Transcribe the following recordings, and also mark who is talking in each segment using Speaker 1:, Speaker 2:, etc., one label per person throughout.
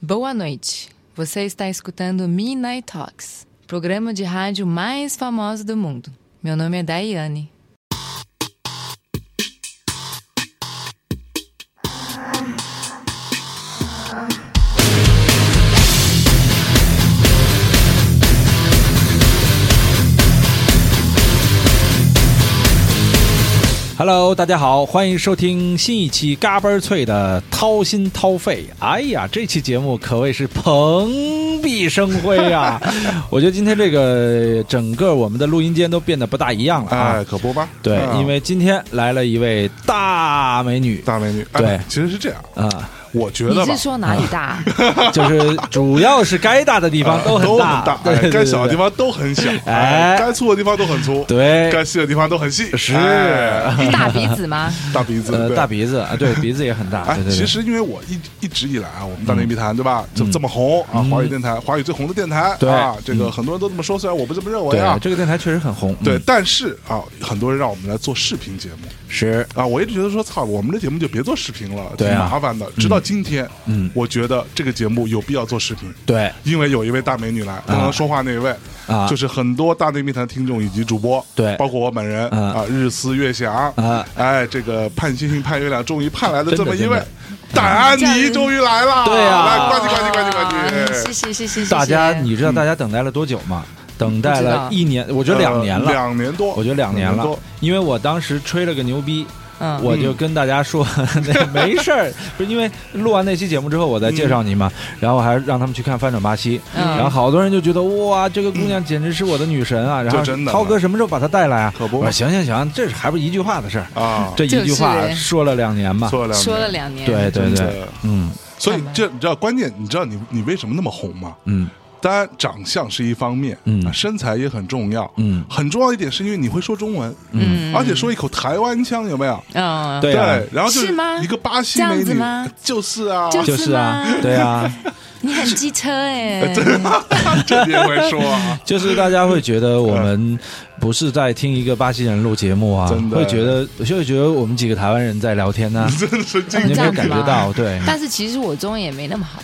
Speaker 1: Boa noite. Você está escutando Midnight Talks, programa de rádio mais famoso do mundo. Meu nome é Daiane.
Speaker 2: Hello，大家好，欢迎收听新一期嘎嘣儿脆的掏心掏肺。哎呀，这期节目可谓是蓬荜生辉 啊！我觉得今天这个整个我们的录音间都变得不大一样了啊。
Speaker 3: 哎，可不吧？
Speaker 2: 对，
Speaker 3: 啊
Speaker 2: 因为今天来了一位大美女
Speaker 3: 大美女，哎
Speaker 2: 对
Speaker 3: 其实是这样，
Speaker 2: 啊、
Speaker 3: 我觉
Speaker 1: 你
Speaker 3: 得吧
Speaker 1: 是，说哪里大？
Speaker 2: 就是主要是该大的地方
Speaker 3: 啊
Speaker 2: 都很
Speaker 3: 很
Speaker 2: 大，
Speaker 3: 大，
Speaker 2: 对
Speaker 3: 哎
Speaker 2: 对对
Speaker 3: 该小的地
Speaker 2: 对
Speaker 3: 方都很小，
Speaker 2: 哎
Speaker 3: 该粗的地方都很粗，
Speaker 2: 对
Speaker 3: 该细的地方都很细，
Speaker 2: 是
Speaker 3: 哎
Speaker 1: 大鼻子吗？
Speaker 3: 大鼻子，
Speaker 2: 呃
Speaker 3: 对
Speaker 2: 大。鼻子啊，对鼻子也很 大，
Speaker 3: 哎
Speaker 2: 对，对对嗯
Speaker 3: 其实因为我一一直以来啊，我们大内密谈对吧，这这么红啊，华语电台，华语最红的电台
Speaker 2: 对嗯
Speaker 3: 啊，这个很多人都这么说，虽然我不这么认为
Speaker 2: 对
Speaker 3: 啊，
Speaker 2: 这个电台确实很红，
Speaker 3: 对
Speaker 2: 嗯，
Speaker 3: 但是啊，很多人让我们来做视频节目，
Speaker 2: 是
Speaker 3: 啊，我一直觉得说，操，我们这节目就别做视频了，
Speaker 2: 对啊
Speaker 3: 挺麻烦的。直到今天，
Speaker 2: 嗯
Speaker 3: 我觉得这个节目有必要做视频，
Speaker 2: 对
Speaker 3: 因为有一位大美女来，刚刚说话那一位，
Speaker 2: 啊
Speaker 3: 就是很多大内密谈听众以及主播，
Speaker 2: 对
Speaker 3: 包括我本人
Speaker 2: 嗯
Speaker 3: 啊，日思月想
Speaker 2: 啊，
Speaker 3: 哎，这个盼星星盼月亮，终于盼来了
Speaker 2: 真的
Speaker 3: 这么一
Speaker 2: 真的
Speaker 3: 位，戴安妮
Speaker 1: 真
Speaker 3: 终于来了，
Speaker 2: 对啊
Speaker 3: 来，呱唧呱唧呱唧呱唧
Speaker 1: 谢。谢谢谢谢谢。
Speaker 2: 大家，你知道大家等待了多久吗？等待了一年，我觉得两年
Speaker 3: 呃
Speaker 2: 了，
Speaker 3: 两年多，
Speaker 2: 我觉得两年了
Speaker 3: 多，
Speaker 2: 因为我当时吹了个牛逼，
Speaker 1: 嗯，
Speaker 2: 我就跟大家 说那没事儿，不是因为录完那期节目之后，我再介绍你嘛，然后还让他们去看《翻转巴西》，
Speaker 1: 嗯
Speaker 2: 然后好多人就觉得哇，这个姑娘简直是我的女神啊！然后
Speaker 3: 这真的
Speaker 2: 涛哥什么时候把她带来啊？
Speaker 3: 可不
Speaker 2: 我说行行行，这还不是一句话的事儿，
Speaker 3: 啊，
Speaker 2: 这一句话
Speaker 1: 就是
Speaker 2: 说了两年嘛，
Speaker 3: 说了两
Speaker 1: 说了
Speaker 3: 年，
Speaker 1: 两年。
Speaker 2: 啊对对
Speaker 3: 真
Speaker 2: 对
Speaker 3: 的，
Speaker 2: 嗯
Speaker 3: 所以
Speaker 1: 看吧
Speaker 3: 这你知道关键，你知道你你为什么那么红吗？
Speaker 2: 嗯
Speaker 3: 当然，长相是一方面，
Speaker 2: 嗯
Speaker 3: 啊身材也很重要，
Speaker 2: 嗯
Speaker 3: 很重要一点是因为你会说中文，
Speaker 1: 嗯
Speaker 3: 而且说一口台湾腔，有没有？
Speaker 1: 嗯，
Speaker 2: 对啊
Speaker 3: 然后就是
Speaker 1: 吗
Speaker 3: 一个巴西美
Speaker 1: 这样子
Speaker 3: 女
Speaker 1: 吗，
Speaker 3: 就是啊，
Speaker 1: 就
Speaker 2: 就是啊
Speaker 1: 是吗，
Speaker 2: 对啊。，
Speaker 1: 你很机车哎。
Speaker 3: 这你也会说啊
Speaker 2: 就是大家会觉得我们不是在听一个巴西人录节目啊
Speaker 3: 真，的
Speaker 2: 会觉得就会觉得我们几个台湾人在聊天 呢、
Speaker 3: 真的是这
Speaker 1: 嗯
Speaker 2: 你有
Speaker 1: 这
Speaker 2: 没有
Speaker 1: 样子
Speaker 2: 感觉
Speaker 1: 吗
Speaker 2: 到？对，
Speaker 1: 但是其实我中文也没那么好，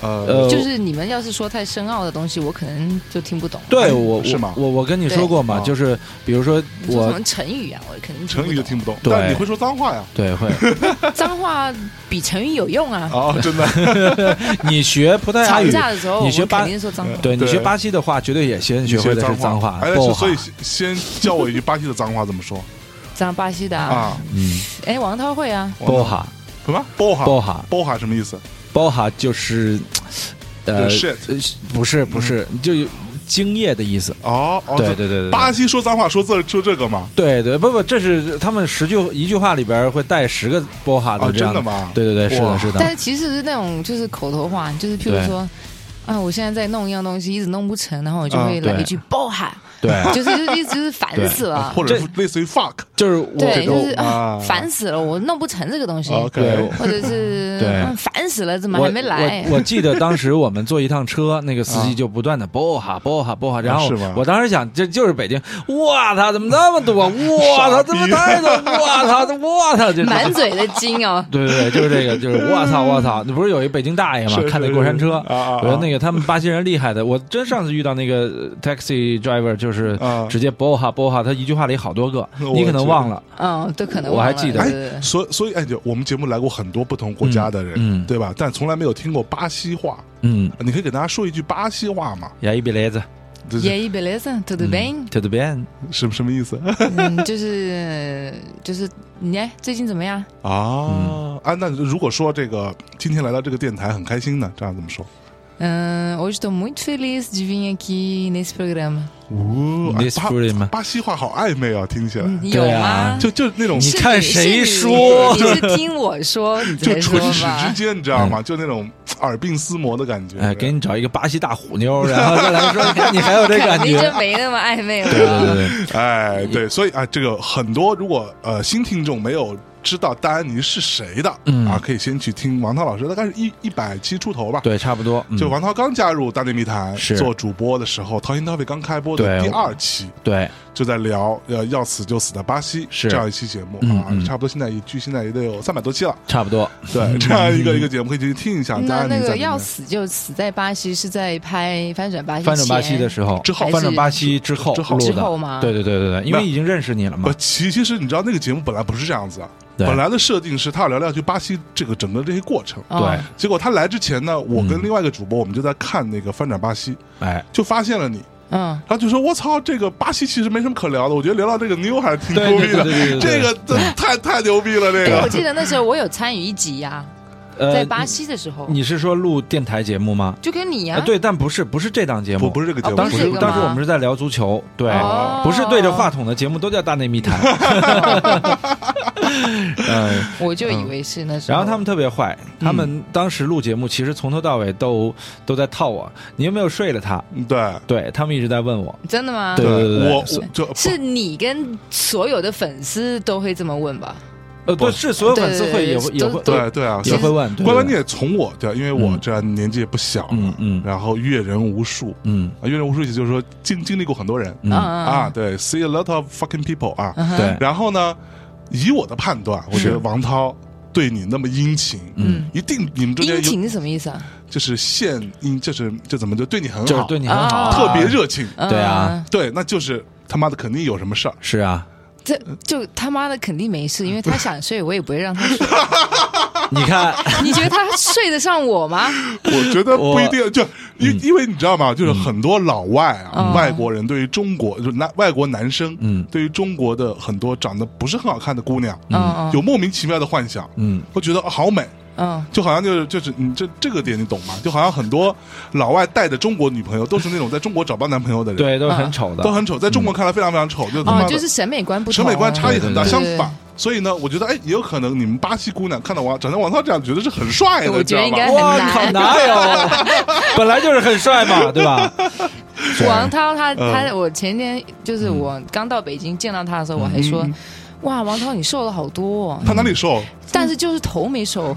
Speaker 3: 呃，
Speaker 2: 呃，
Speaker 1: 就是你们要是说太深奥的东西，我可能就听不懂。
Speaker 2: 对我
Speaker 3: 是吗
Speaker 2: 我我我跟你说过嘛，
Speaker 3: 对
Speaker 2: 就是比如说
Speaker 1: 你说什
Speaker 2: 我
Speaker 1: 么成语啊，我肯定
Speaker 3: 成语就
Speaker 1: 不
Speaker 3: 听不懂，
Speaker 2: 对
Speaker 3: 但你会说脏话呀？
Speaker 2: 对 会，
Speaker 1: 懂。脏话比成语有用啊。
Speaker 3: 啊，真的，
Speaker 2: 你学葡萄牙
Speaker 1: 吵
Speaker 2: 语，
Speaker 1: 架的时候，
Speaker 2: 呃你
Speaker 1: 我
Speaker 2: 学
Speaker 1: 肯
Speaker 2: 巴
Speaker 1: 定说脏话。
Speaker 2: 对你
Speaker 3: 对
Speaker 2: 学巴西的话，绝对也先 学会的是脏话
Speaker 3: 哎，，
Speaker 2: 不
Speaker 3: 是
Speaker 2: 好
Speaker 3: 所以先先教我一句巴西的脏话怎么说
Speaker 1: 脏巴西的啊，
Speaker 3: 啊？
Speaker 2: 嗯，
Speaker 1: 哎，王涛会啊，
Speaker 3: 我
Speaker 2: 不好
Speaker 3: 什么？包哈
Speaker 2: 不好
Speaker 3: 包哈什么意思？
Speaker 2: 不好就是呃
Speaker 3: 就是 shit
Speaker 2: 呃不是不是，就精液的意思。
Speaker 3: 哦哦，
Speaker 2: 对
Speaker 3: 这
Speaker 2: 对对对，对
Speaker 3: 巴西说脏话说这说这个吗？
Speaker 2: 对对，不不，这是他们十句一句话里边会带十个波哈
Speaker 3: 啊
Speaker 2: 的这样
Speaker 3: 真的吗
Speaker 2: 对对对，是
Speaker 3: 哇
Speaker 2: 的，是
Speaker 1: 但
Speaker 2: 的，
Speaker 1: 是其实是那种就是口头话，就是譬如
Speaker 2: 对
Speaker 1: 说。啊，我现在在弄一样东西，一直弄不成，然后我就会
Speaker 3: 啊
Speaker 2: 对啊
Speaker 1: 来一句“爆喊
Speaker 2: 对，”，
Speaker 1: 就是就是一直就是烦死了，
Speaker 3: 或者
Speaker 2: 这
Speaker 3: 是类似于 fuck
Speaker 2: 就是 我
Speaker 1: 对，就是
Speaker 3: 种
Speaker 1: 啊
Speaker 3: 啊
Speaker 1: 烦死了，我弄不成这个东西，
Speaker 3: 哦 OK
Speaker 2: 对
Speaker 1: 或者是
Speaker 2: 对
Speaker 1: 嗯烦死了，怎么
Speaker 2: 我
Speaker 1: 还没来
Speaker 2: 我？我记得当时我们坐一趟车，那个司机
Speaker 3: 啊
Speaker 2: 就不断的波哈波哈波哈，然后
Speaker 3: 是吗
Speaker 2: 我当时想，这就是北京，哇他怎么那么多？哇他
Speaker 3: 傻逼
Speaker 2: 怎么太多？哇他哇他这，
Speaker 1: 满嘴的金哦
Speaker 2: 对对对，就是这个，就是我操我操！你不是有一北京大爷嘛
Speaker 3: 是，是
Speaker 2: 看那过山车，
Speaker 3: 是啊啊
Speaker 2: 我觉得那个他们巴西人厉害的，我真上次遇到那个呃 taxi driver 就是
Speaker 3: 啊
Speaker 2: 直接 boha boha，他一句话里好多个，
Speaker 3: 我
Speaker 2: 你可能忘了，
Speaker 1: 嗯，都可能嗯
Speaker 2: 我
Speaker 1: 忘
Speaker 2: 还
Speaker 1: 了
Speaker 2: 记得
Speaker 1: 对对
Speaker 3: 哎，
Speaker 1: 对
Speaker 3: 所所以哎，就我们节目来过很多不同国家的人，
Speaker 2: 嗯嗯
Speaker 3: 对吧？但从来没有听过巴西话。
Speaker 2: 嗯，
Speaker 3: 你可以给大家说一句巴西话吗？
Speaker 2: e 一 beleza，
Speaker 3: 这是
Speaker 1: E aí, beleza?
Speaker 2: 嗯
Speaker 1: Tudo bem?
Speaker 2: tudo bem，
Speaker 3: 什么什么意思
Speaker 1: 嗯，就是就是，你哎最近怎么样？
Speaker 3: 啊？啊，那如果说这个今天来到这个电台很开心呢，这样怎么说？
Speaker 1: 嗯，hoje estou muito feliz de vir aqui nesse programa。
Speaker 3: 呜、哎
Speaker 2: This fruit 吗
Speaker 3: 巴巴西话好暧昧啊，听起来、
Speaker 1: 有
Speaker 2: 对啊
Speaker 1: 吗？
Speaker 3: 就就那种
Speaker 2: 你
Speaker 1: 是
Speaker 2: 看谁说
Speaker 1: 是你你是听我说，你
Speaker 3: 就
Speaker 1: 才说
Speaker 3: 唇齿之
Speaker 1: 吧。
Speaker 3: 间，你知道吗？就那种耳鬓厮磨的感觉。
Speaker 2: 哎，给你找一个巴西大虎妞，然后再来说，你看你还有这感
Speaker 1: 肯定
Speaker 2: 觉
Speaker 1: 就，没那么暧昧了。
Speaker 2: 对对对对，
Speaker 3: 哎，对，所以啊，这个很多如果呃新听众没有知道戴安妮是谁的、
Speaker 2: 嗯
Speaker 3: 啊，可以先去听王涛老师，大概是一一百期出头吧。
Speaker 2: 对，差不多，嗯
Speaker 3: 就王涛刚加入大内密谈
Speaker 2: 是
Speaker 3: 做主播的时候，掏心掏肺刚开播的
Speaker 2: 对
Speaker 3: 第二期，
Speaker 2: 对
Speaker 3: 就在聊呃要死就死的巴西
Speaker 2: 是
Speaker 3: 这样一期节目
Speaker 2: 嗯
Speaker 3: 啊
Speaker 2: 嗯，
Speaker 3: 差不多现在一距现在也得有三百多期了，
Speaker 2: 差不多。
Speaker 3: 对，这样一个一个节目可以去听一下。大
Speaker 1: 那
Speaker 3: 家
Speaker 1: 那
Speaker 3: 你在
Speaker 1: 个
Speaker 3: 里
Speaker 1: 要
Speaker 3: 面
Speaker 1: 死就死在巴西是在拍《翻转巴西》
Speaker 2: 翻转巴西的时候，
Speaker 3: 之后
Speaker 2: 翻转巴西之后
Speaker 3: 之后
Speaker 2: 录
Speaker 1: 之后
Speaker 2: 的，
Speaker 1: 吗
Speaker 2: 对对对对对，因为已经认识你了嘛
Speaker 3: 不，，其其实你知道那个节目本来不是这样子啊，
Speaker 2: 对
Speaker 3: 本来的设定是他要聊聊去巴西这个整个这些过程。
Speaker 1: 候
Speaker 2: 对，
Speaker 3: 结果他来之前呢，我
Speaker 2: 嗯
Speaker 3: 跟另外一个主播，我们就在看那个《翻转巴西》，
Speaker 2: 哎，
Speaker 3: 就发现了你，
Speaker 1: 嗯，
Speaker 3: 然后就说：“我操，这个巴西其实没什么可聊的，我觉得聊到这个妞还是挺
Speaker 2: 对
Speaker 3: 牛逼
Speaker 2: 对对
Speaker 3: 的，
Speaker 2: 对对，
Speaker 3: 这个这太 太牛逼了，这
Speaker 1: 对，我
Speaker 3: 个
Speaker 1: 记得那时候我有参与一集呀，
Speaker 2: 呃
Speaker 1: 在巴西的时候，
Speaker 2: 你是说录电台节目吗？
Speaker 1: 就跟哦哎你呀
Speaker 2: 啊，，对，但不是不是这档节
Speaker 3: 不
Speaker 2: 目
Speaker 3: 不，是这个节目，
Speaker 1: 哦
Speaker 2: 当
Speaker 1: 不是
Speaker 2: 时
Speaker 1: 这个
Speaker 2: 当时
Speaker 1: 吗
Speaker 2: 我们是在聊足球，对，
Speaker 1: 哦
Speaker 2: 不是对着话筒的节目都叫大内 密谈。嗯，
Speaker 1: 我就以为是那时候。
Speaker 2: 然后他们特别坏，
Speaker 1: 嗯
Speaker 2: 他们当时录节目，其实从头到尾都都在套我，你有没有睡了他？
Speaker 3: 嗯对
Speaker 2: 对他们一直在问我，
Speaker 1: 真的吗？
Speaker 2: 对对对
Speaker 3: 我
Speaker 2: 是
Speaker 3: 我就是
Speaker 1: 你跟所有的粉丝都会这么问吧？
Speaker 2: 呃，对，
Speaker 3: 不
Speaker 2: 是所有粉丝会
Speaker 1: 对
Speaker 2: 也
Speaker 1: 对
Speaker 2: 会
Speaker 1: 对
Speaker 2: 也会
Speaker 1: 都
Speaker 3: 对对啊，
Speaker 1: 其
Speaker 2: 也
Speaker 1: 实
Speaker 2: 会问，对
Speaker 3: 关
Speaker 2: 对
Speaker 3: 关你也从我对，因为我这年纪也不小了，
Speaker 2: 嗯嗯
Speaker 3: 然后阅人无数
Speaker 2: 嗯
Speaker 3: 啊，阅人无数意思就是说经经历过很多人
Speaker 2: 嗯
Speaker 3: 啊，，对，see a lot of fucking people 啊，
Speaker 1: 嗯哼
Speaker 2: 对，
Speaker 3: 然后呢，以我的判断，我觉得王涛对你那么殷勤，
Speaker 2: 嗯，
Speaker 3: 一定你们中间
Speaker 1: 殷
Speaker 3: 有
Speaker 1: 勤是什么意思啊？
Speaker 3: 就是献殷，就是就怎么就对你很
Speaker 2: 就是
Speaker 3: 好，
Speaker 2: 对你很好啊，
Speaker 1: 啊
Speaker 3: 特别热情，
Speaker 1: 嗯
Speaker 2: 对啊，
Speaker 3: 对，那就是他妈的肯定有什 么事儿。
Speaker 2: 是啊，
Speaker 1: 嗯这就他妈的肯定没事，因为他想睡，我也不会让他睡。
Speaker 2: 你看，
Speaker 1: 你觉得他睡得上我吗？
Speaker 3: 我觉得不一定，就因
Speaker 2: 嗯
Speaker 3: 因为你知道吗？就是很多老外啊，
Speaker 1: 嗯
Speaker 3: 外国人对于中国就男外国男生，
Speaker 2: 嗯
Speaker 3: 对于中国的很多长得不是很好看的姑娘，
Speaker 1: 嗯
Speaker 3: 有莫名其妙的幻想，
Speaker 2: 嗯
Speaker 3: 会觉得啊好美，
Speaker 1: 嗯
Speaker 3: 就好像就是就是你这这个点你懂吗？就好像很多老外带的中国女朋友都是那种在中国找不到男朋友的人，
Speaker 2: 对，都是
Speaker 1: 嗯
Speaker 2: 嗯很丑的，
Speaker 3: 都很丑，在中国看来非常非常丑，就他妈
Speaker 1: 哦，
Speaker 3: 的
Speaker 1: 就是审美观不
Speaker 3: 审
Speaker 1: 同，
Speaker 3: 美观差异很大，
Speaker 2: 对
Speaker 1: 对
Speaker 3: 相
Speaker 1: 对
Speaker 3: 反。所以呢，我觉得，哎，也有可能你们巴西姑娘看到王长成王涛这样，觉得是很帅的，
Speaker 1: 我觉得
Speaker 3: 你知道
Speaker 1: 应
Speaker 3: 吗？
Speaker 1: 很难
Speaker 2: 我靠，哪有？ 本来就是很帅嘛，对吧？
Speaker 1: 王涛他他，
Speaker 3: 嗯
Speaker 1: 我前天就是我刚到北京见到他的时候，我还说
Speaker 3: 嗯。
Speaker 1: 哇，王涛，你瘦了好多、哦，
Speaker 3: 他哪里瘦？ 哎
Speaker 1: 但是就是头没瘦。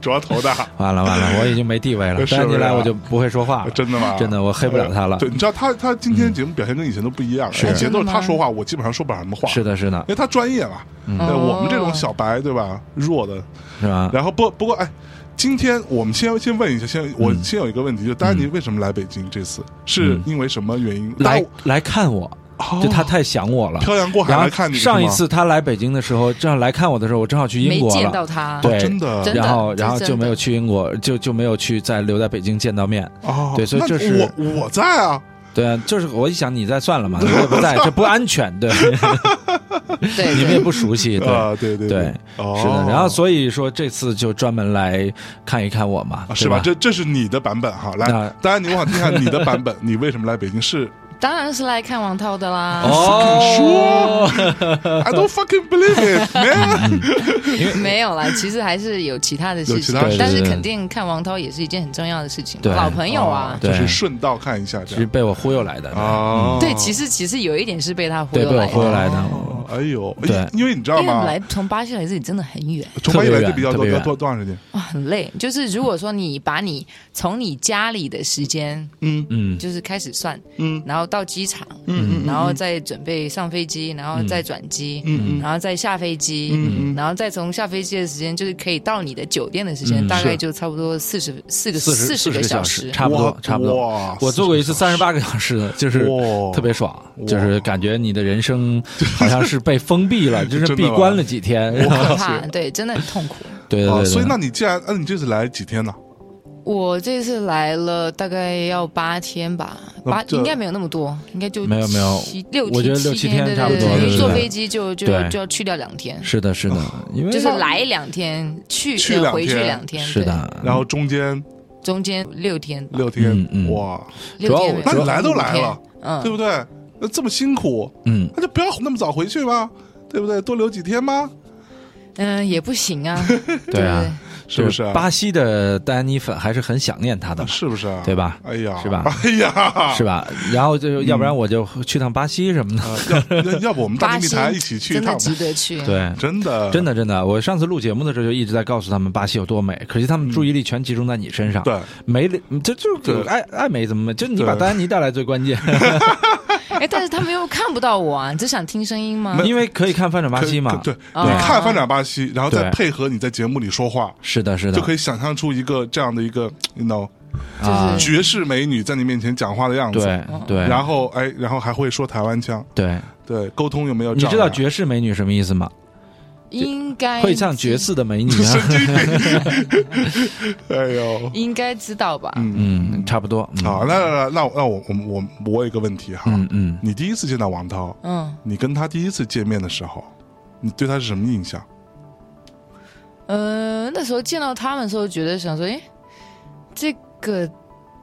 Speaker 3: 主要头大，
Speaker 2: 完了完了，我已经没地位了，
Speaker 3: 是
Speaker 2: 但
Speaker 3: 不
Speaker 2: 你
Speaker 3: 是
Speaker 2: 来
Speaker 3: 啊
Speaker 2: 我就不会说话了，
Speaker 3: 真的吗？
Speaker 2: 真的我黑不了他了。嗯
Speaker 3: 对，你知道他他今天节目表现跟以前都不一样了，
Speaker 2: 是
Speaker 3: 以前都是
Speaker 1: 真的
Speaker 3: 他
Speaker 1: 吗
Speaker 3: 说话，我基本上说不了什么话，
Speaker 2: 是
Speaker 3: 因
Speaker 2: 的，是的，
Speaker 3: 为他专业嘛。嗯对
Speaker 1: 哦
Speaker 3: 我们这种小白对吧，弱的，
Speaker 2: 是吧？
Speaker 3: 然后不不过哎，今天我们先先问一下，先我
Speaker 2: 嗯
Speaker 3: 先有一个问题，就丹尼为什么来北京这次？是因为什么原因？
Speaker 2: 来
Speaker 3: 大
Speaker 2: 来看我，
Speaker 3: 哦
Speaker 2: 就他太想我了。
Speaker 3: 漂洋过海
Speaker 2: 然后
Speaker 3: 哦来看你是吗，
Speaker 2: 上一次他来北京的时候，正好来看我的时候，我正好去英
Speaker 1: 没
Speaker 2: 国
Speaker 1: 见
Speaker 2: 了
Speaker 1: 到，他，
Speaker 2: 对，
Speaker 3: 哦真的
Speaker 1: 真的
Speaker 2: 然后
Speaker 1: 这
Speaker 2: 然后
Speaker 1: 真
Speaker 2: 就没
Speaker 1: 的
Speaker 2: 有去英国，就就没有去再留在北京见到面。
Speaker 3: 哦，
Speaker 2: 对所以
Speaker 3: 那
Speaker 2: 这是
Speaker 3: 我我在啊，
Speaker 2: 对啊，就是我一想你在算了嘛，你也不在，这不安全， 对，
Speaker 1: 对，
Speaker 2: 你们
Speaker 1: 对
Speaker 2: 也不熟悉，对，
Speaker 3: 啊对对
Speaker 2: 对，
Speaker 3: 哦
Speaker 2: 是的。然后所以说这次就专门来看一看我嘛，
Speaker 3: 啊
Speaker 2: 对
Speaker 3: 是吧？
Speaker 2: 吧？
Speaker 3: 这这是你的版本哈，
Speaker 2: 那
Speaker 3: 来，丹尼，我想听看你的版 本，你为什么来北京？是
Speaker 1: 当然是来看王涛的啦。
Speaker 2: 啊哦，
Speaker 3: I don't fucking believe it man，
Speaker 2: 嗯
Speaker 1: 没有啦，其实还是有其他的
Speaker 3: 有
Speaker 1: 事
Speaker 3: 其
Speaker 1: 情
Speaker 3: 他事，
Speaker 1: 但
Speaker 2: 情
Speaker 1: 是
Speaker 2: 对
Speaker 1: 肯定看王涛也是一件很重要的事情，
Speaker 2: 对
Speaker 1: 老朋友啊
Speaker 3: 哦。
Speaker 2: 对
Speaker 3: 就是顺道看一下这
Speaker 2: 是
Speaker 3: 样
Speaker 2: 被我忽悠来的，
Speaker 3: 啊，
Speaker 1: 对，其实其实有一点是被他忽
Speaker 2: 对，
Speaker 1: 悠
Speaker 2: 被我
Speaker 1: 来
Speaker 2: 忽悠
Speaker 1: 的，
Speaker 2: 来的。
Speaker 3: 哦哎呦，
Speaker 2: 对
Speaker 3: 因因为你知
Speaker 1: 因
Speaker 3: 道
Speaker 1: 为我
Speaker 3: 吗
Speaker 1: 们？来从巴西来这里真的很远
Speaker 3: 从巴西来就比较
Speaker 2: 特
Speaker 3: 多
Speaker 2: 别远
Speaker 3: 多多多长时间？
Speaker 1: 哇，很累。就是如果说你把你从你家里的时间
Speaker 3: 嗯
Speaker 2: 嗯，
Speaker 1: 就是开始算，
Speaker 3: 嗯
Speaker 1: 然后到机场，
Speaker 3: 嗯嗯，
Speaker 1: 然后再准备上飞
Speaker 2: 嗯
Speaker 1: 机，然后再转机，
Speaker 3: 嗯嗯
Speaker 1: 然后再下飞机，
Speaker 3: 嗯嗯
Speaker 1: 然后再从下飞机的时间，就是可以到你的酒店的时间，
Speaker 2: 嗯
Speaker 1: 大
Speaker 3: 是
Speaker 1: 概就差不多四十四个
Speaker 2: 四十
Speaker 1: 十
Speaker 2: 个
Speaker 1: 个
Speaker 2: 小
Speaker 1: 时。
Speaker 2: 差不多
Speaker 3: 哇，
Speaker 2: 差不多。
Speaker 3: 哇
Speaker 2: 我做过一次三十八个小时的，就是
Speaker 3: 哇
Speaker 2: 特别爽，就是感觉你的人生好像是被封闭 了，就是
Speaker 3: 真的
Speaker 2: 闭
Speaker 3: 吗
Speaker 2: 关了几天。然后
Speaker 1: 可怕，对，真的很痛苦。
Speaker 2: 对对
Speaker 3: 啊
Speaker 2: 对，
Speaker 3: 所以
Speaker 2: 对
Speaker 3: 那你既然，那你这次来几天呢？
Speaker 1: 我这次来了大概要八天吧，
Speaker 3: 那
Speaker 1: 八
Speaker 3: 这
Speaker 1: 应该没有那么多，应该就
Speaker 2: 没有没有
Speaker 1: 七六
Speaker 2: 我觉得六七
Speaker 1: 七
Speaker 2: 天
Speaker 1: 对
Speaker 2: 差不
Speaker 1: 对
Speaker 2: 多
Speaker 1: 对，
Speaker 3: 对
Speaker 1: 坐
Speaker 3: 对
Speaker 1: 飞机就就
Speaker 2: 对
Speaker 1: 就要去掉两天，
Speaker 2: 是的，是的，
Speaker 3: 啊
Speaker 2: 因为
Speaker 1: 就是来两天，去呃
Speaker 3: 去两天
Speaker 1: 回去两天，
Speaker 2: 是
Speaker 1: 对，
Speaker 2: 的，
Speaker 3: 然后中间
Speaker 1: 中间六天吧，
Speaker 3: 六天
Speaker 2: 嗯嗯，
Speaker 3: 哇，
Speaker 1: 六天
Speaker 2: 主
Speaker 1: 没
Speaker 2: 要
Speaker 1: 有，
Speaker 3: 那你来都来了，
Speaker 1: 嗯，
Speaker 3: 对不对？那这么辛苦，
Speaker 2: 嗯，
Speaker 3: 那就不要那么早回去吧，对不对？多留几天吗？
Speaker 1: 嗯，也不行啊，
Speaker 2: 对啊，
Speaker 3: 是不是
Speaker 2: 就
Speaker 3: 啊？
Speaker 2: 巴西的戴安妮粉还是很想念他的嘛，
Speaker 3: 是不是啊？
Speaker 2: 对吧？
Speaker 3: 哎呀，
Speaker 2: 是吧
Speaker 3: 哎呀，
Speaker 2: 是吧？然后就要不
Speaker 3: 嗯
Speaker 2: 然我就去趟巴西什么的。
Speaker 3: 啊？要要要不我们大
Speaker 1: 巴
Speaker 3: 内密
Speaker 1: 西
Speaker 3: 谈一起去一
Speaker 1: 真的
Speaker 3: 趟吧？
Speaker 1: 值得去，
Speaker 2: 对，
Speaker 3: 真的，
Speaker 2: 真的真的，我上次录节目的时候就一直在告诉他们巴西有多美，可惜他们注意力全集中在你身上。
Speaker 3: 对，
Speaker 2: 没理，这就是
Speaker 3: 对
Speaker 2: 爱爱美怎么美？就你把
Speaker 3: 对
Speaker 2: 戴安妮带来最关键。
Speaker 1: 哎，但是他们又看不到我啊，只想听声音吗？
Speaker 2: 因为可以看翻转巴
Speaker 3: 可
Speaker 2: 西嘛。
Speaker 3: 对，
Speaker 1: 啊
Speaker 3: 你看翻转巴西，然后再
Speaker 2: 对
Speaker 3: 配合你在节目里说话，
Speaker 2: 是的，是的，
Speaker 3: 就可以想象出一个这样的一个，you know，
Speaker 2: 啊
Speaker 1: 就是
Speaker 3: 绝世美女在你面前讲话的样子。
Speaker 2: 对对，
Speaker 3: 然后哎，然后还会说台湾腔，
Speaker 2: 对，
Speaker 3: 对，沟通有没有
Speaker 2: 你
Speaker 3: 障碍？
Speaker 2: 知道绝世美女什么意思吗？
Speaker 1: 应该
Speaker 2: 会唱绝世的美 女啊，
Speaker 3: 哎呦，
Speaker 1: 应该知道吧？
Speaker 2: 嗯，差不多。嗯
Speaker 3: 好，那那那那我我我我有一个问题哈，
Speaker 2: 嗯嗯，
Speaker 3: 你第一次见到王涛，
Speaker 1: 嗯
Speaker 3: 你跟他第一次见面的时候，你对他是什么印象？
Speaker 1: 呃，那时候见到他们的时候，觉得想说，哎，这个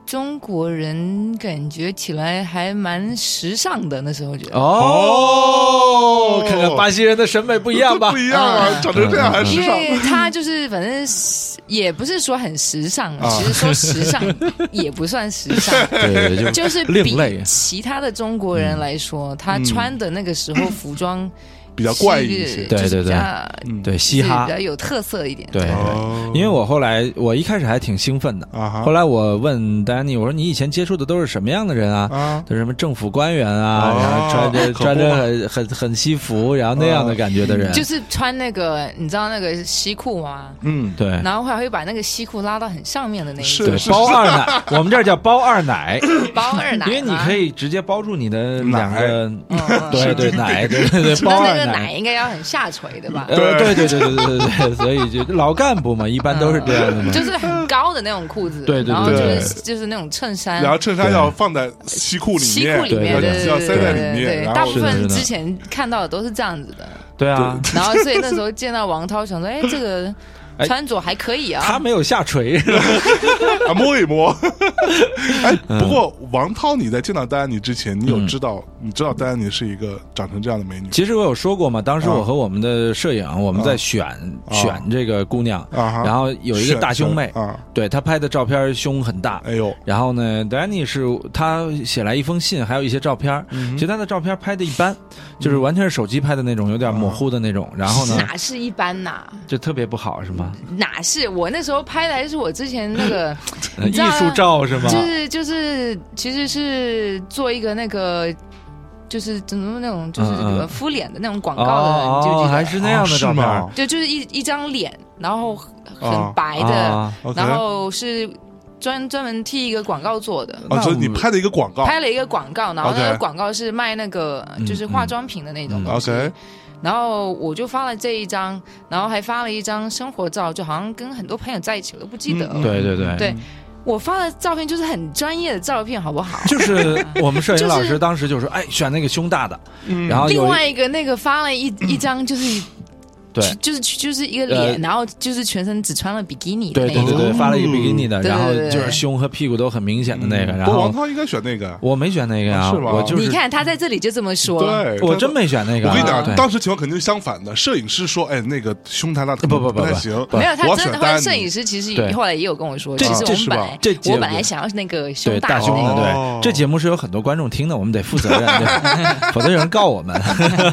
Speaker 1: 中国人感觉起来还蛮时尚的。那时候觉得，
Speaker 2: 哦，看看巴西人的审美不一样吧
Speaker 3: 不？一样啊，长成这样还时
Speaker 1: 因
Speaker 3: 尚。
Speaker 1: 为他就是反正是也不是说很时尚，
Speaker 3: 啊
Speaker 1: 其实说时尚也不算时尚。
Speaker 2: 对对，对就
Speaker 1: 就是
Speaker 2: 另类
Speaker 1: 比其他的中国人来说，他穿的那个时候服装
Speaker 3: 比较怪异一些
Speaker 1: 是就是
Speaker 2: 对对
Speaker 1: 比
Speaker 2: 对
Speaker 1: 较
Speaker 3: 嗯
Speaker 2: 对嘻
Speaker 1: 是
Speaker 2: 哈
Speaker 1: 比，较有特色一点。
Speaker 2: 对，对
Speaker 3: 哦
Speaker 2: 因为我后来我一开始还挺兴奋的，
Speaker 3: 啊哈，
Speaker 2: 后来我问丹尼，我说你以前接触的都是什么样的人啊？
Speaker 3: 啊，
Speaker 2: 都是什么政府官员啊，
Speaker 3: 哦
Speaker 2: 然后穿着
Speaker 3: 可不嘛
Speaker 2: 穿着很很很西服，然后那样的感觉的人，
Speaker 1: 就是穿那个你知道那个西裤啊吗？
Speaker 3: 嗯，
Speaker 2: 对
Speaker 1: 然后还会把那个西裤拉到很上面的那一
Speaker 3: 是
Speaker 1: 种
Speaker 2: 对包二奶，我们这儿叫包二奶，
Speaker 1: 包二奶
Speaker 2: 因
Speaker 1: 嘛，
Speaker 2: 为你可以直接包住你的两个，
Speaker 1: 嗯，嗯
Speaker 2: 对对 奶，对对对，包
Speaker 1: 那
Speaker 2: 二
Speaker 1: 那个
Speaker 2: 奶
Speaker 1: 奶。应该要很下垂的吧
Speaker 2: 呃，？对对对对对对对，所以就老干部嘛，一般都是这样的嘛
Speaker 1: 就。是很高的那种裤子，
Speaker 2: 嗯对对对
Speaker 1: 然后就
Speaker 3: 对
Speaker 1: 是就是那种衬衫
Speaker 3: 然，后衬衫要放在西裤里
Speaker 1: 嗯西
Speaker 3: 面，
Speaker 1: 裤里面，
Speaker 3: 要
Speaker 1: 对对
Speaker 3: 要
Speaker 1: 对
Speaker 3: 塞
Speaker 1: 对
Speaker 3: 在
Speaker 1: 对
Speaker 3: 里面，
Speaker 1: 对，
Speaker 3: 然
Speaker 1: 大
Speaker 3: 后
Speaker 1: 部
Speaker 2: 是
Speaker 1: 分
Speaker 2: 的是的
Speaker 1: 之前看到的都是这样子的，
Speaker 2: 对啊，
Speaker 1: 然后所以那时候见到王涛，想说，哎，这个
Speaker 2: 哎
Speaker 1: 穿着还可以
Speaker 2: 他
Speaker 1: 啊，
Speaker 2: 没有下 垂，
Speaker 3: 啊摸 一摸。哎，
Speaker 2: 嗯
Speaker 3: 不过王涛，你在见到戴安妮之前，你有知道
Speaker 2: 嗯
Speaker 3: 你知道戴安妮是一个长成这样的美女
Speaker 2: 其实我有说过嘛，当时我
Speaker 3: 啊
Speaker 2: 和我们的摄影，我们在选、
Speaker 3: 啊
Speaker 2: 选这个姑娘，
Speaker 3: 啊哈？
Speaker 2: 然后有一个大胸妹
Speaker 3: 选，择啊，
Speaker 2: 对她拍的照片胸很大。
Speaker 3: 哎呦，
Speaker 2: 然后呢，Danny 是她写来一封信，还有一些照片。
Speaker 1: 嗯
Speaker 2: 其实她的照片拍的一般，就是完全是手机拍的那种，有点模糊的那
Speaker 1: 嗯
Speaker 2: 种。然后呢，
Speaker 1: 哪是一般呐？
Speaker 2: 就特别不好，是吗？
Speaker 1: 哪是我那时候拍的，还是我之前那个。
Speaker 2: 呃
Speaker 1: 你
Speaker 2: 艺
Speaker 1: 知道
Speaker 2: 术照是吗？
Speaker 1: 就是就是，其实是做一个那个，就是怎么那种，就是
Speaker 2: 嗯嗯
Speaker 1: 敷脸的那种广
Speaker 2: 哦
Speaker 1: 告的，你就记
Speaker 2: 哦，
Speaker 1: 得
Speaker 2: 还是那样的照片，
Speaker 3: 啊
Speaker 1: 就就是一一张脸，然后很
Speaker 3: 啊
Speaker 1: 很白的，
Speaker 2: 啊
Speaker 3: ，OK
Speaker 1: 然后是专专门替一个广告做的。
Speaker 3: 啊，所以你
Speaker 2: 那我
Speaker 3: 拍的一个广告
Speaker 1: 拍了一个广告，然后那
Speaker 3: OK
Speaker 1: 个广告是卖那个
Speaker 2: 嗯
Speaker 1: 就是化妆品的那种东西，
Speaker 3: ，OK，
Speaker 1: 然后我就发了这一张，然后还发了一张生活照，就好像跟很多朋友在一起，我都不记得了。
Speaker 3: 嗯
Speaker 2: 对对对
Speaker 1: 对我发的照片就是很专业的照片，好不好？
Speaker 2: 就是 我们摄影
Speaker 1: 就是
Speaker 2: 老师当时就说，哎，选那个胸大的，
Speaker 3: 嗯
Speaker 2: 然后哦有
Speaker 1: 另
Speaker 2: 一
Speaker 1: 外一个那个发了一 一张就是
Speaker 2: 对
Speaker 1: 就是就是一个
Speaker 2: 呃
Speaker 1: 脸，然后就是全身只穿了比基尼的
Speaker 2: 对
Speaker 1: 那
Speaker 2: 对
Speaker 1: 种。
Speaker 2: 对对，
Speaker 3: 哦
Speaker 2: 发了一比基尼的，
Speaker 1: 对对
Speaker 2: 然后
Speaker 1: 对对
Speaker 2: 就是胸和屁股都很明显的那个，
Speaker 3: 嗯
Speaker 2: 然
Speaker 3: 不过王
Speaker 2: 后
Speaker 3: 涛应该选那个，
Speaker 2: 我没选那个呀，
Speaker 3: 是吗
Speaker 2: 我就是
Speaker 1: 你看他在这里就这么说，
Speaker 3: 对，
Speaker 2: 我
Speaker 3: 他
Speaker 2: 真。没选那个
Speaker 3: 我
Speaker 2: 啊，
Speaker 3: 跟你讲
Speaker 2: 对，
Speaker 3: 当时情况肯定是相反的。摄影师说：“哎，那个胸太大，可能
Speaker 2: 不不不
Speaker 3: 不太
Speaker 2: 不
Speaker 3: 行。
Speaker 2: 不
Speaker 1: 没有他
Speaker 3: 我
Speaker 1: 真
Speaker 3: 选
Speaker 1: 的。后
Speaker 3: 丹
Speaker 1: 来
Speaker 3: 尼
Speaker 1: 摄影师其实
Speaker 2: 对
Speaker 1: 后来也有跟我说，
Speaker 2: 这
Speaker 1: 其实
Speaker 2: 这
Speaker 1: 我
Speaker 3: 是
Speaker 1: 们
Speaker 3: 吧
Speaker 1: 本来
Speaker 2: 这节目
Speaker 1: 我本来想要是那个胸
Speaker 2: 对大
Speaker 1: 的
Speaker 2: 胸的，
Speaker 3: 哦
Speaker 2: 对，这节目是有很多观众听的，我们得负 责任，对否则有人告我们。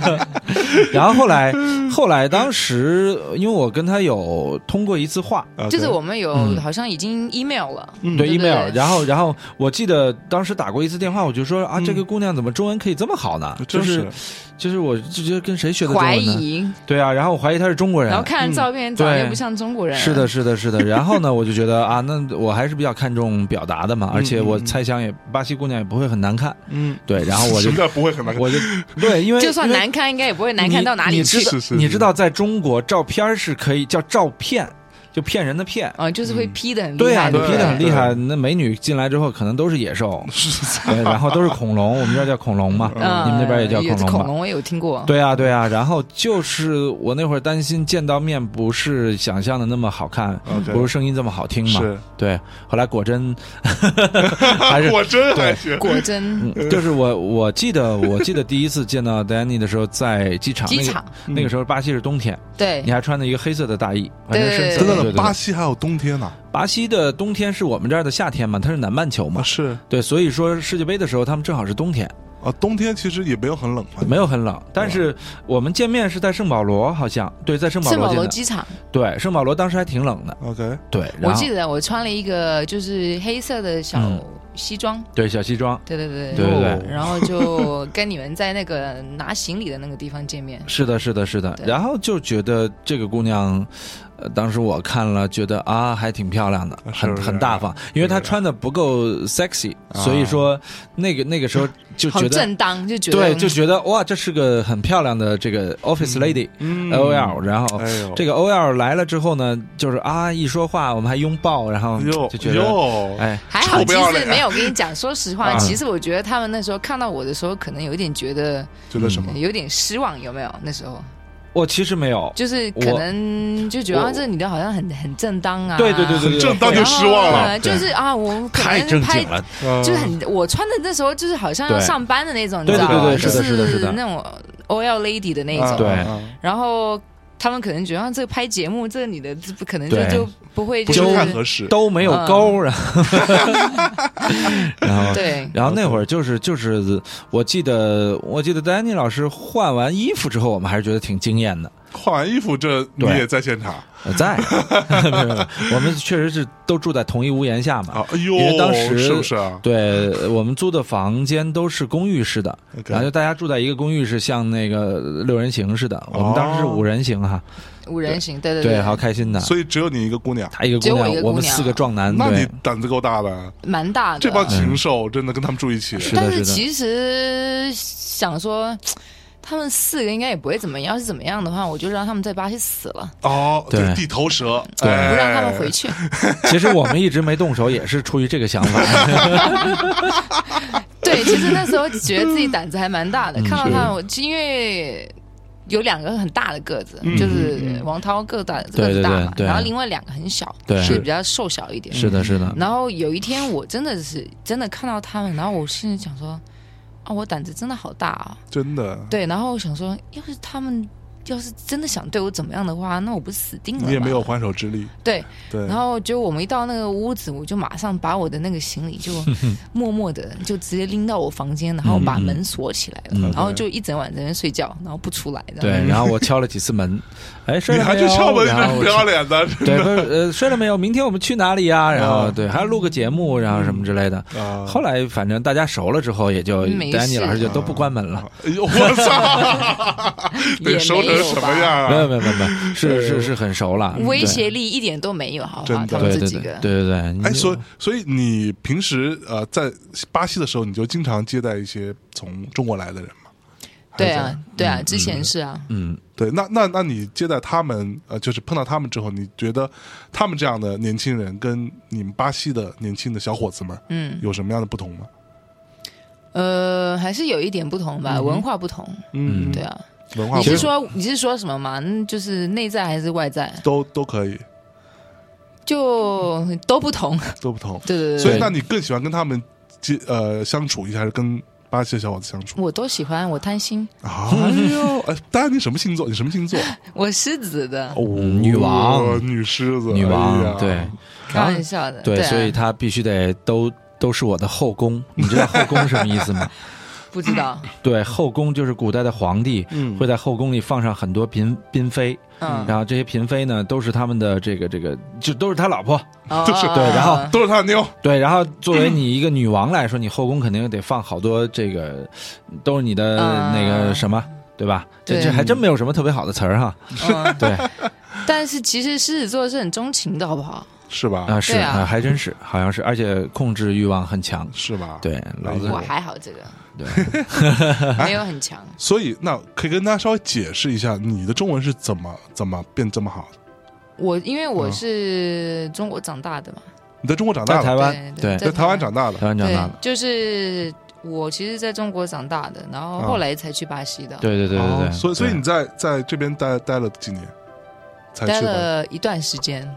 Speaker 2: 然后后来， 后来当时因为我跟他有通过一次话，
Speaker 3: 啊
Speaker 1: 就是
Speaker 3: 对
Speaker 1: 我们有
Speaker 2: 嗯
Speaker 1: 好像已经 email 了，
Speaker 3: 嗯
Speaker 2: 对
Speaker 1: 对对
Speaker 2: email，
Speaker 1: 对
Speaker 2: 然 后然后我记得当时打过一次电话，我就说啊，
Speaker 3: 嗯
Speaker 2: 这个姑娘怎么中文可以这么好呢？就
Speaker 3: 真
Speaker 2: 是
Speaker 3: 啊是
Speaker 2: 就是我就觉得跟谁学的中
Speaker 1: 怀
Speaker 2: 文呢？
Speaker 1: 疑，
Speaker 2: 对啊，然后我怀疑她是中国人
Speaker 1: 然后，看了照片长得又不像中国人，
Speaker 2: 是的，，是的，是的。然后呢，我就觉得啊，那我还是比较看重表达的嘛，而且我猜想也巴西姑娘也不会很难看，
Speaker 3: 嗯，
Speaker 2: 对。然后我就
Speaker 3: 什么叫不会很难看？
Speaker 2: 我就对，因为
Speaker 1: 就算
Speaker 2: 因为
Speaker 1: 难看应该也不会难看到哪里
Speaker 2: 你知
Speaker 1: 去
Speaker 2: 道
Speaker 3: 是是
Speaker 2: 你
Speaker 3: 是
Speaker 2: 知道，在中国照片儿是可以叫照片，就骗人的骗。
Speaker 1: 啊，就是会 P 的很
Speaker 2: 对
Speaker 1: 厉
Speaker 2: 啊，
Speaker 1: 害，
Speaker 2: 你
Speaker 1: 对
Speaker 3: 对
Speaker 1: 不对
Speaker 2: 批的很厉害。
Speaker 3: 对，
Speaker 2: 那美女进来之后，可能都是野兽
Speaker 3: 是
Speaker 2: 对，然后都是恐龙，我们这儿叫恐龙嘛，
Speaker 1: 嗯
Speaker 2: 你们那边也叫
Speaker 1: 有
Speaker 2: 恐龙吧
Speaker 1: 恐龙我也有听过，
Speaker 2: 对啊，对啊，然后就是我那会儿担心见到面不是想象的那么好看，
Speaker 3: OK
Speaker 2: 不是声音这么好听嘛。
Speaker 3: 是，
Speaker 2: 对，后来果真还是。
Speaker 3: 我真还行。
Speaker 1: 果真
Speaker 2: 嗯就是我，我记得，我记得第一次见到 Danny 的时候，在机场，
Speaker 1: 机场
Speaker 2: 那
Speaker 3: 嗯
Speaker 2: 个、那个时候巴西是冬天，
Speaker 1: 对
Speaker 2: 你还穿着一个黑色的大衣，反正深
Speaker 1: 对
Speaker 2: 色
Speaker 3: 真
Speaker 2: 的。
Speaker 1: 对
Speaker 3: 的
Speaker 1: 对
Speaker 2: 对对
Speaker 3: 巴
Speaker 2: 对
Speaker 3: 西还有冬天呢，
Speaker 2: 巴西的冬天是我们这儿的夏天嘛，它是南半球嘛
Speaker 3: 啊，是
Speaker 2: 对，所以说世界杯的时候他们正好是冬天，
Speaker 3: 啊，冬天其实也没有很冷嘛。
Speaker 2: 没有很冷，但是我们见面是在圣保罗，好像对， 在圣保
Speaker 1: 圣
Speaker 2: 罗
Speaker 1: 保
Speaker 2: 见
Speaker 1: 罗
Speaker 2: 的，
Speaker 1: 机场，
Speaker 2: 对，圣保罗当时还挺冷的，
Speaker 3: OK，
Speaker 2: 对，
Speaker 1: 我
Speaker 2: 然后
Speaker 1: 记得我穿了一个就是黑色的小
Speaker 2: 嗯
Speaker 1: 西装，
Speaker 2: 对小西装，
Speaker 1: 对对对
Speaker 2: 对对对。
Speaker 1: 然后就跟你们在那个拿行李的那个地方见面
Speaker 2: 是的，是的，是的。
Speaker 1: 对
Speaker 2: 然后就觉得这个姑娘，呃，当时我看了，觉得啊，还挺漂亮的，
Speaker 3: 是
Speaker 2: 很
Speaker 3: 不是
Speaker 2: 很大方，因为她穿的不够 sexy，
Speaker 3: 啊
Speaker 2: 所以说那个那个 时候就
Speaker 1: 好
Speaker 2: 觉得。
Speaker 1: 正当，就觉得嗯
Speaker 2: 对，就觉得哇，这是个很漂亮的这个 office lady、
Speaker 3: 嗯
Speaker 2: OL，然后
Speaker 3: 哎呦，
Speaker 2: 这个 OL 来了之后呢，就是啊，一说话我们还拥抱，然后
Speaker 3: 哟
Speaker 2: 就觉得
Speaker 3: 哟，
Speaker 2: 哎，
Speaker 1: 还好，
Speaker 3: 臭不
Speaker 1: 其
Speaker 3: 要
Speaker 1: 实
Speaker 3: 脸
Speaker 1: 没有跟你讲。说实话，
Speaker 2: 啊
Speaker 1: 其实我觉得他们那时候看到我的时候，可能有点觉得
Speaker 3: 觉得什么？
Speaker 1: 有点失望，有没有？那时候
Speaker 2: 我其实没有，
Speaker 1: 就是可能就觉得
Speaker 2: 我
Speaker 1: 啊，这女的好像很很正当啊，
Speaker 2: 对对对对对，
Speaker 3: 正当
Speaker 1: 然
Speaker 3: 就
Speaker 1: 后
Speaker 3: 失望了
Speaker 1: 就
Speaker 2: 对
Speaker 1: 是啊，我可
Speaker 2: 太
Speaker 1: 能
Speaker 2: 正
Speaker 1: 拍
Speaker 2: 经了，
Speaker 1: 啊就是
Speaker 2: 嗯
Speaker 1: 很我穿的那时候就是好像要
Speaker 2: 对
Speaker 1: 上班的那种，你
Speaker 2: 对
Speaker 1: 知道
Speaker 3: 对对
Speaker 1: 吗？
Speaker 3: 对
Speaker 1: 就是
Speaker 2: 的是的是的
Speaker 1: 那种 OL lady 的那
Speaker 3: 啊
Speaker 1: 种。
Speaker 2: 对
Speaker 3: 啊
Speaker 1: 然后他们可能觉得啊这个拍节目，这个女的这不可能就
Speaker 2: 对
Speaker 1: 就不会
Speaker 3: 不
Speaker 1: 就是
Speaker 3: 太
Speaker 1: 是
Speaker 3: 合适。
Speaker 2: 都没有勾，
Speaker 1: 嗯
Speaker 2: 然后 然后
Speaker 1: 对
Speaker 2: 然后那会儿就是就是，我记得我记得丹尼老师换完衣服之后，我们还是觉得挺惊艳的。
Speaker 3: 换完衣服，这你
Speaker 2: 对
Speaker 3: 也在现场
Speaker 2: 呃在， 没有没有没有我们确实是都住在同一屋檐下嘛。
Speaker 3: 啊？哎呦
Speaker 2: 因为当，时
Speaker 3: 是不是啊？
Speaker 2: 对我们租的房间都是公寓式的，然后就大家住在一个公寓是像那个六人行似的。我们当时是五人行哈，
Speaker 1: 五人行，对对
Speaker 2: 对，好开心的。
Speaker 3: 哦所以只有你一个姑娘，
Speaker 2: 她一个
Speaker 1: 只
Speaker 2: 姑
Speaker 1: 有我
Speaker 2: 娘
Speaker 1: 一个，
Speaker 2: 我
Speaker 1: 姑
Speaker 2: 们
Speaker 1: 娘
Speaker 2: 四个壮男，
Speaker 3: 那你
Speaker 2: 对，嗯
Speaker 3: 胆子够大的。
Speaker 1: 蛮大的。
Speaker 3: 这帮禽兽真的跟他们住一起，
Speaker 2: 是的
Speaker 1: 但
Speaker 2: 是
Speaker 1: 是
Speaker 2: 的。
Speaker 1: 其实想说，他们四个应该也不会怎么样。要是怎么样的话，我就让他们在巴西死了，
Speaker 3: 哦，
Speaker 2: 对
Speaker 3: 就是地头蛇，
Speaker 2: 对
Speaker 3: 哎
Speaker 1: 不让他们回去。
Speaker 2: 其实我们一直没动手，也是出于这个想法。
Speaker 1: 对，其实那时候觉得自己胆子还蛮大的，看到
Speaker 2: 嗯是
Speaker 1: 他们，我因为。有两个很大的个子，
Speaker 3: 嗯
Speaker 1: 就是王涛个子大，
Speaker 2: 对
Speaker 1: 个子大嘛，
Speaker 2: 对对对
Speaker 1: 然后另外两个很小，
Speaker 2: 对
Speaker 1: 就是比较瘦小一点。
Speaker 2: 是的，是的，
Speaker 1: 然后有一天我真的是真的看到他们，然后我心里想说，啊，我胆子真的好大啊！
Speaker 3: 真的，
Speaker 1: 对，然后我想说，要是他们要是真的想对我怎么样的话，那我不是死定了吗？
Speaker 3: 你也没有还手之力。
Speaker 1: 嗯对，
Speaker 3: 对，
Speaker 1: 然后就我们一到那个屋子，我就马上把我的那个行李就默默的就直接拎到我房间，然后把门锁起来了，
Speaker 2: 嗯嗯
Speaker 1: 然后就一整晚在那边睡觉，然后不出来的。
Speaker 2: 对，然后我敲了几次门，哎，睡
Speaker 3: 你
Speaker 2: 了
Speaker 3: 还
Speaker 2: 没
Speaker 3: 去
Speaker 2: 有？
Speaker 3: 敲门，
Speaker 2: 然后
Speaker 3: 这
Speaker 2: 我
Speaker 3: 不要 脸的，真
Speaker 2: 对，
Speaker 3: 的
Speaker 2: 不是呃，睡了没有？明天我们去哪里呀？然后
Speaker 3: 啊
Speaker 2: 对，还要录个节目，然后什么之类的。
Speaker 3: 啊！
Speaker 2: 后来反正大家熟了之后，也就
Speaker 1: 没
Speaker 2: 丹尼
Speaker 1: 事
Speaker 2: 老师就都不关门了。
Speaker 3: 哎呦，我 操！
Speaker 1: 也
Speaker 3: 得收
Speaker 1: 没
Speaker 3: 成
Speaker 1: 有
Speaker 3: 什
Speaker 1: 吧
Speaker 3: 么样
Speaker 2: 没有
Speaker 3: 啊？
Speaker 2: 没有没有， 没有是
Speaker 3: 对
Speaker 2: 是是很熟了，对
Speaker 1: 嗯威胁力一点都没有，好不好？
Speaker 3: 真的
Speaker 1: 他
Speaker 2: 对
Speaker 1: 们这
Speaker 2: 嗯对
Speaker 1: 几
Speaker 2: 对对
Speaker 1: 个，
Speaker 2: 对对。你
Speaker 3: 哎，
Speaker 2: 就
Speaker 3: 所以所以你平时呃在巴西的时候，你就经常接待一些从中国来的人吗？
Speaker 1: 对
Speaker 3: 还是
Speaker 1: 啊，对啊，
Speaker 2: 嗯
Speaker 1: 之前是啊，
Speaker 2: 嗯，
Speaker 3: 对，那那那你接待他们呃，就是碰到他们之后，你觉得他们这样的年轻人跟你们巴西的年轻的小伙子们
Speaker 1: 嗯，
Speaker 3: 有什么样的不同吗？
Speaker 1: 呃，还是有一点不同吧，文化不同，
Speaker 2: 嗯
Speaker 1: 对啊。
Speaker 3: 文化
Speaker 1: 你
Speaker 3: 不
Speaker 1: 是
Speaker 3: 同
Speaker 1: 说你是说什么嘛？嗯就是内在还是外在，
Speaker 3: 都都可以，
Speaker 1: 就都不同。
Speaker 3: 都不同。
Speaker 1: 对对对
Speaker 3: 所以，
Speaker 1: 对，
Speaker 3: 那你更喜欢跟他们接呃相处一下，还是跟巴西的小伙子相处？
Speaker 1: 我都喜欢，我贪心，
Speaker 2: 嗯
Speaker 3: 啊，哎呦，哎，丹，你什么星座？你什么星座？
Speaker 1: 我狮子的，
Speaker 3: 哦，
Speaker 2: 女王
Speaker 3: 女狮子，
Speaker 2: 女
Speaker 3: 哎呀
Speaker 2: 王对
Speaker 1: 开玩笑的。
Speaker 2: 对，
Speaker 1: 啊
Speaker 2: 所以她必须得都都是我的后宫。 你知道后宫什么意思 吗？
Speaker 1: 不知道，
Speaker 2: 对，后宫就是古代的皇帝
Speaker 3: 嗯
Speaker 2: 会在后宫里放上很多嫔嫔妃，
Speaker 1: 嗯，
Speaker 2: 然后这些嫔妃呢，都是他们的这个这个，就都是他老婆。
Speaker 1: 哦
Speaker 3: 就是
Speaker 2: 对然后
Speaker 3: 都是他的妞，
Speaker 2: 对，然后作为你一个女王来说，你后宫肯定得放好多这个，都是你的
Speaker 1: 啊
Speaker 2: 那个什么，对吧？这
Speaker 1: 对
Speaker 2: 这还真没有什么特别好的词儿哈。
Speaker 1: 嗯
Speaker 2: 对
Speaker 1: 但是其实狮子座是很钟情的，好不好？
Speaker 3: 是吧？
Speaker 2: 啊，是
Speaker 1: 对啊
Speaker 2: 还真是，好像是，而且控制欲望很强。
Speaker 3: 是吧？。
Speaker 2: 对，老子
Speaker 1: 我还好，这个
Speaker 2: 对，啊
Speaker 1: 没有很强。
Speaker 3: 所以，那可以跟大家稍微解释一下，你的中文是怎么怎么变这么好的？
Speaker 1: 我因为我是中国长大的嘛，
Speaker 3: 你在中国长
Speaker 2: 在
Speaker 3: 大
Speaker 2: 台
Speaker 3: 的，
Speaker 2: 湾，
Speaker 1: 对
Speaker 2: 对，
Speaker 1: 对
Speaker 3: 在台湾长大
Speaker 2: 台
Speaker 3: 的，
Speaker 2: 湾长大
Speaker 1: 对
Speaker 2: 的，，
Speaker 1: 就是我其实在中国长大的，然后后来才去巴西的，
Speaker 2: 对对对对
Speaker 3: 哦
Speaker 2: 对。
Speaker 3: 所以，所以
Speaker 2: 对
Speaker 3: 你在在这边待待了几年，才
Speaker 1: 待
Speaker 3: 去的？
Speaker 1: 了一段时间。
Speaker 2: 嗯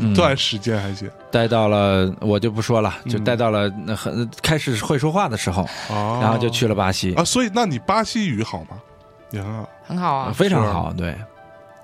Speaker 3: 一段时间还行。
Speaker 2: 待到了，我就不说了，就
Speaker 3: 嗯
Speaker 2: 待到了那很开始会说话的时候，
Speaker 3: 哦
Speaker 2: 然后就去了巴西，
Speaker 3: 啊。所以，那你巴西语好吗？也很好。
Speaker 1: 很好啊，
Speaker 2: 非常
Speaker 3: 是
Speaker 2: 好，对，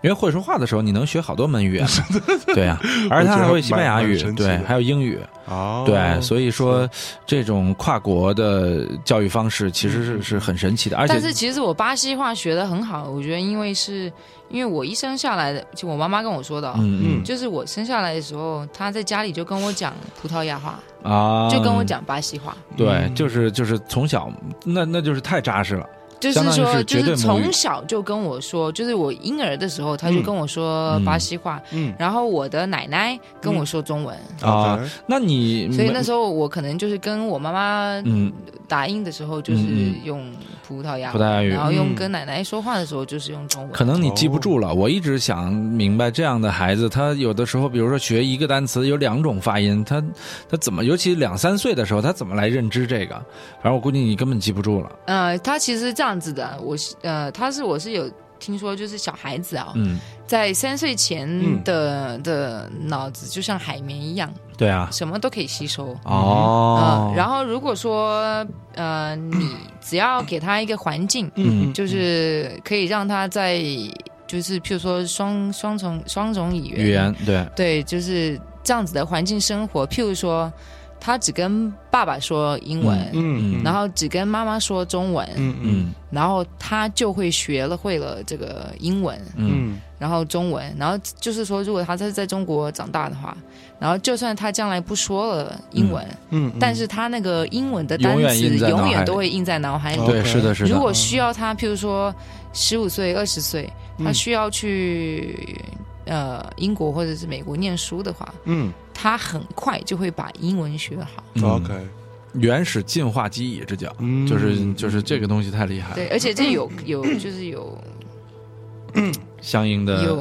Speaker 2: 因为会说话的时候，你能学好多门语言， 对啊，而且他还会西班牙语
Speaker 3: 我觉得蛮，蛮神奇
Speaker 2: 对
Speaker 3: 的，
Speaker 2: 还有英语，
Speaker 3: 哦
Speaker 2: 对，所以说这种跨国的教育方式其实是是很神奇的，而且
Speaker 1: 嗯但是其实我巴西话学的很好，我觉得因为是因为我一生下来的，就我妈妈跟我说的哦、
Speaker 2: 嗯
Speaker 1: 就是我生下来的时候，她在家里就跟我讲葡萄牙话，
Speaker 2: 嗯啊，
Speaker 1: 就跟我，讲巴西话，
Speaker 2: 对，
Speaker 3: 嗯
Speaker 2: 就是就是从小那那就是太扎实了，
Speaker 1: 就
Speaker 2: 相当于
Speaker 1: 说
Speaker 2: 是
Speaker 1: 就
Speaker 2: 绝对
Speaker 1: 是
Speaker 2: 母语
Speaker 1: 从小就跟我说，就是我婴儿的时候，她就跟我说
Speaker 2: 嗯
Speaker 1: 巴西话，
Speaker 3: 嗯
Speaker 1: 然后我的奶奶跟我说中文，
Speaker 2: 啊
Speaker 3: OK
Speaker 2: 那你
Speaker 1: 所以那时候我可能就是跟我妈妈
Speaker 2: 嗯
Speaker 1: 打印的时候就是
Speaker 2: 嗯
Speaker 1: 用葡萄牙
Speaker 2: 葡萄牙语嗯
Speaker 1: 然后用
Speaker 3: 嗯
Speaker 1: 跟奶奶说话的时候就是用中文。
Speaker 2: 可能你记不住
Speaker 3: 哦
Speaker 2: 了。我一直想明白，这样的孩子，他有的时候，比如说学一个单词有两种发音，他他怎么，尤其两三岁的时候，他怎么来认知这个？反正我估计你根本记不住了。
Speaker 1: 呃，他其实这样子的，我是呃，他是我是有听说，就是小孩子啊、
Speaker 2: 嗯，
Speaker 1: 在三岁前
Speaker 3: 嗯
Speaker 1: 的、的脑子就像海绵一样，
Speaker 2: 对啊。
Speaker 1: 什么都可以吸收。
Speaker 2: 哦，
Speaker 1: 呃然后如果说呃，你只要给他一个环境，
Speaker 2: 嗯
Speaker 1: 就是可以让他在就是譬如说双双重双重语言
Speaker 2: 语言对，
Speaker 1: 对，就是这样子的环境生活。譬如说，他只跟爸爸说英文，
Speaker 3: 嗯
Speaker 2: 嗯
Speaker 1: 然后只跟妈妈说中文，
Speaker 3: 嗯嗯
Speaker 2: 嗯
Speaker 1: 然后他就会学了会了这个英文，
Speaker 2: 嗯
Speaker 1: 然后中文，然后就是说，如果他是在中国长大的话，然后就算他将来不说了英文，
Speaker 3: 嗯
Speaker 1: 但是他那个英文的单
Speaker 2: 永远
Speaker 1: 词
Speaker 2: 印在脑
Speaker 1: 永
Speaker 2: 海
Speaker 1: 远
Speaker 2: 里
Speaker 1: 都会印在脑海里。
Speaker 3: 哦
Speaker 2: 对，
Speaker 3: OK
Speaker 2: 是的，是
Speaker 1: 如
Speaker 2: 的，
Speaker 1: 果需要他，譬如说十五岁、二十岁，他
Speaker 3: 嗯
Speaker 1: 需要去、呃英国或者是美国念书的话，
Speaker 3: 嗯
Speaker 1: 他很快就会把英文学好。
Speaker 2: 嗯
Speaker 3: OK，
Speaker 2: 原始进化记忆，这叫，
Speaker 3: 嗯
Speaker 2: 就是就是这个东西太厉害了，
Speaker 1: 对，而且这有 有就是有
Speaker 2: 相应的，
Speaker 1: 有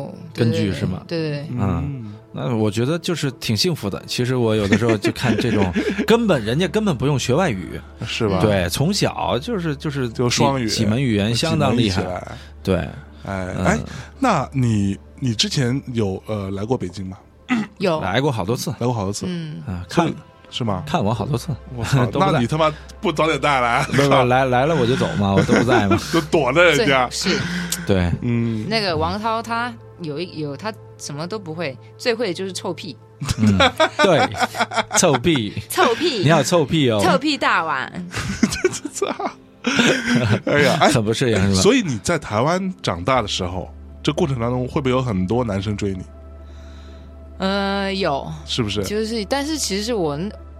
Speaker 1: 对
Speaker 2: 根
Speaker 1: 对
Speaker 2: 据
Speaker 1: 对
Speaker 2: 是吗
Speaker 1: 对对对，
Speaker 2: 嗯那我觉得就是挺幸福的。其实我有的时候就看这 种，根本人家根本不用学外语，
Speaker 3: 是吧？，
Speaker 2: 嗯对，从小就是就是
Speaker 3: 啊就
Speaker 2: 几
Speaker 3: 双语
Speaker 2: 几门语言相当厉害。。对，
Speaker 3: 哎
Speaker 2: 嗯
Speaker 3: 哎，那你你之前有呃来过北京吗？
Speaker 1: 有
Speaker 2: 来过好多次
Speaker 3: 来过好多次
Speaker 1: 嗯，
Speaker 2: 啊，
Speaker 3: 所以
Speaker 2: 看
Speaker 3: 是吗？
Speaker 2: 看我好 多次，
Speaker 3: 我操
Speaker 2: 都不在
Speaker 3: 那你他妈不早点带来，
Speaker 2: 不是不是来来了我就走嘛，我都不在嘛。
Speaker 3: 就躲着人
Speaker 1: 最
Speaker 3: 家。
Speaker 1: 是
Speaker 2: 对，
Speaker 3: 嗯，
Speaker 1: 那个王涛他有一有他什么都不会，最会的就是臭屁，
Speaker 2: 嗯，对，臭屁，
Speaker 1: 臭屁
Speaker 2: 你，好臭屁 哦，
Speaker 1: 臭屁大碗。
Speaker 3: 哎呀，哎，
Speaker 2: 很不适应是吧？
Speaker 3: 所以你在台湾长大的时候，这过程当中会不会有很多男生追你？
Speaker 1: 呃，有
Speaker 2: 啊
Speaker 3: 是不是？
Speaker 1: 就是，但是其实我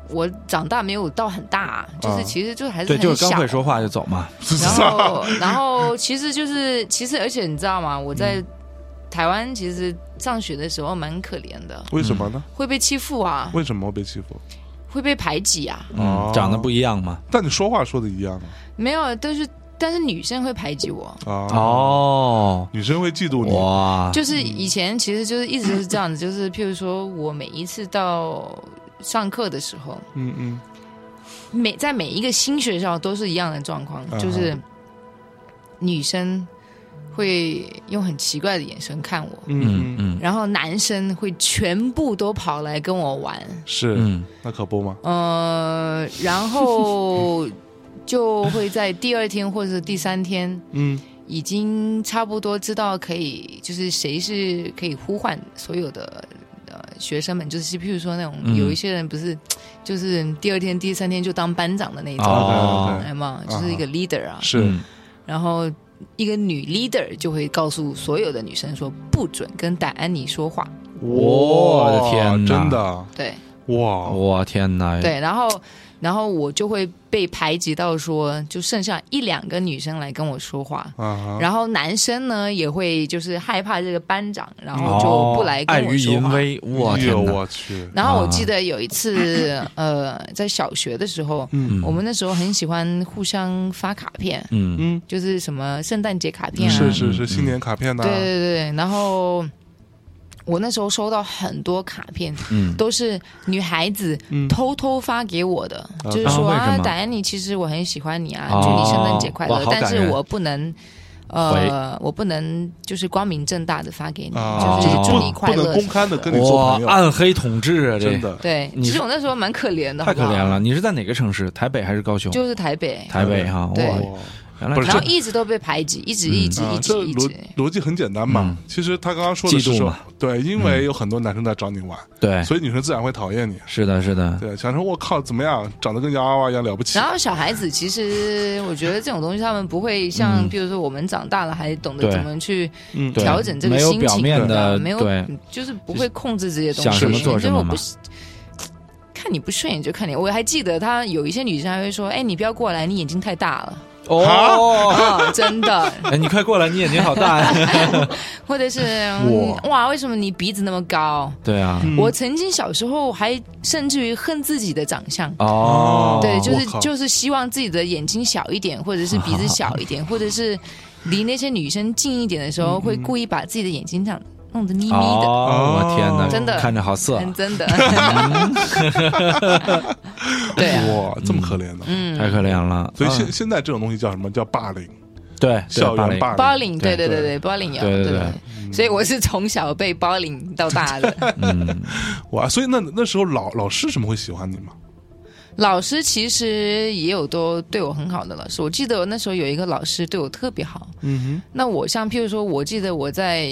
Speaker 1: 我长大没有到很大，就是
Speaker 3: 啊
Speaker 1: 其实就还是
Speaker 2: 对，
Speaker 1: 很
Speaker 2: 就是刚
Speaker 1: 小
Speaker 2: 会说话就走嘛。
Speaker 1: 然 后，然后其实就是，其实而且你知道吗？我
Speaker 2: 嗯
Speaker 1: 在台湾其实上学的时候蛮可怜的，
Speaker 3: 为什么呢？
Speaker 1: 会被欺负啊，
Speaker 3: 为什么被欺负？
Speaker 1: 会被排挤啊。
Speaker 2: 嗯，
Speaker 3: 哦
Speaker 2: 长得不一样嘛。
Speaker 3: 但你说话说的一样
Speaker 1: 没有，但是但是女生会排挤我。
Speaker 3: 啊。啊，
Speaker 2: 哦，
Speaker 3: 女生会嫉妒你。
Speaker 2: 哇，
Speaker 1: 就是以前其实就是一直是这样子，就是譬如说我每一次到上课的时候，
Speaker 3: 嗯嗯
Speaker 1: 每在每一个新学校都是一样的状况，
Speaker 3: 嗯
Speaker 1: 就是女生会用很奇怪的眼神看我，
Speaker 2: 嗯
Speaker 3: 嗯嗯，
Speaker 2: 嗯
Speaker 1: 然后男生会全部都跑来跟我玩，
Speaker 3: 是，
Speaker 2: 嗯
Speaker 3: 那可不嘛。
Speaker 1: 呃，然后就会在第二天或者是第三天，
Speaker 3: 嗯
Speaker 1: 已经差不多知道可以，就是谁是可以呼唤所有的呃学生们，就是譬如说那种、
Speaker 2: 嗯
Speaker 1: 有一些人不是，就是第二天、第三天就当班长的那种，
Speaker 2: 哦
Speaker 1: 哎嘛，就是一个 leader 啊，
Speaker 3: 嗯是，
Speaker 2: 嗯
Speaker 1: 然后。一个女 leader 就会告诉所有的女生说，不准跟戴安妮说话。
Speaker 2: 我的天哪
Speaker 3: 真的啊
Speaker 1: 对
Speaker 3: 哇，
Speaker 2: 我天哪！哦
Speaker 1: 对，然后然后我就会被排挤到说，就剩下一两个女生来跟我说话。
Speaker 3: 啊哈，
Speaker 1: 然后男生呢也会就是害怕这个班长，然后就不来
Speaker 2: 哦碍
Speaker 1: 跟我
Speaker 2: 于
Speaker 1: 说
Speaker 2: 淫
Speaker 1: 话。
Speaker 2: 威，我
Speaker 3: 哎呦
Speaker 2: 天哪！
Speaker 3: 我去，
Speaker 1: 然后我记得有一次， 呃，在小学的时候，
Speaker 2: 嗯
Speaker 1: 我们那时候很喜欢互相发卡片，
Speaker 2: 嗯
Speaker 3: 嗯，
Speaker 1: 就是什么圣诞节卡片啊，
Speaker 3: 是是
Speaker 2: 嗯
Speaker 3: 是，新年卡片呐
Speaker 1: 对，对对。然后我那时候收到很多卡片，
Speaker 2: 嗯
Speaker 1: 都是女孩子
Speaker 3: 嗯
Speaker 1: 偷偷发给我的，就是说
Speaker 2: 啊为什
Speaker 1: 啊，
Speaker 2: 么
Speaker 1: 戴安妮，其实我很喜欢你啊，
Speaker 2: 哦
Speaker 1: 祝你圣诞节快
Speaker 2: 哇
Speaker 1: 乐
Speaker 2: 好，感
Speaker 1: 但
Speaker 2: 人
Speaker 1: 是我不能。呃，我不能就是光明正大的发给你，
Speaker 3: 啊，
Speaker 1: 就是
Speaker 2: 哦
Speaker 1: 祝你
Speaker 3: 不
Speaker 1: 快
Speaker 3: 能
Speaker 1: 乐
Speaker 3: 公。开的跟你做朋
Speaker 2: 哇，
Speaker 3: 友，
Speaker 2: 暗黑统治啊，这
Speaker 3: 真的
Speaker 1: 对，
Speaker 2: 你
Speaker 1: 其
Speaker 2: 是
Speaker 1: 实我那时候蛮可怜的，
Speaker 2: 太可
Speaker 1: 好不
Speaker 2: 怜
Speaker 1: 好
Speaker 2: 了。，你是在哪个城市？台北还是高雄？
Speaker 1: 就是台北，
Speaker 2: 台北哈，
Speaker 1: 对
Speaker 2: 哇，原来
Speaker 3: 不是
Speaker 1: 然
Speaker 2: 这
Speaker 1: 后一直都被排挤，一直
Speaker 2: 嗯
Speaker 1: 一直
Speaker 3: 啊
Speaker 1: 一，直
Speaker 3: 这
Speaker 1: 一
Speaker 3: 逻
Speaker 1: 直。
Speaker 3: 逻辑很简单嘛。其实他刚刚说的是
Speaker 2: 嫉妒
Speaker 3: 说
Speaker 2: 嘛，嗯
Speaker 3: 对，因为有很多男生在找你玩，
Speaker 2: 对，
Speaker 3: 所以女生自然会讨厌你。
Speaker 2: 是的，是的，
Speaker 3: 对，想说我靠，怎么样，长得跟洋娃娃一样了不起
Speaker 1: 然？后小孩子其实，我觉得这种东西他们不会像，比如说我们长大了还懂得
Speaker 2: 嗯对
Speaker 1: 怎么去
Speaker 3: 嗯，
Speaker 2: 对
Speaker 1: 调整这个
Speaker 2: 没有
Speaker 1: 心情，
Speaker 2: 表面
Speaker 1: 你知道
Speaker 2: 的
Speaker 1: 吗没有
Speaker 2: 对，
Speaker 1: 就是不会控制这些东西。
Speaker 2: 想
Speaker 3: 什么
Speaker 1: 就
Speaker 2: 做什
Speaker 1: 是
Speaker 2: 么
Speaker 1: 我
Speaker 2: 嘛
Speaker 1: 不喜看你不顺眼就看你，我还记得他有一些女生还会说：“哎，你不要过来，你眼睛太大了。
Speaker 2: 哦，
Speaker 1: 啊，真的。
Speaker 2: 哎，你快过来，你眼睛好大 呀！
Speaker 1: 或者是
Speaker 2: 我
Speaker 1: 嗯哇，为什么你鼻子那么高？
Speaker 2: 对啊，
Speaker 3: 嗯
Speaker 1: 我曾经小时候还甚至于恨自己的长相。
Speaker 2: 哦，
Speaker 1: 对，就
Speaker 3: 我
Speaker 1: 是
Speaker 3: 靠
Speaker 1: 就是希望自己的眼睛小一点，或者是鼻子小一点，或者是离那些女生近一点的时候，会故意把自己的眼睛这样弄得眯眯的，
Speaker 2: 嗯哦，我天哪，
Speaker 1: 真的
Speaker 2: 看着好色，
Speaker 1: 很嗯真的。 对啊，
Speaker 3: 哇，这么可怜的。
Speaker 1: 嗯，
Speaker 2: 太可怜了。
Speaker 3: 所以现
Speaker 2: 嗯
Speaker 3: 现在这种东西叫什么叫霸凌？
Speaker 2: 对
Speaker 3: 校园
Speaker 2: 霸
Speaker 3: 霸嗯
Speaker 1: 包领，对
Speaker 3: 对
Speaker 1: 对对对，包领有，
Speaker 2: 对对
Speaker 1: 对
Speaker 2: 对
Speaker 1: 所以我是从小被包领到大 的。
Speaker 2: 凌，嗯，
Speaker 3: 哇！所以那那时候老老师什么会喜欢你吗？
Speaker 1: 老师其实也有都对我很好的老师，我记得我那时候有一个老师对我特别好，
Speaker 3: 嗯
Speaker 1: 那我像譬如说，我记得我在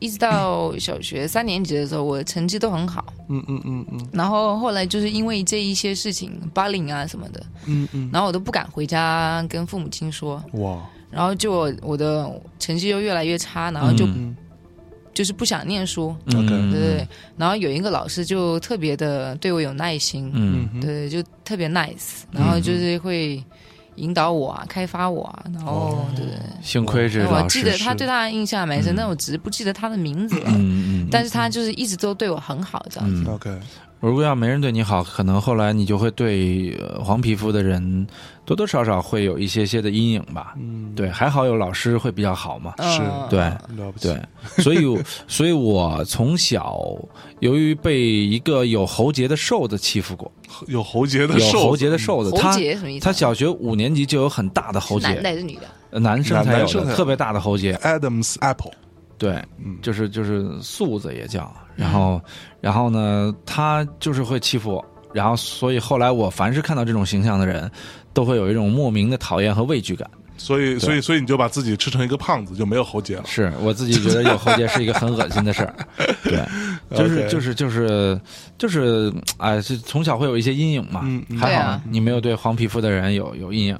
Speaker 1: 一直到小学三年级的时候，我成绩都很好。
Speaker 3: 哼，嗯嗯嗯嗯
Speaker 1: 然后后来就是因为这一些事情，霸凌啊什么的，
Speaker 3: 嗯嗯，
Speaker 1: 然后我都不敢回家跟父母亲说，
Speaker 3: 哇，
Speaker 1: 然后就我我的成绩又越来越差，然后就、
Speaker 2: 嗯
Speaker 1: 就是不想念书，
Speaker 3: OK
Speaker 1: 对对对。然后有一个老师就特别的对我有耐心，
Speaker 2: 嗯，
Speaker 3: 哼，
Speaker 1: 对，就特别 nice，然后就是会引导我啊，开发我啊，然后、
Speaker 3: 哦
Speaker 1: 对对对。
Speaker 2: 幸亏是
Speaker 1: 那我
Speaker 2: 老
Speaker 1: 记
Speaker 2: 师
Speaker 1: 得
Speaker 2: 是
Speaker 1: 他对他的印象还蛮深，
Speaker 2: 嗯
Speaker 1: 但我只是不记得他的名字了。
Speaker 2: 嗯嗯，
Speaker 1: 啊但是他就是一直都对我很好，这样子。
Speaker 2: 嗯，
Speaker 3: OK，
Speaker 2: 如果要没人对你好，可能后来你就会对呃黄皮肤的人多多少少会有一些些的阴影吧。
Speaker 3: 嗯，
Speaker 2: 对，还好有老师会比较好嘛。
Speaker 3: 是
Speaker 1: 嗯
Speaker 2: 对，
Speaker 3: 了不起，
Speaker 2: 对， 所以我所以我从小由于被一个有喉结的瘦子欺负过，
Speaker 3: 有喉结的
Speaker 2: 有
Speaker 3: 瘦，
Speaker 2: 喉结的瘦子，
Speaker 1: 喉
Speaker 2: 他
Speaker 1: 结什么意思？
Speaker 2: 他小学五年级就有很大的喉
Speaker 1: 男的
Speaker 2: 结，
Speaker 1: 还是女的？
Speaker 2: 呃男生
Speaker 3: 男
Speaker 2: 才有
Speaker 3: 男生才
Speaker 2: 的，
Speaker 3: 有
Speaker 2: 特别大的喉结，
Speaker 3: Adams Apple，
Speaker 2: 对，
Speaker 3: 嗯，
Speaker 2: 就是就是素子也叫，然后然后呢，他就是会欺负我，然后所以后来我凡是看到这种形象的人，都会有一种莫名的讨厌和畏惧感。
Speaker 3: 所以所以所以你就把自己吃成一个胖子，就没有喉结了。
Speaker 2: 是我自己觉得有喉结是一个很恶心的 事儿，对，就是
Speaker 3: OK
Speaker 2: 就是就是就是，哎，是从小会有一些阴影嘛
Speaker 3: 嗯嗯，
Speaker 2: 还
Speaker 1: 对
Speaker 2: 好
Speaker 1: 啊
Speaker 2: 你没有对黄皮肤的人有有阴影，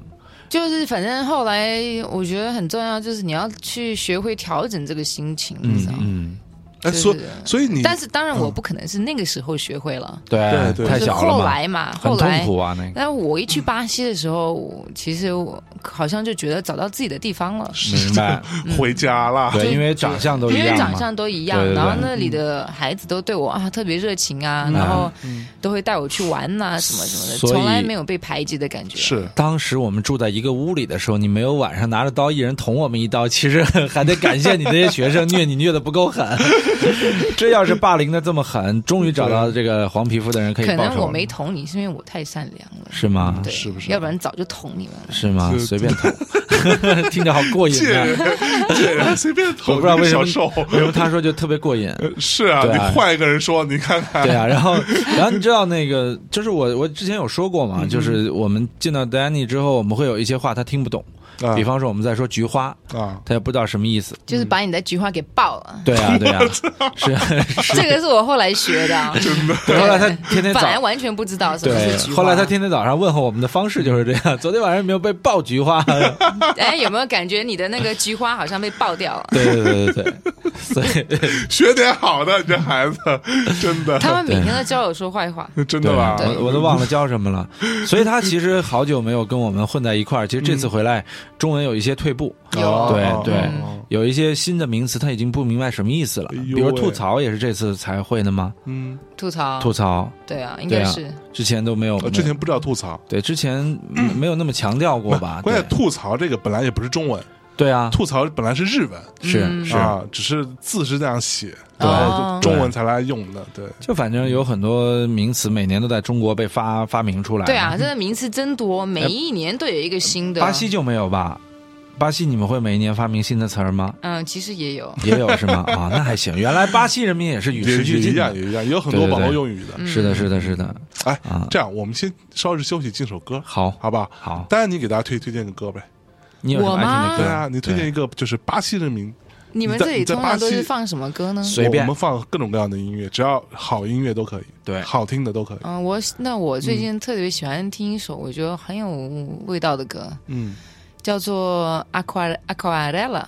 Speaker 1: 就是反正后来我觉得很重要，就是你要去学会调整这个心情，你知
Speaker 2: 嗯
Speaker 1: 道吗？
Speaker 2: 嗯，
Speaker 3: 哎，
Speaker 1: 就是
Speaker 3: 所所以你
Speaker 1: 但是当然我不可能是那个时候学会了，
Speaker 3: 对对
Speaker 2: 太
Speaker 1: 就是
Speaker 2: 小了
Speaker 1: 后
Speaker 2: 嘛，
Speaker 1: 来嘛，
Speaker 2: 很
Speaker 1: 后
Speaker 2: 痛
Speaker 1: 来。
Speaker 2: 苦啊，那个
Speaker 1: 但我一去巴西的时候，我其实我好像就觉得找到自己的地方了，
Speaker 2: 明白，
Speaker 1: 嗯
Speaker 3: 回家啦，
Speaker 2: 对，因为长相都
Speaker 1: 因
Speaker 2: 一
Speaker 1: 为
Speaker 2: 样
Speaker 1: 长
Speaker 2: 嘛，
Speaker 1: 相都一样，
Speaker 2: 对对对
Speaker 1: 然后那里的孩子都对我啊特别热情啊，然后都会带我去玩呐、什么什么的，
Speaker 2: 嗯所以
Speaker 1: 从来没有被排挤的感觉。
Speaker 3: 是
Speaker 2: 当时我们住在一个屋里的时候，你没有晚上拿着刀一人捅我们一刀， 其实还得感谢你这些学生虐你虐的不够狠。 这要是霸凌的这么狠，终于找到这个黄皮肤的人可以
Speaker 1: 可
Speaker 2: 报
Speaker 1: 能
Speaker 2: 仇
Speaker 1: 我
Speaker 2: 了，
Speaker 1: 没捅你，是因为我太善良了，
Speaker 2: 是吗？
Speaker 1: 对，
Speaker 3: 是不是
Speaker 1: 要不然早就捅你们了。
Speaker 2: 是吗？
Speaker 3: 就
Speaker 2: 随便 捅，听着好 过瘾
Speaker 3: 贱
Speaker 2: 啊！
Speaker 3: 人， 贱人随 便
Speaker 2: 我
Speaker 3: 捅
Speaker 2: 不
Speaker 3: 一
Speaker 2: 知道为
Speaker 3: 个
Speaker 2: 什么
Speaker 3: 小瘦，
Speaker 2: 为什么他说就特别过 瘾。
Speaker 3: 呃是啊，
Speaker 2: 对
Speaker 3: 你
Speaker 2: 啊
Speaker 3: 换一个人说，你看看，
Speaker 2: 对啊，然后，然后你知道那个，就是我我之前有说过
Speaker 3: 嗯
Speaker 2: 嘛，就是我们见到 Danny 之后，我们会有一些话他听不懂，
Speaker 3: 啊
Speaker 2: 比方说我们在说菊花，
Speaker 3: 啊，
Speaker 2: 他也不知道什么意思。
Speaker 1: 就是把你的菊花给爆了，
Speaker 2: 对啊， 对啊，是是。
Speaker 1: 这个是我后来学的 啊，真的。
Speaker 2: 对后来他天天
Speaker 1: 本来
Speaker 2: 早。
Speaker 1: 完全不知道什么是菊
Speaker 2: 对，
Speaker 1: 花。
Speaker 2: 后来他天天早上问候我们的方式就是这样。 昨天晚上有没有被爆 菊花，
Speaker 1: 哎，有没有感觉你的那个菊花好像被爆掉了？
Speaker 2: 对对对对对， 所以
Speaker 3: 学点好的，你这孩子真的，
Speaker 1: 他们每天都教我说坏话，
Speaker 3: 真的吧？
Speaker 2: 我我都忘了教什么了。所以他其实好久没有跟我们混在一块儿。其实这次
Speaker 1: 嗯
Speaker 2: 回来，中文有一些退步，
Speaker 1: 有
Speaker 2: 对哦对
Speaker 3: 嗯
Speaker 2: 有一些新的名词他已经不明白什么意思了。
Speaker 3: 哎呦
Speaker 2: 比如
Speaker 3: 喂
Speaker 2: 吐槽也是这次才会的吗？
Speaker 3: 嗯，
Speaker 1: 吐槽，
Speaker 2: 吐槽
Speaker 1: 对啊，应
Speaker 2: 对
Speaker 1: 该
Speaker 2: 啊
Speaker 1: 是
Speaker 2: 之前都没有，
Speaker 3: 呃之前不知道吐槽。
Speaker 2: 对之前没有那么强调过吧？对
Speaker 3: 关键吐槽这个本来也不是中文，
Speaker 2: 对啊，
Speaker 3: 吐槽本来是日文
Speaker 2: 是
Speaker 1: 嗯
Speaker 2: 是。
Speaker 3: 啊，只是字是这样写，
Speaker 1: 对
Speaker 3: 然后
Speaker 1: 哦
Speaker 3: 就中文才来用的。对，
Speaker 2: 就反正有很多名词每年都在中国被发发明出来。
Speaker 1: 对啊，，这啊个名词真多，每一年都有一个新的。
Speaker 2: 巴西，就没有吧？巴西你们会每一年发明新的词 儿吗？
Speaker 1: 嗯，其实也有，
Speaker 2: 也有是吗？啊，那还行。原来巴西人民也是与
Speaker 3: 也
Speaker 2: 时俱
Speaker 3: 也一
Speaker 2: 进
Speaker 3: 样，
Speaker 2: 的。
Speaker 3: 也一样，也有很多
Speaker 2: 对对
Speaker 3: 网络
Speaker 2: 对
Speaker 3: 用语的。
Speaker 1: 嗯
Speaker 2: 是的，是的，是的。
Speaker 3: 哎
Speaker 2: 啊，
Speaker 3: 这样，我们先稍事休息，进首歌，
Speaker 2: 好，
Speaker 3: 好吧？
Speaker 2: 好，
Speaker 3: 丹，你给大家推推荐个歌呗。
Speaker 2: 你有什么
Speaker 1: 我
Speaker 2: 爱听
Speaker 1: 吗
Speaker 2: 的歌？
Speaker 3: 对啊，你推荐一个就是巴西人民，
Speaker 1: 你们
Speaker 3: 你在
Speaker 1: 这里
Speaker 3: 你在
Speaker 1: 通常都
Speaker 3: 巴
Speaker 1: 是
Speaker 3: 西
Speaker 1: 放什么歌呢？
Speaker 2: 随便
Speaker 3: 我们放各种各样的音乐，只要好音乐都可以，
Speaker 2: 对
Speaker 3: 好听的都可以。
Speaker 1: 嗯，我那我最近特别喜欢听一首我觉得很有味道的歌，
Speaker 3: 嗯，
Speaker 1: 叫做 Aqua Aquarela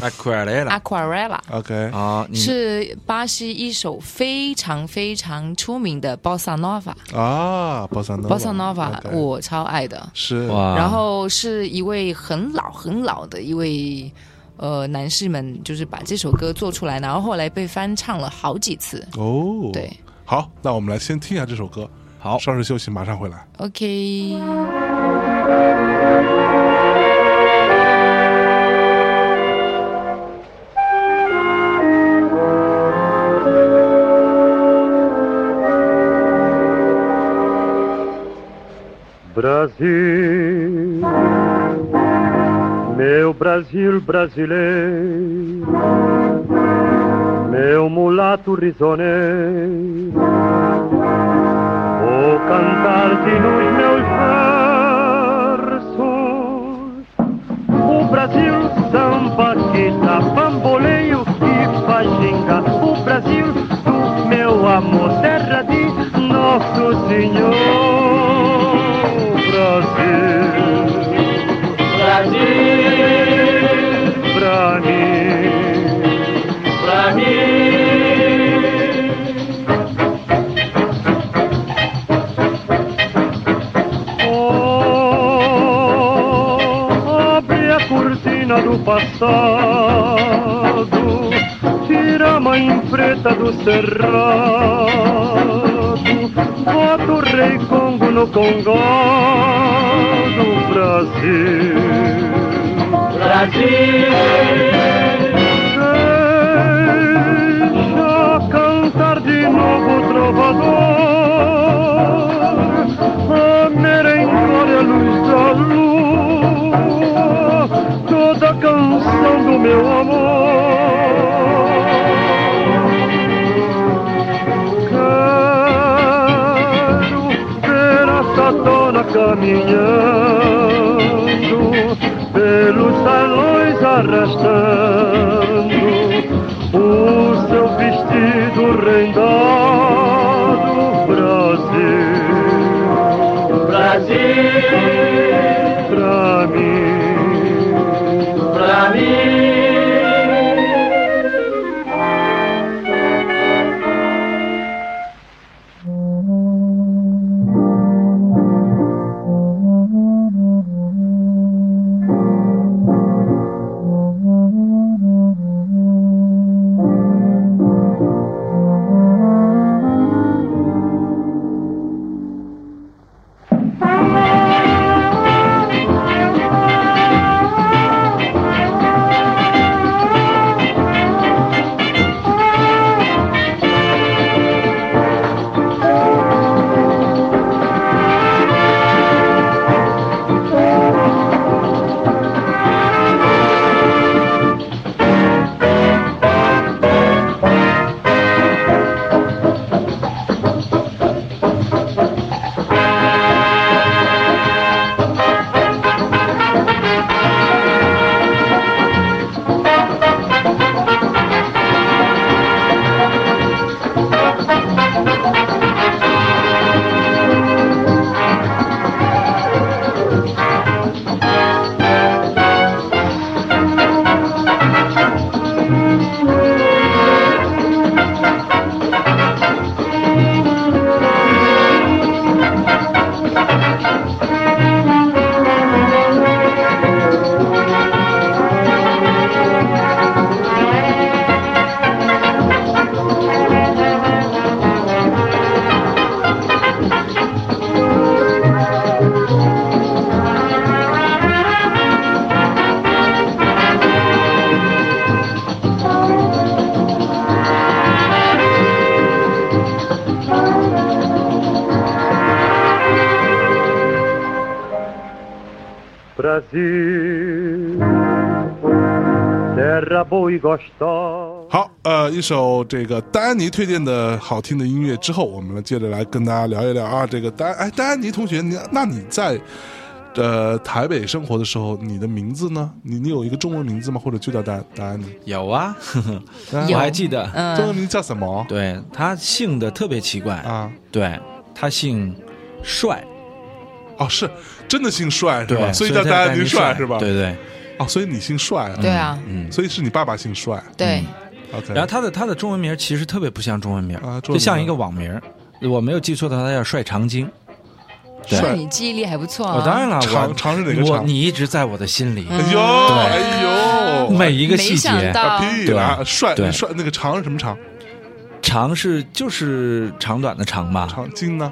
Speaker 2: Aquarela
Speaker 1: Aquarela，
Speaker 3: OK，
Speaker 2: 啊，你
Speaker 1: 是巴西一首非常非常出名的 bossa nova
Speaker 3: 啊，bossa nova，
Speaker 1: bossa nova，哦
Speaker 3: OK
Speaker 1: 我超爱的。
Speaker 3: 是
Speaker 2: 哇，
Speaker 1: 然后是一位很老很老的一位呃男士们，就是把这首歌做出来，然后后来被翻唱了好几次。
Speaker 3: 哦，
Speaker 1: 对，
Speaker 3: 好，那我们来先听一下这首歌，
Speaker 2: 好，
Speaker 3: 稍事休息，马上回来。
Speaker 1: OK，
Speaker 4: Brasil, meu Brasil brasileiro, meu mulato risoneiro, vou cantar-te nos meus versos. O Brasil samba, guita, bamboleio e pajinga, o Brasil do meu amor, terra de Nosso Senhor Brasil. Brasil, pra mim, pra mim. Oh, abre a cortina do passado, tira a mãe preta do cerrado, bota o rei Congo no Congado, Brasil. Deixa cantar de novo o trovador A merengar a luz da lua Toda a canção do meu amor Quero ver essa dona caminhando pelos salões arrastando o seu vestido rendado Brasil Brasil pra mim pra mim Brasil Terra boa e gostosa
Speaker 3: 好，呃，一首这个戴安妮推荐的好听的音乐之后，我们接着来跟大家聊一聊啊，这个戴安哎，戴安妮同学，你那你在呃台北生活的时候，你的名字呢？你你有一个中文名字吗？或者就叫达达安妮？
Speaker 2: 有 啊，
Speaker 1: 有
Speaker 2: 我还记得，
Speaker 3: 中
Speaker 1: 嗯，
Speaker 3: 文名叫什么？
Speaker 2: 对他姓的特别奇怪，
Speaker 3: 啊，
Speaker 2: 对他姓帅，
Speaker 3: 哦，是真的姓帅是吧？
Speaker 2: 对，
Speaker 3: 所以
Speaker 2: 以
Speaker 3: 叫
Speaker 2: 他
Speaker 3: 达安
Speaker 2: 安妮
Speaker 3: 妮帅是吧？
Speaker 2: 对对，
Speaker 3: 哦，所以你姓帅啊？
Speaker 1: 对啊，
Speaker 2: 嗯。
Speaker 3: 所以是你爸爸姓帅。
Speaker 1: 对，
Speaker 3: OK，
Speaker 2: 然后他的他的中文名其实特别不像中文名，
Speaker 3: 啊中文名
Speaker 2: 就像一个网名。我没有记错的话，他叫帅长京。对
Speaker 1: 那
Speaker 3: 帅
Speaker 1: 你记忆力还不错啊。嗯
Speaker 2: 我哦当然了，
Speaker 3: 长
Speaker 2: 我
Speaker 3: 长是哪个
Speaker 2: 我
Speaker 3: 长？
Speaker 2: 你一直在我的心里，
Speaker 3: 哎呦哎呦，
Speaker 2: 每一个细
Speaker 1: 没想
Speaker 2: 节。
Speaker 1: 到
Speaker 3: 啊屁
Speaker 2: 对吧
Speaker 3: 啊！帅
Speaker 2: 对
Speaker 3: 帅那个长是什么长？
Speaker 2: 长是就是长短的长吧，
Speaker 3: 长金呢？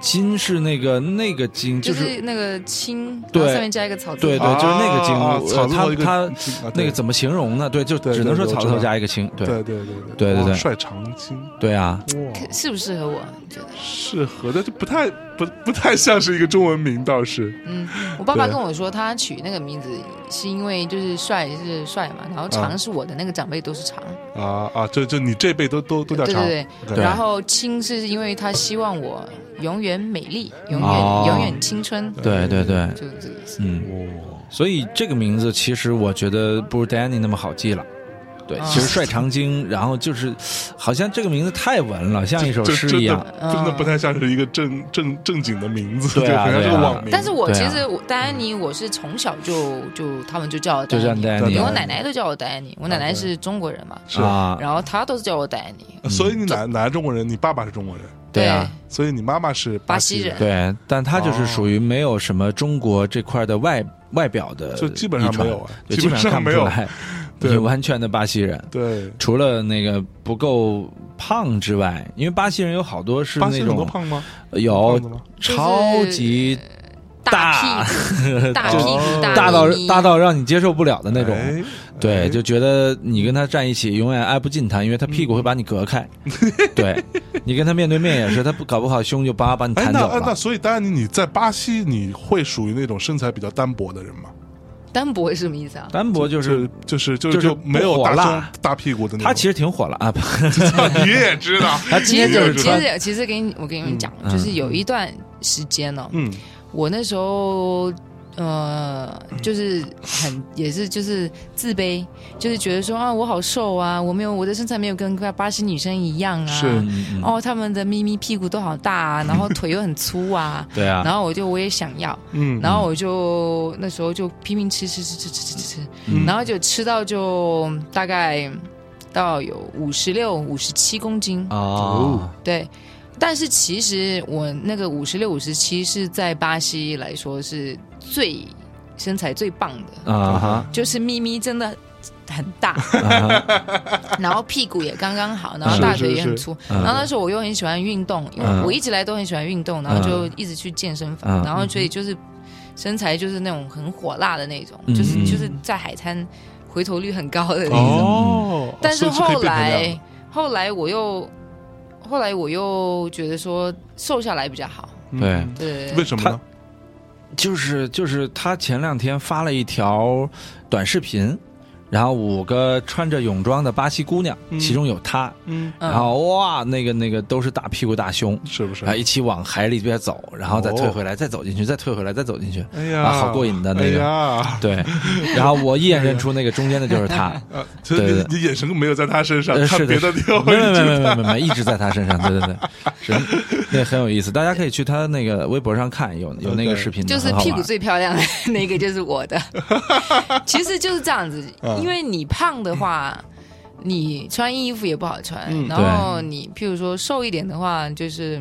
Speaker 2: 金是那个那个金，
Speaker 1: 就
Speaker 2: 就是
Speaker 1: 是那个青，
Speaker 2: 对
Speaker 1: 然后上面加一个草字
Speaker 2: 对
Speaker 1: 头，
Speaker 2: 对，就是那个金
Speaker 3: 啊啊
Speaker 2: 我。
Speaker 3: 草字头一个
Speaker 2: 他他
Speaker 3: 金啊
Speaker 2: 那
Speaker 3: 对
Speaker 2: 个怎么形容呢？对，就
Speaker 3: 对
Speaker 2: 只能说
Speaker 3: 对对
Speaker 2: 草字
Speaker 3: 我
Speaker 2: 头
Speaker 3: 知道
Speaker 2: 加一个青。对
Speaker 3: 对对对对
Speaker 2: 对对
Speaker 3: 哇
Speaker 2: 对
Speaker 3: 帅长青，
Speaker 2: 对啊，
Speaker 3: 哇，
Speaker 1: 适不适合我？你觉得？
Speaker 3: 适合的就不太不不太像是一个中文名，倒是
Speaker 1: 嗯，我爸爸
Speaker 3: 对
Speaker 1: 跟我说，他取那个名字是因为就是帅是帅嘛，然后
Speaker 3: 啊
Speaker 2: 嗯
Speaker 1: 长是我的那个长辈都是长，
Speaker 3: 啊啊，就就你这辈都都都叫
Speaker 1: 对
Speaker 3: 长，
Speaker 1: 对对，
Speaker 2: 对
Speaker 1: 然后青是因为他希望我永远美丽，永远、
Speaker 2: 哦
Speaker 1: 永远青春，
Speaker 2: 对对对，
Speaker 1: 就这个意思。
Speaker 2: 嗯，
Speaker 3: 哇，
Speaker 2: 所以这个名字其实我觉得不如 Danny 那么好记了。对，
Speaker 1: 啊
Speaker 2: 其实帅长京，然后就是，好像这个名字太文了，像一首
Speaker 3: 这
Speaker 2: 诗一样。
Speaker 3: 真
Speaker 1: 嗯
Speaker 3: 的真的不太像是一个正正正经的名字，
Speaker 2: 对啊
Speaker 3: 就很像是
Speaker 2: 对
Speaker 3: 个
Speaker 2: 啊
Speaker 3: 网名。
Speaker 1: 但是我
Speaker 2: 对
Speaker 1: 其
Speaker 2: 啊
Speaker 1: 实我戴安妮，我是从小就就他们就叫我戴
Speaker 2: 就
Speaker 1: 安
Speaker 2: 像
Speaker 1: 妮，
Speaker 2: 戴
Speaker 3: 安妮
Speaker 1: 因为我奶奶都叫我戴安妮，我奶奶是中国人嘛，
Speaker 3: 是
Speaker 2: 啊，
Speaker 1: 然后她都是叫我戴安妮，
Speaker 3: 呃所以你奶奶是中国人，你爸爸是中国人，
Speaker 2: 对啊
Speaker 3: 所以你妈妈是
Speaker 1: 巴西
Speaker 3: 西
Speaker 1: 人
Speaker 2: 对，但他就是属
Speaker 3: 哦
Speaker 2: 于没有什么中国这块的外外表的遗
Speaker 3: 就
Speaker 2: 呃传，
Speaker 3: 基本上没有啊
Speaker 2: 对
Speaker 3: 基
Speaker 2: 基
Speaker 3: 本上
Speaker 2: 看不
Speaker 3: 没有
Speaker 2: 出来，
Speaker 3: 对
Speaker 2: 就完全的巴西人，
Speaker 3: 对，
Speaker 2: 除了那个不够胖之外，因为巴西人有好多是
Speaker 3: 巴西
Speaker 2: 那
Speaker 3: 人多
Speaker 2: 种哦
Speaker 3: 胖吗？
Speaker 2: 有
Speaker 3: 胖子吗
Speaker 2: 超级
Speaker 1: 大屁 股、大屁股、
Speaker 2: 大到
Speaker 1: 咪咪
Speaker 2: 大到让你接受不了的那种。
Speaker 3: 哎
Speaker 2: 对，
Speaker 3: 哎
Speaker 2: 就觉得你跟他站一起永远挨不近他，因为他屁股
Speaker 3: 嗯
Speaker 2: 会把你隔开。对，你跟他面对面也是，他不搞不好胸就叭把你
Speaker 3: 哎，
Speaker 2: 弹
Speaker 3: 那
Speaker 2: 走
Speaker 3: 哎那
Speaker 2: 了。
Speaker 3: 所以，丹尼，你在巴西，你会属于那种身材比较单薄的人吗？
Speaker 1: 单薄是什么意思啊？
Speaker 2: 单薄就
Speaker 3: 就是就是就
Speaker 2: 就是
Speaker 3: 就没有
Speaker 2: 不火
Speaker 3: 大
Speaker 2: 辣
Speaker 3: 胸大屁股的那种。
Speaker 2: 他其实挺火了啊，
Speaker 3: 你也知 道，
Speaker 2: 他今
Speaker 1: 其
Speaker 2: 天就是
Speaker 1: 实其
Speaker 2: 穿
Speaker 1: 实其实给你我跟你们讲，
Speaker 2: 嗯
Speaker 1: 就是有一段时间呢、
Speaker 3: 嗯，
Speaker 1: 我那时候呃，就是很也是就是自卑，就是觉得说啊，我好瘦啊，我没有我的身材没有跟巴西女生一样啊，
Speaker 3: 是
Speaker 2: 嗯嗯嗯，
Speaker 1: 哦，她们的咪咪屁股都好大啊，然后腿又很粗 啊
Speaker 2: 对啊，
Speaker 1: 然后我就我也想要，
Speaker 3: 嗯，
Speaker 1: 然后我就那时候就拼命吃吃吃吃吃吃吃吃，
Speaker 3: 嗯
Speaker 1: 然后就吃到就大概到有五十六五十七公斤
Speaker 3: 啊
Speaker 2: 哦，
Speaker 1: 对，但是其实我那个五十六、五十七是在巴西来说是最身材最棒的，
Speaker 2: 啊哈
Speaker 1: 就是咪咪真的。很 大，
Speaker 2: 啊哈，
Speaker 1: 然后屁股也刚刚好，然后
Speaker 2: 是
Speaker 1: 大
Speaker 3: 是
Speaker 1: 腿也很
Speaker 3: 是
Speaker 1: 粗。
Speaker 2: 嗯
Speaker 1: 然后那时候我又很喜欢运动，因
Speaker 2: 嗯
Speaker 1: 为我一直来都很喜欢运动，然
Speaker 3: 嗯
Speaker 1: 后就一直去健身
Speaker 2: 嗯
Speaker 1: 房，然后所以就是身材就是那种很火辣的那种，
Speaker 2: 嗯
Speaker 1: 就是
Speaker 2: 嗯
Speaker 1: 就是在海滩回头率很高的那种。
Speaker 2: 嗯
Speaker 3: 哦，
Speaker 1: 但是
Speaker 3: 所以可以
Speaker 1: 后
Speaker 3: 变成这样
Speaker 1: 来，后来我又，后来我又觉得说瘦下来比较好。
Speaker 2: 对
Speaker 3: 嗯
Speaker 1: 对，
Speaker 3: 为什么呢？
Speaker 2: 就是就是他前两天发了一条短视频，然后五个穿着泳装的巴西姑娘，
Speaker 3: 嗯
Speaker 2: 其中有他，
Speaker 3: 嗯，
Speaker 1: 嗯
Speaker 2: 然后哇，那个那个都是大屁股大胸，
Speaker 3: 是不是
Speaker 2: 然？后一起往海里边走，然后再
Speaker 3: 哦
Speaker 2: 退回来，再走进去，再退回来，再走进去，
Speaker 3: 哎呀，
Speaker 2: 啊好过瘾的那个
Speaker 3: 哎呀，
Speaker 2: 对。然后我一眼认出那个中间的就是他，
Speaker 3: 呃，其实
Speaker 2: 对
Speaker 3: 你你眼神没有在他身上
Speaker 2: 呃，
Speaker 3: 看
Speaker 2: 是的
Speaker 3: 别的地方，
Speaker 2: 没有没有没
Speaker 3: 你
Speaker 2: 有
Speaker 3: 就
Speaker 2: 没有没有，一直在他身上，对对 对，是那很有意思，大家可以去他那个微博上看，有有那个
Speaker 3: 嗯
Speaker 2: 视频的，
Speaker 1: 就是
Speaker 2: 很好
Speaker 1: 屁
Speaker 2: 玩
Speaker 1: 股最漂亮的 那个就是我的， 其实就是这样子，
Speaker 3: 嗯
Speaker 1: 因为你胖的话，你穿衣服也不好穿，
Speaker 3: 嗯
Speaker 1: 然后你譬如说瘦一点的话，就是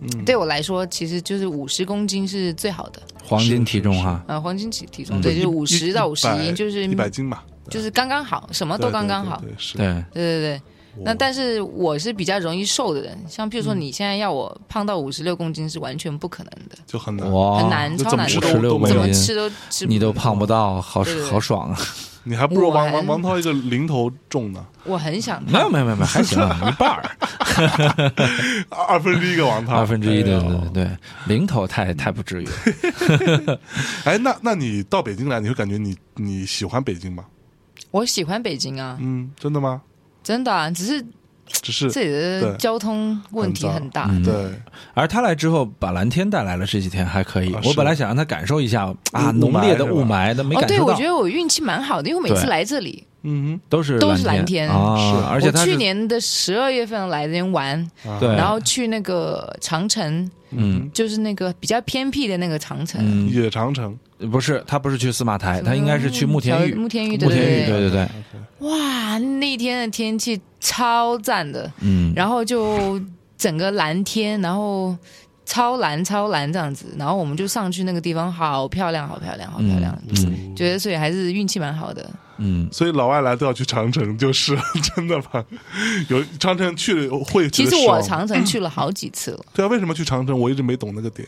Speaker 3: 嗯
Speaker 1: 对我来说，其实就是五十公斤是最好的，
Speaker 2: 黄金体重哈，
Speaker 1: 呃，黄金体体
Speaker 2: 嗯
Speaker 1: 重对，就是五十到五十
Speaker 3: 一
Speaker 1: 一，就是
Speaker 3: 一百斤吧，
Speaker 1: 就是刚刚好，什么
Speaker 3: 对
Speaker 1: 都刚刚好，
Speaker 3: 对，对对是。
Speaker 2: 对，
Speaker 1: 对对对。那
Speaker 3: 哇嗯
Speaker 1: 但是我是比较容易瘦的人，像譬如说你现在要我胖到五十六公斤是完全不可能的，
Speaker 3: 就很难，
Speaker 2: 哇，
Speaker 1: 很难，
Speaker 3: 就
Speaker 1: 超
Speaker 3: 哦怎么
Speaker 1: 难
Speaker 3: 吃
Speaker 1: 的，
Speaker 3: 都
Speaker 2: 56
Speaker 3: 都没
Speaker 2: 公
Speaker 1: 怎
Speaker 3: 有
Speaker 1: 么
Speaker 2: 斤，
Speaker 1: 吃都吃不
Speaker 2: 你都胖不到，好
Speaker 1: 对对对
Speaker 2: 好爽啊！
Speaker 3: 你还不如王
Speaker 1: 我
Speaker 3: 王王涛一个零头重呢，
Speaker 1: 我很想
Speaker 2: 没有
Speaker 1: 胖，
Speaker 2: 没有没有，还行啊， 一半儿，
Speaker 3: 二分之一个王涛，
Speaker 2: 二分之一，对
Speaker 3: 哎
Speaker 2: 对
Speaker 3: 呦
Speaker 2: 对对，零头太太不至于了。
Speaker 3: 哎，那那你到北京来，你会感觉你你喜欢北京吗？
Speaker 1: 我喜欢北京啊，
Speaker 3: 嗯，真的吗？
Speaker 1: 真的啊，只是
Speaker 3: 只是
Speaker 1: 这里的
Speaker 3: 对
Speaker 1: 交通问题很大。
Speaker 2: 嗯
Speaker 3: 对
Speaker 2: 而他来之后，把蓝天带来了，这几天还可以。
Speaker 3: 啊
Speaker 2: 我
Speaker 3: 是
Speaker 2: 本来想让他感受一下啊，
Speaker 3: 雾
Speaker 2: 浓烈的雾
Speaker 3: 雾
Speaker 2: 霾，但没
Speaker 1: 哦，
Speaker 2: 感
Speaker 1: 对，
Speaker 2: 受
Speaker 1: 我
Speaker 2: 到
Speaker 1: 觉。得我运气蛮好的，因为我每次
Speaker 2: 对
Speaker 1: 来这里，
Speaker 3: 嗯
Speaker 2: 都是
Speaker 1: 都是蓝天
Speaker 2: 啊
Speaker 3: 是，
Speaker 2: 而且
Speaker 1: 我
Speaker 2: 他是
Speaker 1: 去年的十二月份来这边玩，
Speaker 3: 哼，啊
Speaker 2: 对
Speaker 1: 然后去那个长城，
Speaker 2: 嗯
Speaker 1: 就是那个比较偏僻的那个长城，
Speaker 2: 嗯，
Speaker 3: 野长城，
Speaker 2: 不是，他不是去司马台，他应该是去慕田峪。
Speaker 1: 呃小慕田峪，
Speaker 2: 慕
Speaker 1: 对
Speaker 2: 田峪，
Speaker 1: 对
Speaker 2: 对对对，
Speaker 1: 哇，那天的天气超赞的，
Speaker 2: 嗯，
Speaker 1: 然后就整个蓝天，然后超蓝超蓝这样子，然后我们就上去那个地方，好漂亮，好漂亮，好漂亮，
Speaker 2: 嗯
Speaker 1: 觉得所以还是运气蛮好的。
Speaker 2: 嗯，
Speaker 3: 所以老外来都要去长城，就是 真的吧？有长城去了会
Speaker 1: 其
Speaker 3: 觉得
Speaker 1: 实
Speaker 3: 爽
Speaker 1: 我长城去了好几次了，
Speaker 3: 对啊，为什么去长城？我一直没懂那个点。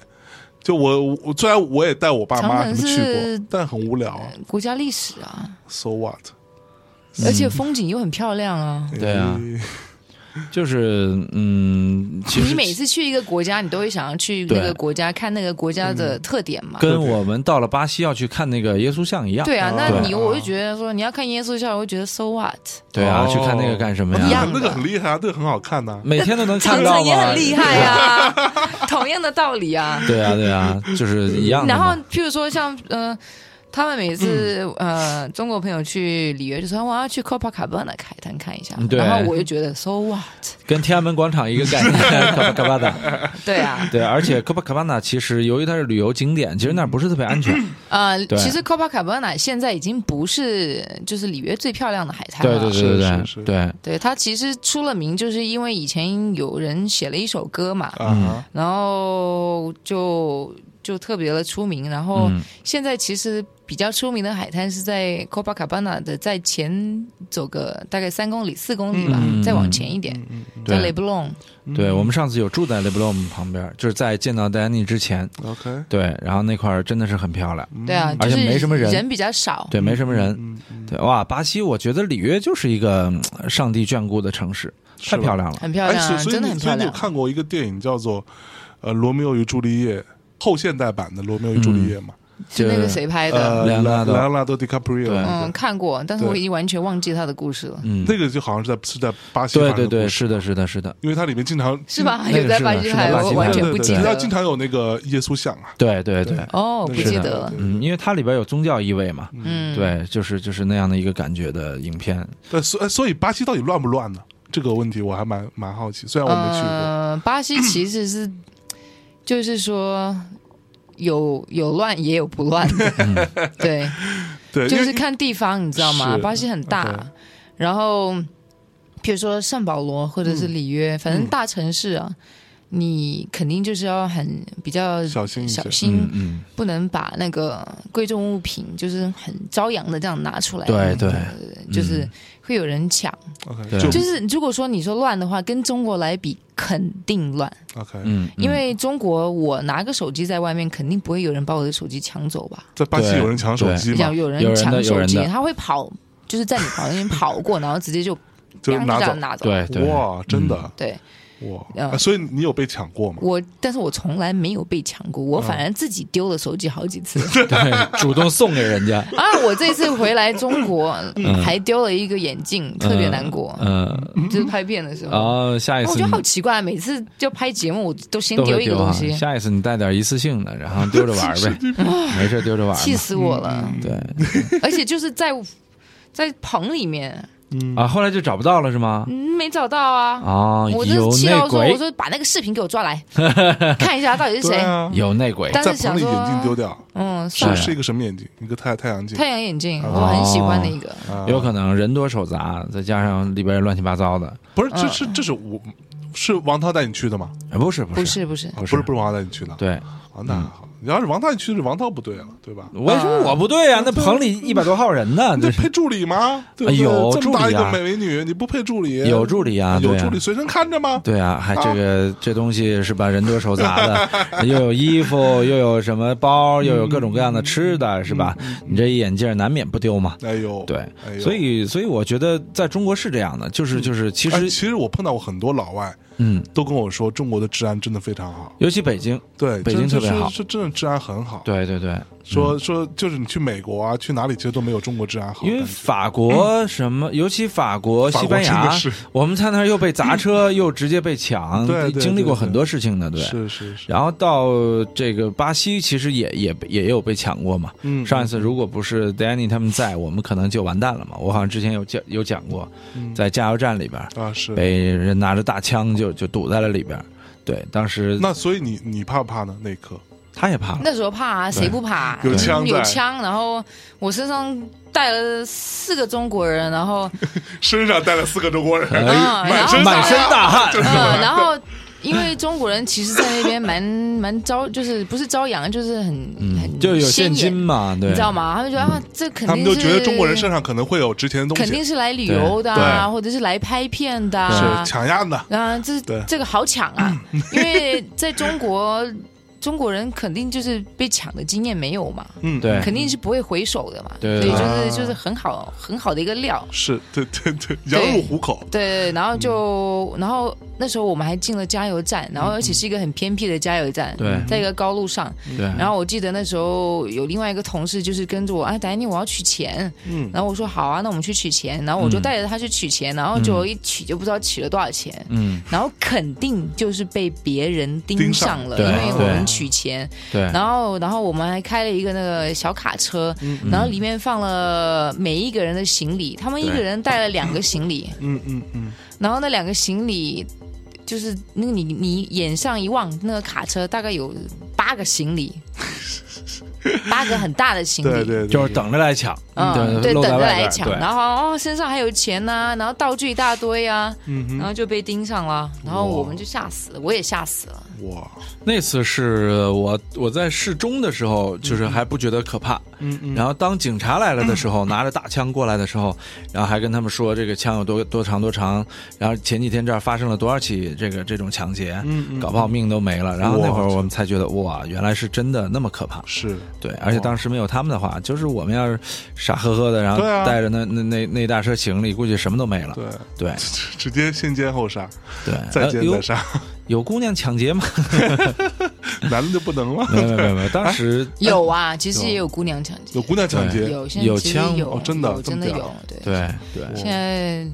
Speaker 3: 就我我虽然我也带我爸妈
Speaker 1: 长
Speaker 3: 什
Speaker 1: 城
Speaker 3: 么去
Speaker 1: 是
Speaker 3: 过，但很无聊啊。
Speaker 1: 国家历史啊，
Speaker 3: So what？
Speaker 2: 嗯
Speaker 1: 而且风景又很漂亮啊。
Speaker 2: 对啊
Speaker 3: 哎
Speaker 2: 就是嗯，其
Speaker 1: 你
Speaker 2: 实
Speaker 1: 每次去一个国家，你都会想要去那
Speaker 2: 对嗯
Speaker 1: 个国家看那个国家的特点嘛？
Speaker 2: 跟我们到了巴西要去看那个耶稣像一样，
Speaker 1: 对啊，那
Speaker 2: 对
Speaker 1: 你我就觉得说你要看耶稣像，我会觉得 so what？
Speaker 2: 对啊，
Speaker 3: 哦
Speaker 2: 去看那个干什么
Speaker 1: 一
Speaker 2: 呀
Speaker 1: 样？
Speaker 3: 那
Speaker 1: 的
Speaker 3: 个很厉害啊，那个很好看呐、
Speaker 2: 每天都能
Speaker 1: 长
Speaker 2: 看到
Speaker 1: 城
Speaker 2: 吗？
Speaker 1: 也很厉害啊，同样的道理啊。
Speaker 2: 对啊，对啊，就是一样的
Speaker 1: 然
Speaker 2: 嘛。
Speaker 1: 后譬如说像呃，他们每次、呃中国朋友去里约就说我要去 Copacabana 海滩看一下
Speaker 2: 嗯，对
Speaker 1: 然后我就觉得 so what？
Speaker 2: 跟天安门广场一个概念，科巴科巴达。
Speaker 1: 对啊，
Speaker 2: 对，而且科巴科巴纳其实由于它是旅游景点，其实那儿不是特别安全。
Speaker 1: 呃，
Speaker 2: 对
Speaker 1: 其实 Copacabana 现在已经不是就是里约最漂亮的海滩
Speaker 2: 对
Speaker 1: 了。
Speaker 2: 对
Speaker 3: 是
Speaker 2: 对
Speaker 3: 是
Speaker 2: 对
Speaker 3: 是
Speaker 2: 对，
Speaker 1: 对它其实出了名，就是因为以前有人写了一首歌嘛，
Speaker 3: 啊哈，
Speaker 1: 然后就就特别的出名。然后
Speaker 2: 嗯
Speaker 1: 现在其实比较出名的海滩是在 Copacabana 的，在前走个大概三公里、四公里吧，
Speaker 2: 嗯
Speaker 1: 再往前一点，
Speaker 3: 嗯嗯
Speaker 1: 叫 Le
Speaker 2: 对
Speaker 1: Blon。
Speaker 2: 对，我们上次有住在 l e b l o m 旁边，就是在见到戴安妮之前。
Speaker 3: 嗯，OK，
Speaker 2: 对，然后那块儿真的是很漂亮，
Speaker 1: 对啊，
Speaker 2: 嗯而
Speaker 1: 就
Speaker 2: 且
Speaker 1: 是
Speaker 2: 没什么人
Speaker 1: 比较少。
Speaker 2: 对，没什么人。
Speaker 3: 嗯嗯，
Speaker 2: 对，哇，巴西，我觉得里约就是一个嗯上帝眷顾的城市，太
Speaker 3: 是吧
Speaker 2: 漂亮了。
Speaker 1: 很漂
Speaker 3: 哎，
Speaker 1: 亮
Speaker 3: 所
Speaker 1: 啊，
Speaker 3: 以所以
Speaker 1: 真的
Speaker 3: 你
Speaker 1: 很
Speaker 3: 所
Speaker 1: 漂
Speaker 3: 以你有
Speaker 1: 亮。
Speaker 3: 看过一个电影叫做呃《罗密欧与朱丽叶》后现代版的《罗密欧与朱丽叶》嘛？
Speaker 1: 是那
Speaker 2: 就
Speaker 1: 个谁拍的？
Speaker 3: 呃，
Speaker 2: 莱昂纳多
Speaker 3: 莱昂纳多·迪卡普里
Speaker 2: 对
Speaker 1: 嗯，
Speaker 3: 奥，
Speaker 1: 看过，但是
Speaker 3: 对
Speaker 1: 我已经完全忘记他的故事了，
Speaker 2: 嗯，
Speaker 3: 那个就好像是在是在巴西发
Speaker 2: 对
Speaker 3: 生
Speaker 2: 对
Speaker 3: 的
Speaker 2: 对，
Speaker 3: 故事
Speaker 2: 是的，是的，是的，
Speaker 3: 因为它里面经常
Speaker 1: 是吧？
Speaker 2: 那个
Speaker 1: 有在巴
Speaker 2: 是
Speaker 1: 西
Speaker 2: 的是的
Speaker 1: 拍，
Speaker 2: 巴西
Speaker 1: 我
Speaker 2: 拍的
Speaker 1: 完全不记
Speaker 2: 对
Speaker 3: 对
Speaker 1: 得
Speaker 3: 它经常有那个耶稣像啊，
Speaker 2: 对对对，
Speaker 1: 哦，不
Speaker 3: 那个
Speaker 1: 记
Speaker 2: 是
Speaker 1: 得
Speaker 2: 的
Speaker 1: 了。
Speaker 2: 嗯，因为它里边有宗教意味嘛，
Speaker 1: 嗯，，
Speaker 2: 对，就是就是那样的一个感觉的影片，嗯
Speaker 3: 对，所哎所以巴西到底乱不乱呢？这个问题我还蛮蛮好奇，虽然我没去过，
Speaker 1: 呃，巴西其实是，就是说有有乱也有不乱的， 对，
Speaker 3: 对，
Speaker 1: 就
Speaker 3: 嗯 因
Speaker 1: 是
Speaker 3: 为
Speaker 1: 看地方，你知道吗？
Speaker 3: 是
Speaker 1: 巴西很
Speaker 3: 对
Speaker 1: 大，然后比如说圣保罗或者是
Speaker 3: 嗯
Speaker 1: 里约，反正大城市啊，你肯定就是要很比较
Speaker 3: 小心一
Speaker 1: 小
Speaker 3: 些
Speaker 2: 嗯
Speaker 1: 心，
Speaker 2: 嗯，
Speaker 1: 不能把那个贵重物品就是很朝阳的这样拿出来，
Speaker 2: 对对，
Speaker 1: 就是会有人抢。
Speaker 3: OK，
Speaker 2: 嗯对
Speaker 3: 就
Speaker 1: 就是如果说你说乱的话，跟中国来比肯定乱。
Speaker 3: OK，
Speaker 2: 嗯，
Speaker 1: 因为中国，我拿个手机在外面，肯定不会有人把我的手机抢走吧？
Speaker 3: 在巴西
Speaker 2: 对
Speaker 3: 有人抢手机嘛
Speaker 1: 想，有
Speaker 2: 有人
Speaker 1: 人
Speaker 2: 的
Speaker 1: 抢
Speaker 2: 有
Speaker 1: 手
Speaker 2: 人
Speaker 1: 机
Speaker 2: 的，
Speaker 1: 他会跑，就是在你旁边跑过，然后直 接就
Speaker 3: 就
Speaker 1: 啪
Speaker 3: 拿
Speaker 1: 这
Speaker 3: 走
Speaker 1: 样，拿走。
Speaker 2: 对对，
Speaker 3: 哇，真的
Speaker 1: 对
Speaker 3: 哇，
Speaker 1: 嗯
Speaker 3: 啊所以你有被抢过吗？
Speaker 1: 我，但是我从来没有被抢过，我
Speaker 2: 嗯
Speaker 1: 反而自己丢了手机好几 次
Speaker 2: 对，主动送给人家，
Speaker 1: 啊！我这次回来中国还丢了一个眼镜， 特别难过，
Speaker 2: 嗯，
Speaker 1: 就是拍片的时
Speaker 2: 然
Speaker 1: 候。
Speaker 2: 后下一
Speaker 1: 哦我
Speaker 2: 次
Speaker 1: 觉得
Speaker 2: 你
Speaker 1: 好奇怪，每次就拍节目，我都先
Speaker 2: 哎都
Speaker 1: 丢
Speaker 2: 会
Speaker 1: 一个
Speaker 2: 丢啊
Speaker 1: 东，西，
Speaker 2: 下一次你带点一次性的，然后丢着玩儿 呗，没事丢着玩儿
Speaker 1: 气
Speaker 2: 嘛，
Speaker 1: 死我了。
Speaker 2: 对嗯
Speaker 1: 而且就是在在棚里面，
Speaker 2: 啊，后来就找不到了是吗？
Speaker 1: 嗯，没找到啊。
Speaker 2: 啊，
Speaker 1: 我真
Speaker 2: 有
Speaker 1: 是气
Speaker 2: 内
Speaker 1: 到说，我
Speaker 2: 鬼，
Speaker 1: 说把那个视频给我抓来， 看一下到底 是
Speaker 3: 对
Speaker 1: 谁。
Speaker 3: 啊，
Speaker 2: 有内鬼，
Speaker 1: 但
Speaker 3: 在
Speaker 1: 是想
Speaker 3: 棚里
Speaker 1: 说，
Speaker 3: 眼镜丢掉，
Speaker 1: 嗯，
Speaker 2: 是
Speaker 1: 算
Speaker 3: 是
Speaker 1: 了，
Speaker 3: 是一个什么眼镜？一个太太阳镜，
Speaker 1: 太阳眼
Speaker 2: 哦
Speaker 1: 镜，我很喜欢的一个。
Speaker 3: 啊
Speaker 2: 有可能人多手杂，再加上里边乱七八糟的，
Speaker 3: 不是，这
Speaker 2: 嗯
Speaker 3: 是这是我是王涛带你去的吗？
Speaker 2: 呃不是不
Speaker 1: 不是不是
Speaker 3: 啊，不是不是王涛带你去的，
Speaker 2: 对，嗯
Speaker 3: 啊，那还好，你要是王涛带你去是王涛不对了，对吧？
Speaker 2: 为什么我不对呀、那棚里一百多号人呢，
Speaker 3: 你
Speaker 2: 这
Speaker 3: 得
Speaker 2: 是
Speaker 3: 配助理吗？对不对
Speaker 2: 哎呦
Speaker 3: 这么大一
Speaker 2: 助理
Speaker 3: 个
Speaker 2: 啊
Speaker 3: 美女，你不配助理？
Speaker 2: 有助理啊，
Speaker 3: 有
Speaker 2: 对啊
Speaker 3: 助理随身看着吗？
Speaker 2: 对啊，还这个、这东西是吧？人多手杂的，又有衣服，又有什么包，又有各种各样的吃的，是吧？你这一眼镜难免不丢嘛。
Speaker 3: 哎呦，
Speaker 2: 对
Speaker 3: 哎，呦
Speaker 2: 所以所以我觉得在中国是这样的，就是就是其
Speaker 3: 哎
Speaker 2: 实
Speaker 3: 其实我碰到过很多老外，
Speaker 2: 嗯，
Speaker 3: 都跟我说中国的治安真的非常好，
Speaker 2: 尤其北京，
Speaker 3: 对，
Speaker 2: 北京
Speaker 3: 真的
Speaker 2: 特别好
Speaker 3: 是是真的治安很好。
Speaker 2: 对对对，嗯
Speaker 3: 说说就是你去美国啊，去哪里其实都没有中国治安好。
Speaker 2: 因为
Speaker 3: 感觉
Speaker 2: 法国什么，尤其法国、
Speaker 3: 法
Speaker 2: 西
Speaker 3: 国
Speaker 2: 班牙
Speaker 3: 真的是，
Speaker 2: 我们在那儿又被砸车，又直接被抢，
Speaker 3: 对对
Speaker 2: 经历过
Speaker 3: 对
Speaker 2: 很多事情的，对。
Speaker 3: 是是是，
Speaker 2: 然后到这个巴西，其实也也也有被抢过嘛。
Speaker 3: 嗯
Speaker 2: 上一次如果不是 Danny 他们在，我们可能就完蛋了嘛。我好像之前有讲有讲过，在加油站里边
Speaker 3: 啊是。
Speaker 2: 被人拿着大枪就就堵在了里边。对，当时
Speaker 3: 那所以你你怕不怕呢？那一刻
Speaker 2: 他也怕了，
Speaker 1: 那时候怕啊，谁不怕、啊？
Speaker 3: 有枪在
Speaker 1: 有枪，然后我身上带了四个中国人，然后
Speaker 3: 身上带了四个中国人，
Speaker 2: 哎
Speaker 1: 啊然后
Speaker 2: 满身大汗，
Speaker 1: 嗯、呃然后因为中国人其实，在那边蛮蛮招，就是不是招洋，就是很、很
Speaker 2: 嗯就有
Speaker 1: 鲜
Speaker 2: 现
Speaker 1: 艳
Speaker 2: 金，嘛，对，
Speaker 1: 你知道吗？他们觉得啊，这肯定
Speaker 3: 他们就是觉得中国人身上可能会有值钱的东
Speaker 1: 肯
Speaker 3: 西，
Speaker 1: 定是来旅游的、啊，
Speaker 3: 对
Speaker 1: 或者是来拍片的、啊
Speaker 3: 是，抢鸭的。
Speaker 1: 啊，这
Speaker 3: 对
Speaker 1: 这个好抢 啊，因为在中国，中国人肯定就是被抢的经验没有嘛，
Speaker 3: 嗯，
Speaker 2: 对
Speaker 1: 肯定是不会回手的嘛，
Speaker 2: 对
Speaker 1: 所以就是、
Speaker 3: 啊
Speaker 1: 就是很好很好的一个料。
Speaker 3: 是对对对，羊入虎口。
Speaker 1: 对，然后就，然后那时候我们还进了加油站，然后而且是一个很偏僻的加油站，
Speaker 2: 对嗯
Speaker 1: 在一个高路上。
Speaker 2: 对，
Speaker 1: 然后我记得那时候有另外一个同事就是跟着我，啊，丹尼我要取钱，
Speaker 3: 嗯
Speaker 1: 然后我说好啊，那我们去取
Speaker 2: 嗯
Speaker 1: 钱，然后我就带着他去取钱，然后就一取就不知道取了多少钱，
Speaker 2: 嗯，
Speaker 1: 然后肯定就是被别人盯上了，
Speaker 2: 盯上
Speaker 1: 因为我们取钱。
Speaker 2: 对，
Speaker 1: 然后，然后我们还开了一个那个小卡车，
Speaker 2: 嗯
Speaker 1: 然后里面放了每一个人的行李，他们一个人带了两个行李，
Speaker 3: 嗯嗯嗯，
Speaker 1: 然后那两个行李就是那个你你眼上一望，那个卡车大概有八个行李，八个很大的行李。
Speaker 3: 对对，对
Speaker 2: 就是等着来抢，
Speaker 1: 嗯，对，等
Speaker 2: 露在
Speaker 1: 着
Speaker 2: 外边
Speaker 1: 来
Speaker 2: 儿
Speaker 1: 抢，
Speaker 2: 对
Speaker 1: 然后哦，身上还有钱呐、然后道具一大堆啊，然后就被盯上了，然后我们就吓死了，我也吓死了，
Speaker 3: 哇，
Speaker 2: 那次是我我在适中的时候，就是还不觉得可怕。
Speaker 3: 嗯嗯，
Speaker 2: 然后当警察来了的时候，拿着大枪过来的时候，然后还跟他们说这个枪有多多长多长。然后前几天这儿发生了多少起这个这种抢劫，
Speaker 3: 嗯嗯
Speaker 2: 搞不好命都没了。然后那会儿
Speaker 3: 哇
Speaker 2: 我们才觉得哇，原来是真的那么可怕。
Speaker 3: 是
Speaker 2: 对，而且当时没有他们的话，就是我们要是傻呵呵的，然后
Speaker 3: 对啊
Speaker 2: 带着那那那那大车行李，估计什么都没了。
Speaker 3: 对，
Speaker 2: 对
Speaker 3: 直接先奸后杀，
Speaker 2: 对，
Speaker 3: 再
Speaker 2: 呃
Speaker 3: 奸
Speaker 2: 有
Speaker 3: 再杀，
Speaker 2: 有姑娘抢劫吗？
Speaker 3: 男的就不能了。
Speaker 2: 没有没有没有没有，当时
Speaker 1: 有啊，其实也有姑娘抢劫，
Speaker 3: 有姑娘抢劫，
Speaker 1: 有，现在
Speaker 2: 有
Speaker 1: 其实
Speaker 2: 枪
Speaker 1: 有
Speaker 3: 哦真的
Speaker 1: 有
Speaker 3: 这
Speaker 1: 真
Speaker 3: 么
Speaker 1: 的
Speaker 3: 屌
Speaker 1: 有，对，
Speaker 2: 对对
Speaker 1: 现在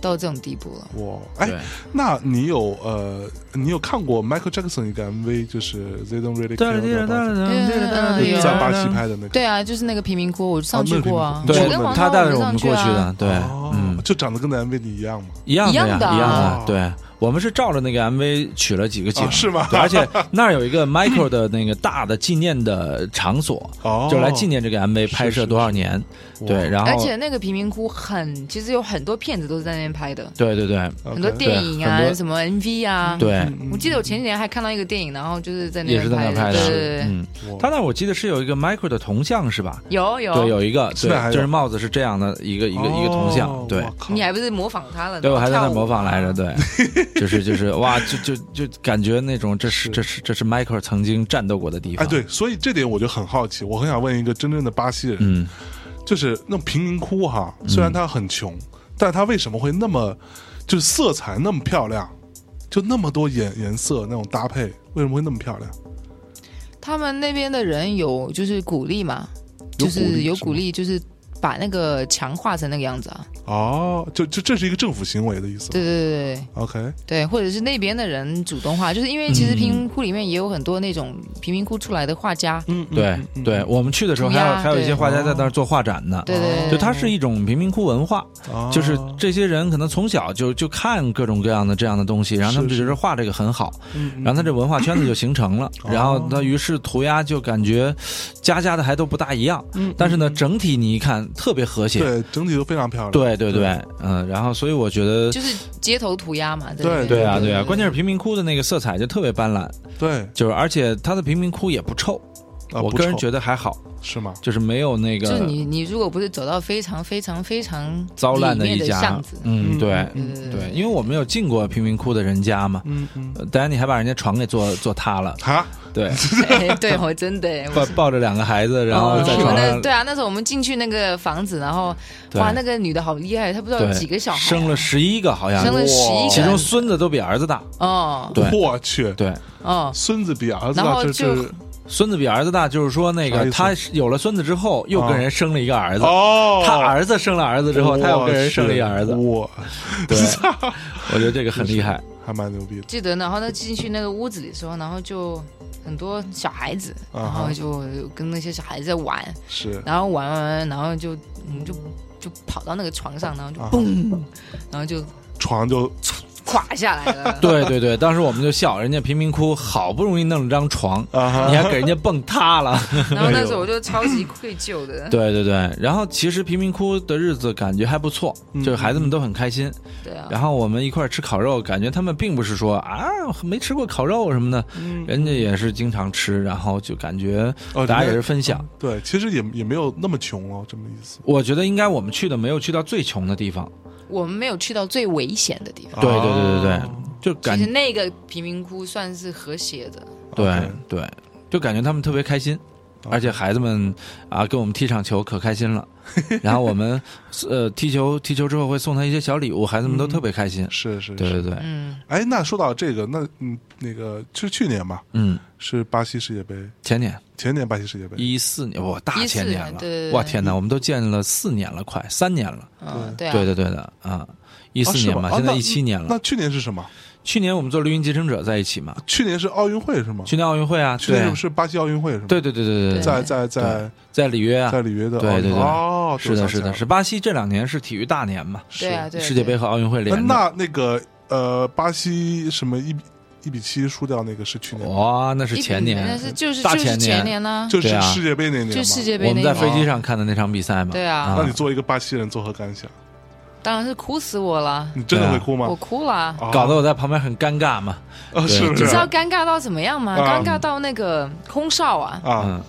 Speaker 1: 到这种地步了。
Speaker 3: 哇，
Speaker 2: 对
Speaker 3: 哎，那你有呃，你有看过 Michael Jackson 一个 MV，就是 They Don't Really Care About Us，
Speaker 1: 对
Speaker 3: 在巴西拍的那个，
Speaker 1: 对啊，就是那个贫民窟，我上去过啊，
Speaker 3: 对
Speaker 1: 我跟王
Speaker 2: 他
Speaker 1: 涛
Speaker 2: 带着
Speaker 1: 我
Speaker 2: 我
Speaker 1: 们
Speaker 2: 们
Speaker 1: 上去
Speaker 2: 过去
Speaker 1: 啊
Speaker 2: 的，，对，
Speaker 3: 哦
Speaker 2: 嗯，
Speaker 3: 就长得跟那 MV 里一样嘛，
Speaker 2: 一样的呀，
Speaker 1: 一样的
Speaker 2: 一样的
Speaker 3: 啊，
Speaker 2: 对，我们是照着那个 MV 取了几个景，
Speaker 3: 啊是吗
Speaker 2: 对而且那儿有一个 Michael 的那个大的纪念的场所，
Speaker 3: 哦，
Speaker 2: 就来纪念这个 MV 拍
Speaker 3: 是
Speaker 2: 摄
Speaker 3: 是
Speaker 2: 多少年，
Speaker 3: 哇
Speaker 2: 对，然
Speaker 1: 而
Speaker 2: 后
Speaker 1: 且那个贫民窟很，其实有很多片子都是在那边拍的，
Speaker 2: 对对对
Speaker 3: OK，
Speaker 1: 很多电影
Speaker 2: 对很
Speaker 1: 啊，
Speaker 2: 多
Speaker 1: 什么 MV 啊，
Speaker 2: 对，
Speaker 3: 嗯
Speaker 1: 我记得我前几年还看到一个电影，然后就是在那
Speaker 2: 也
Speaker 1: 边
Speaker 2: 是在那儿拍
Speaker 1: 的，对
Speaker 2: 的，
Speaker 1: 对对，
Speaker 2: 嗯，
Speaker 3: 哇
Speaker 2: 他那儿我记得是有一个 Michael 的铜像是吧？
Speaker 1: 有有，
Speaker 2: 对，有一个，
Speaker 3: 现在还
Speaker 2: 对，
Speaker 3: 有
Speaker 2: 就是帽子是这样的一个一个一个铜
Speaker 3: 哦
Speaker 2: 像，对。
Speaker 3: 我靠
Speaker 1: 你还不是模仿他了？
Speaker 2: 对，我还在那
Speaker 1: 跳舞
Speaker 2: 模仿来着，
Speaker 1: 啊。
Speaker 2: 对，就是就是哇，就就就感觉那种这是
Speaker 3: 是
Speaker 2: 这是这是 Michael 曾经战斗过的地
Speaker 3: 哎，
Speaker 2: 方，
Speaker 3: 对，所以这点我就很好奇，我很想问一个真正的巴西人，
Speaker 2: 嗯，
Speaker 3: 就是那种贫民窟哈，虽然它很穷，但它为什么会那么就是色彩那么漂亮，就那么多颜颜色那种搭配，为什么会那么漂亮？
Speaker 1: 他们那边的人有就是鼓励嘛，
Speaker 3: 有
Speaker 1: 就
Speaker 3: 鼓励
Speaker 1: 是有
Speaker 3: 是吗
Speaker 1: 鼓励，就是把那个墙画成那个样子啊。
Speaker 3: 哦，就就这是一个政府行为的意思吗。
Speaker 1: 对对对对
Speaker 3: OK，
Speaker 1: 对，或者是那边的人主动画，就是因为其实
Speaker 2: 嗯
Speaker 1: 贫民窟里面也有很多那种贫民窟出来的画家。
Speaker 2: 啊
Speaker 3: 嗯，
Speaker 2: 对
Speaker 3: 嗯嗯
Speaker 2: 对，我们去的时候还
Speaker 1: 涂
Speaker 2: 有
Speaker 1: 鸦
Speaker 2: 还有一些
Speaker 1: 对
Speaker 2: 画家在那儿做画展呢。
Speaker 1: 对对对，
Speaker 2: 就它是一种贫民窟文化，
Speaker 3: 哦
Speaker 2: 就是这些人可能从小就就看各种各样的这样的东西，然后他们
Speaker 3: 是
Speaker 2: 就是觉得画这个很好，
Speaker 3: 嗯嗯哦
Speaker 2: 然后他这文化 圈子就形成了，然后他于是涂鸦就感觉家家的还都不大一样，但是呢，整体你一看特别和谐，
Speaker 3: 嗯对整体都非常漂亮。
Speaker 2: 对对对，嗯，然后所以我觉得
Speaker 1: 就是街头涂鸦嘛。
Speaker 3: 对
Speaker 1: 对
Speaker 2: 对啊对啊，关键
Speaker 1: 是
Speaker 2: 是贫民窟的那个色彩就特别斑斓，
Speaker 3: 对，
Speaker 2: 就是而且它的贫民窟也不臭，
Speaker 3: 啊
Speaker 2: 我
Speaker 3: 不
Speaker 2: 个人
Speaker 3: 丑
Speaker 2: 觉得还好，
Speaker 3: 是吗？
Speaker 2: 就是没有那个
Speaker 1: 就是你你如果不是走到非常非常非常
Speaker 2: 糟烂
Speaker 1: 里面
Speaker 2: 一
Speaker 1: 的
Speaker 2: 家
Speaker 1: 巷子，，
Speaker 2: 嗯，
Speaker 3: 嗯
Speaker 2: 对
Speaker 1: 对对
Speaker 2: 对，因为我没有进过贫民窟的人家嘛，
Speaker 3: 嗯嗯，
Speaker 2: 当然你还把人家床给坐坐塌了，
Speaker 3: 哈，
Speaker 2: 对，
Speaker 1: 对，对我真 的，我
Speaker 2: 抱抱着两个孩子，然后
Speaker 1: 哦
Speaker 2: 在
Speaker 1: 我们
Speaker 2: 床
Speaker 1: 那
Speaker 2: 上
Speaker 1: 对啊，那时候我们进去那个房子，然后
Speaker 2: 对
Speaker 1: 哇，那个女的好厉害，她不知道有
Speaker 2: 对
Speaker 1: 几个小孩啊，
Speaker 2: 生了十一个好像，
Speaker 1: 生了
Speaker 3: 哇
Speaker 1: 十
Speaker 2: 其
Speaker 1: 一
Speaker 2: 中
Speaker 1: 个，
Speaker 2: 孙子都比儿子大，
Speaker 1: 哦
Speaker 2: 对
Speaker 3: 我去，
Speaker 2: 对
Speaker 1: 哦，
Speaker 3: 孙子比儿子
Speaker 1: 然
Speaker 3: 大，
Speaker 1: 后
Speaker 3: 这
Speaker 1: 就
Speaker 3: 这
Speaker 2: 孙子比儿子大，就是说那
Speaker 3: 啥
Speaker 2: 个
Speaker 3: 意思啊
Speaker 2: 他有了孙子之后，又跟人生了一个儿子。
Speaker 3: 哦，
Speaker 2: 他儿子生了儿子之后，他又跟人
Speaker 3: 我去
Speaker 2: 生了一儿子。
Speaker 3: 我
Speaker 2: 对，我觉得这个很厉害。
Speaker 3: 还蛮牛逼的。
Speaker 1: 记得，然后呢进去那个屋子里的时候，然后就很多小孩子，
Speaker 3: 啊哈
Speaker 1: 然后就跟那些小孩子在玩，
Speaker 3: 是
Speaker 1: 然后玩玩玩，然后就我们就就跑到那个床上，然后就
Speaker 3: 啊
Speaker 1: 嘣，然后就
Speaker 3: 床就
Speaker 1: 垮下来了。
Speaker 2: 对对对，当时我们就笑，人家贫民窟好不容易弄了张 床，
Speaker 3: 啊哈，
Speaker 2: 你还给人家蹦塌 了。
Speaker 1: 然后那时候我就超级愧疚的。
Speaker 2: 对对对，然后其实贫民窟的日子感觉还不错，
Speaker 3: 嗯
Speaker 2: 就是孩子们都很开心。
Speaker 1: 对啊，
Speaker 2: 然后我们一块儿吃烤肉，感觉他们并不是说啊没吃过烤肉什么的，
Speaker 3: 嗯
Speaker 2: 人家也是经常吃，然后就感觉
Speaker 3: 哦
Speaker 2: 大家也
Speaker 3: 你们
Speaker 2: 是分享。
Speaker 3: 对，其实也也没有那么穷哦，这么意思。
Speaker 2: 我觉得应该我们去的没有去到最穷的地方，
Speaker 1: 我们没有去到最危险的地方。
Speaker 2: 对对对对对
Speaker 3: 哦
Speaker 2: 就
Speaker 1: 其
Speaker 2: 感
Speaker 1: 实那个贫民窟算是和谐的，
Speaker 2: 对
Speaker 3: OK
Speaker 2: 对，就感觉他们特别开心，而且孩子们啊跟我们踢场球可开心了。 然后我们呃踢球踢球之后会送他一些小礼物，孩子们都特别开心。
Speaker 3: 嗯是是
Speaker 2: 对
Speaker 3: 是。
Speaker 2: 对对，
Speaker 1: 嗯，
Speaker 3: 哎，那说到这个，那嗯，那个是去年吧，
Speaker 2: 嗯，
Speaker 3: 是巴西世界杯，
Speaker 2: 前年
Speaker 3: 前年巴西世界杯。
Speaker 2: 一四年，我大
Speaker 1: 14
Speaker 2: 前年了，
Speaker 1: 对对对
Speaker 2: 哇天哪，我们都见了四年了，快三年了。
Speaker 1: 嗯，对
Speaker 2: 对
Speaker 1: 啊，
Speaker 2: 对对的啊，一四
Speaker 3: 啊是
Speaker 2: 年
Speaker 3: 吗
Speaker 2: 嘛，
Speaker 3: 啊
Speaker 2: 现在
Speaker 3: 那
Speaker 2: 一七年了
Speaker 3: 那。去年是什么？
Speaker 2: 去年我们做《绿茵继承者》在一起嘛，
Speaker 3: 去年是奥运会是吗？
Speaker 2: 去年奥运会啊，
Speaker 3: 去
Speaker 2: 对
Speaker 3: 年是巴西奥运会是吗？
Speaker 2: 对对对对对，
Speaker 1: 对
Speaker 3: 在在在
Speaker 2: 在里约啊
Speaker 3: 在，里约的
Speaker 2: 对
Speaker 3: 奥运
Speaker 2: 对对
Speaker 3: 哦，
Speaker 2: 是的是的，是
Speaker 3: 是
Speaker 2: 巴西这两年是体育大年嘛，
Speaker 1: 对啊，对啊
Speaker 2: 世界杯。和奥运会
Speaker 3: 那
Speaker 2: 连着。
Speaker 3: 那那个呃，巴西什么一比一比七输掉那个是去年吗，
Speaker 2: 哇，那是
Speaker 1: 对
Speaker 2: 前
Speaker 1: 但
Speaker 2: 年，
Speaker 1: 是就是
Speaker 2: 大
Speaker 1: 就
Speaker 2: 前
Speaker 1: 是
Speaker 2: 年
Speaker 1: 前年呢，
Speaker 3: 就是
Speaker 2: 对啊
Speaker 3: 世界杯那年
Speaker 1: 就
Speaker 3: 吗
Speaker 1: 世界杯
Speaker 2: 我们
Speaker 1: 那
Speaker 2: 在
Speaker 1: 个
Speaker 2: 飞机上看的那场比赛嘛。嗯
Speaker 1: 对啊
Speaker 3: 那你作为一个巴西人作何感想？
Speaker 1: 当然是哭死我了，
Speaker 3: 你真的
Speaker 2: 对
Speaker 3: 会
Speaker 2: 啊
Speaker 3: 哭吗
Speaker 1: 我？哭了。
Speaker 3: 啊
Speaker 2: 搞得我在旁边很尴尬嘛。
Speaker 3: 啊是不
Speaker 1: 你
Speaker 3: 是
Speaker 1: 知道尴尬到怎么样吗？
Speaker 3: 啊
Speaker 1: 尴尬到那个空少啊，
Speaker 3: 啊？
Speaker 2: 嗯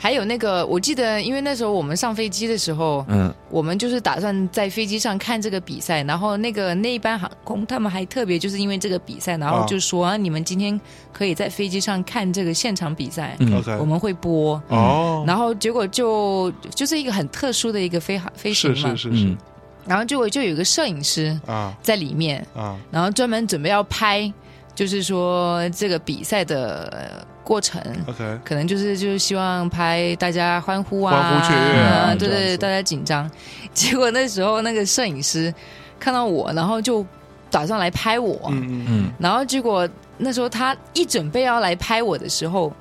Speaker 1: 还有那个，我记得，因为那时候我们上飞机的时候，
Speaker 2: 嗯，
Speaker 1: 我们就是打算在飞机上看这个比赛，然后那个那一班航空他们还特别就是因为这个比赛，然后就说、啊你们今天可以在飞机上看这个现场比赛，
Speaker 2: 嗯
Speaker 3: OK
Speaker 1: 我们会播。
Speaker 3: 哦，
Speaker 1: 然后结果就就是一个很特殊的一个飞航飞行
Speaker 3: 是
Speaker 1: 嘛，
Speaker 3: 是是是
Speaker 2: 嗯，
Speaker 1: 然后结果就有一个摄影师
Speaker 3: 啊
Speaker 1: 在里面，
Speaker 3: 啊
Speaker 1: 然后专门准备要拍，就是说这个比赛的呃过程，
Speaker 3: ，OK，
Speaker 1: 可能就是就是希望拍大家欢呼啊，
Speaker 3: 欢呼雀跃啊
Speaker 1: 对对
Speaker 3: 这样
Speaker 1: 对，
Speaker 3: 子
Speaker 1: 大家紧张。结果那时候那个摄影师看到我，然后就打算来拍我，
Speaker 3: 嗯嗯
Speaker 2: 嗯，
Speaker 1: 然后结果那时候他一准备要来拍我的时候，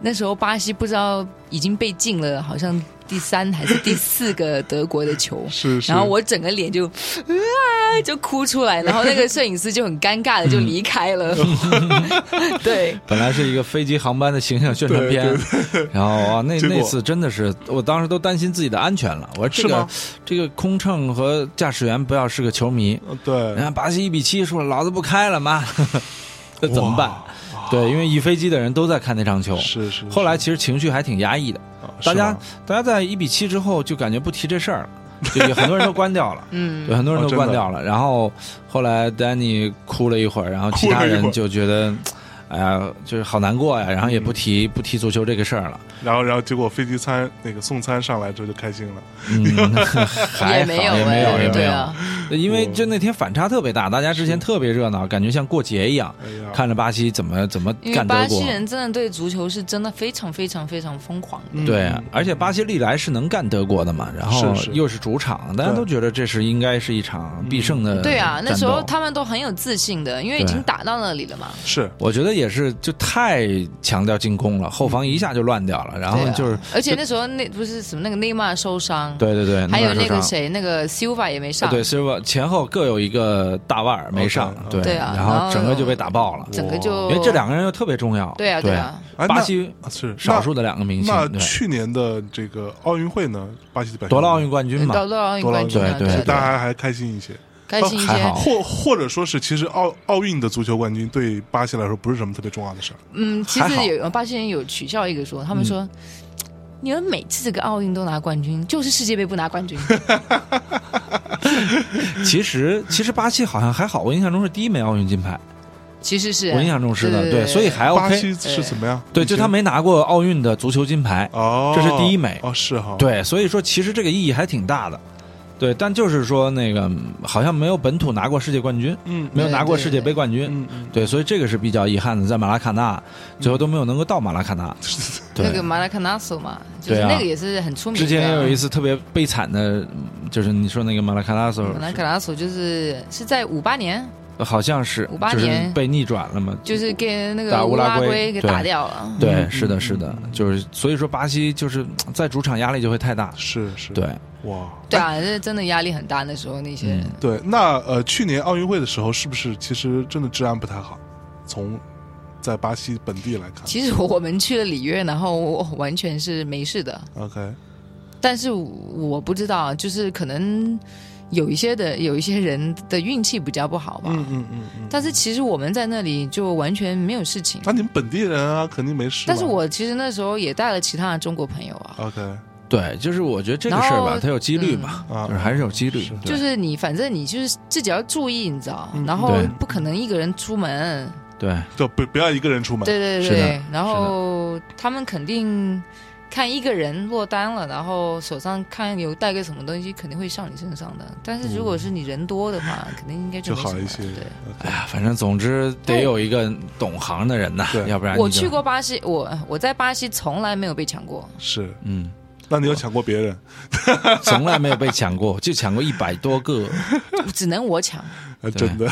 Speaker 1: 那时候巴西不知道已经被进了，好像第三还是第四个德国的球，
Speaker 3: 是是，
Speaker 1: 然后我整个脸就 啊就哭出来，然后那个摄影师就很尴尬的就离开 了。 对，。
Speaker 2: 本来是一个飞机航班的形象宣传片， 然后啊，那
Speaker 3: 结果
Speaker 2: 那次真的是，我当时都担心自己的安全了。我说这
Speaker 3: 是
Speaker 2: 个
Speaker 3: 吗
Speaker 2: 这个空乘和驾驶员不要是个球迷。
Speaker 3: 呃对
Speaker 2: 人，家巴西一比七输了，老子不开了，妈， 这怎么办？
Speaker 3: 哇？
Speaker 2: 对，因为一飞机的人都在看那场球。
Speaker 3: 是是，
Speaker 2: 后来
Speaker 3: 是
Speaker 2: 其实情绪还挺压抑的，
Speaker 3: 啊
Speaker 2: 大
Speaker 3: 是
Speaker 2: 家
Speaker 3: 吗
Speaker 2: 大家在一比七之后就感觉不提这事儿了，就有很多人都关掉了
Speaker 1: 嗯
Speaker 2: 对，，很多人
Speaker 3: 哦
Speaker 2: 都
Speaker 3: 真
Speaker 2: 关
Speaker 3: 的
Speaker 2: 掉了。然后后来丹尼哭了一会儿，然后其
Speaker 3: 哭了
Speaker 2: 他
Speaker 3: 一会
Speaker 2: 人
Speaker 3: 儿嗯
Speaker 2: 就觉得，哎呀，就是好难过呀。然后也不提、不提足球这个事儿 了。
Speaker 3: 然后然后结果飞机餐那个送餐上来之后就开心了，
Speaker 2: 嗯，还
Speaker 1: 也
Speaker 2: 好
Speaker 1: 没有
Speaker 2: 也没有，
Speaker 1: 哎
Speaker 2: 也没
Speaker 1: 对
Speaker 2: 有
Speaker 1: 啊，
Speaker 2: 因为就那天反差特别大，大家之前
Speaker 3: 是
Speaker 2: 特别热闹，感觉像过节一样，
Speaker 3: 哎呀，
Speaker 2: 看着巴西怎么怎么
Speaker 1: 因为
Speaker 2: 干德
Speaker 1: 巴
Speaker 2: 国
Speaker 1: 西。人真的对足球是真的非常非常非常疯狂的。
Speaker 3: 嗯
Speaker 2: 对，啊而且巴西历来是能干德国的嘛，然后
Speaker 3: 是是
Speaker 2: 又是主场，大家
Speaker 3: 对嗯
Speaker 2: 都觉得这是应该是一场必胜的。
Speaker 1: 对啊，那时候，他们都很有自信的，因为已经
Speaker 2: 对
Speaker 1: 打到那里了嘛。
Speaker 3: 是
Speaker 2: 我觉得也是就太强调进攻了，后
Speaker 3: 嗯
Speaker 2: 防一下就乱掉了，然后
Speaker 1: 对啊
Speaker 2: 就是，
Speaker 1: 而且那时候那不是什么那个内马尔受伤，
Speaker 2: 对对对，
Speaker 1: 还有那
Speaker 2: 受伤啊
Speaker 1: 个谁那个 Silva 也没上，
Speaker 2: 对 s i l 前后各有一个大腕儿没上
Speaker 3: OK，，嗯
Speaker 1: 对啊
Speaker 2: 然
Speaker 1: 然
Speaker 2: 后
Speaker 1: 后
Speaker 2: 整个就被打爆了，
Speaker 1: 整个就
Speaker 2: 因为这两个人又特别重要。
Speaker 1: 对啊
Speaker 2: 对
Speaker 1: 对啊，
Speaker 3: 哎
Speaker 2: 巴
Speaker 3: 那
Speaker 2: 西
Speaker 3: 啊是
Speaker 2: 少
Speaker 3: 那
Speaker 2: 数的两个明星，
Speaker 3: 那
Speaker 2: 对
Speaker 3: 去年的这个奥运会呢，巴西的表现
Speaker 2: 夺了奥运冠军
Speaker 1: 啊
Speaker 2: 嘛，
Speaker 1: 到到奥运冠军啊
Speaker 2: 对对
Speaker 1: 对
Speaker 2: 对
Speaker 3: 大家还开心一些，
Speaker 1: 开心一
Speaker 2: 还
Speaker 1: 些
Speaker 2: 好。
Speaker 3: 或或者说是其实奥奥运的足球冠军对巴西来说不是什么特别重要的事儿，
Speaker 1: 嗯，其
Speaker 2: 还好嗯
Speaker 1: 实有巴西人有取笑一个说，他们说。你们每次这个奥运都拿冠军，就是世界杯不拿冠军。
Speaker 2: 其实其实巴西好像还好，我印象中是第一枚奥运金牌，
Speaker 1: 其实是啊
Speaker 2: 我印象中是的，
Speaker 1: 对
Speaker 2: 对，所以还
Speaker 3: 巴
Speaker 2: 哎 OK。
Speaker 3: 西是怎么样？
Speaker 2: 对，就他没拿过奥运的足球金牌，
Speaker 3: 哦，
Speaker 2: 这是第一枚
Speaker 3: 哦，是哈，
Speaker 2: 对，所以说其实这个意义还挺大的。对，但就是说那个嗯好像没有本土拿过世界冠军，
Speaker 3: 嗯
Speaker 2: 没有拿过世界杯冠军，
Speaker 3: 嗯嗯，
Speaker 2: 对，所以这个是比较遗憾的，在马拉喀纳最后都没有能够到马拉喀纳。
Speaker 1: 嗯
Speaker 2: 对
Speaker 1: 那个马拉卡纳索嘛，就
Speaker 2: 对
Speaker 1: 是
Speaker 2: 啊
Speaker 1: 那个也是很出名的。
Speaker 2: 之前也有一次特别悲惨的，就是你说那个马拉喀纳索，
Speaker 1: 马拉卡纳索就是是在五八年，
Speaker 2: 好像是
Speaker 1: 58
Speaker 2: 就是
Speaker 1: 年
Speaker 2: 被逆转了嘛。
Speaker 1: 就是跟那
Speaker 2: 打
Speaker 1: 个
Speaker 2: 乌
Speaker 1: 乌
Speaker 2: 拉
Speaker 1: 拉
Speaker 2: 圭
Speaker 1: 圭给
Speaker 2: 对
Speaker 1: 打掉了。
Speaker 2: 对，
Speaker 3: 嗯
Speaker 2: 是的，
Speaker 3: 嗯
Speaker 2: 是的
Speaker 3: 嗯，
Speaker 2: 就是所以说巴西就是在主场压力就会太大。
Speaker 3: 是是，
Speaker 2: 对，
Speaker 3: 哇，
Speaker 1: 对啊，这真的压力很大。那时候那些
Speaker 2: 嗯
Speaker 3: 对，那呃，去年奥运会的时候，是不是其实真的治安不太好？从在巴西本地来看
Speaker 1: 其实我们去了里约，然后我完全是没事的，
Speaker 3: ，OK，
Speaker 1: 但是我不知道，啊就是可能有一些的有一些人的运气比较不好吧。
Speaker 3: 嗯嗯嗯嗯。
Speaker 1: 但是其实我们在那里就完全没有事情。
Speaker 3: 那、你们本地人啊，肯定没事吧。
Speaker 1: 但是我其实那时候也带了其他的中国朋友啊，
Speaker 3: OK
Speaker 2: 对，就是我觉得这个
Speaker 1: 然
Speaker 2: 事儿吧，
Speaker 1: 后嗯
Speaker 2: 它有几率吧，
Speaker 3: 啊
Speaker 2: 就是，还是有几率
Speaker 3: 是。
Speaker 2: 对
Speaker 1: 就是你反正你就是自己要注意，你知道
Speaker 3: 嗯，
Speaker 1: 然后
Speaker 2: 对
Speaker 1: 不可能一个人出门，
Speaker 2: 对，哎
Speaker 3: 就不不要一个人出门。
Speaker 1: 对对
Speaker 2: 是的
Speaker 1: 对，然后他们肯定看一个人落单了，然后手上看有带个什么东西，肯定会上你身上的。但是如果是你人多的话，
Speaker 2: 嗯
Speaker 1: 肯定应该
Speaker 3: 就
Speaker 1: 没什
Speaker 3: 好
Speaker 1: 么
Speaker 3: 一些
Speaker 1: 对，
Speaker 2: 哎呀，反正总之得有一个懂行的人呐，
Speaker 3: 对
Speaker 2: 要不然你
Speaker 1: 我
Speaker 2: 就
Speaker 1: 去，过巴西，我我在巴西从来没有被抢 过，
Speaker 3: 是，
Speaker 2: 嗯，
Speaker 3: 那你有抢过别人
Speaker 2: 从来没有被抢过，就抢过一百多个。
Speaker 1: 只能我抢。
Speaker 3: 呃真的，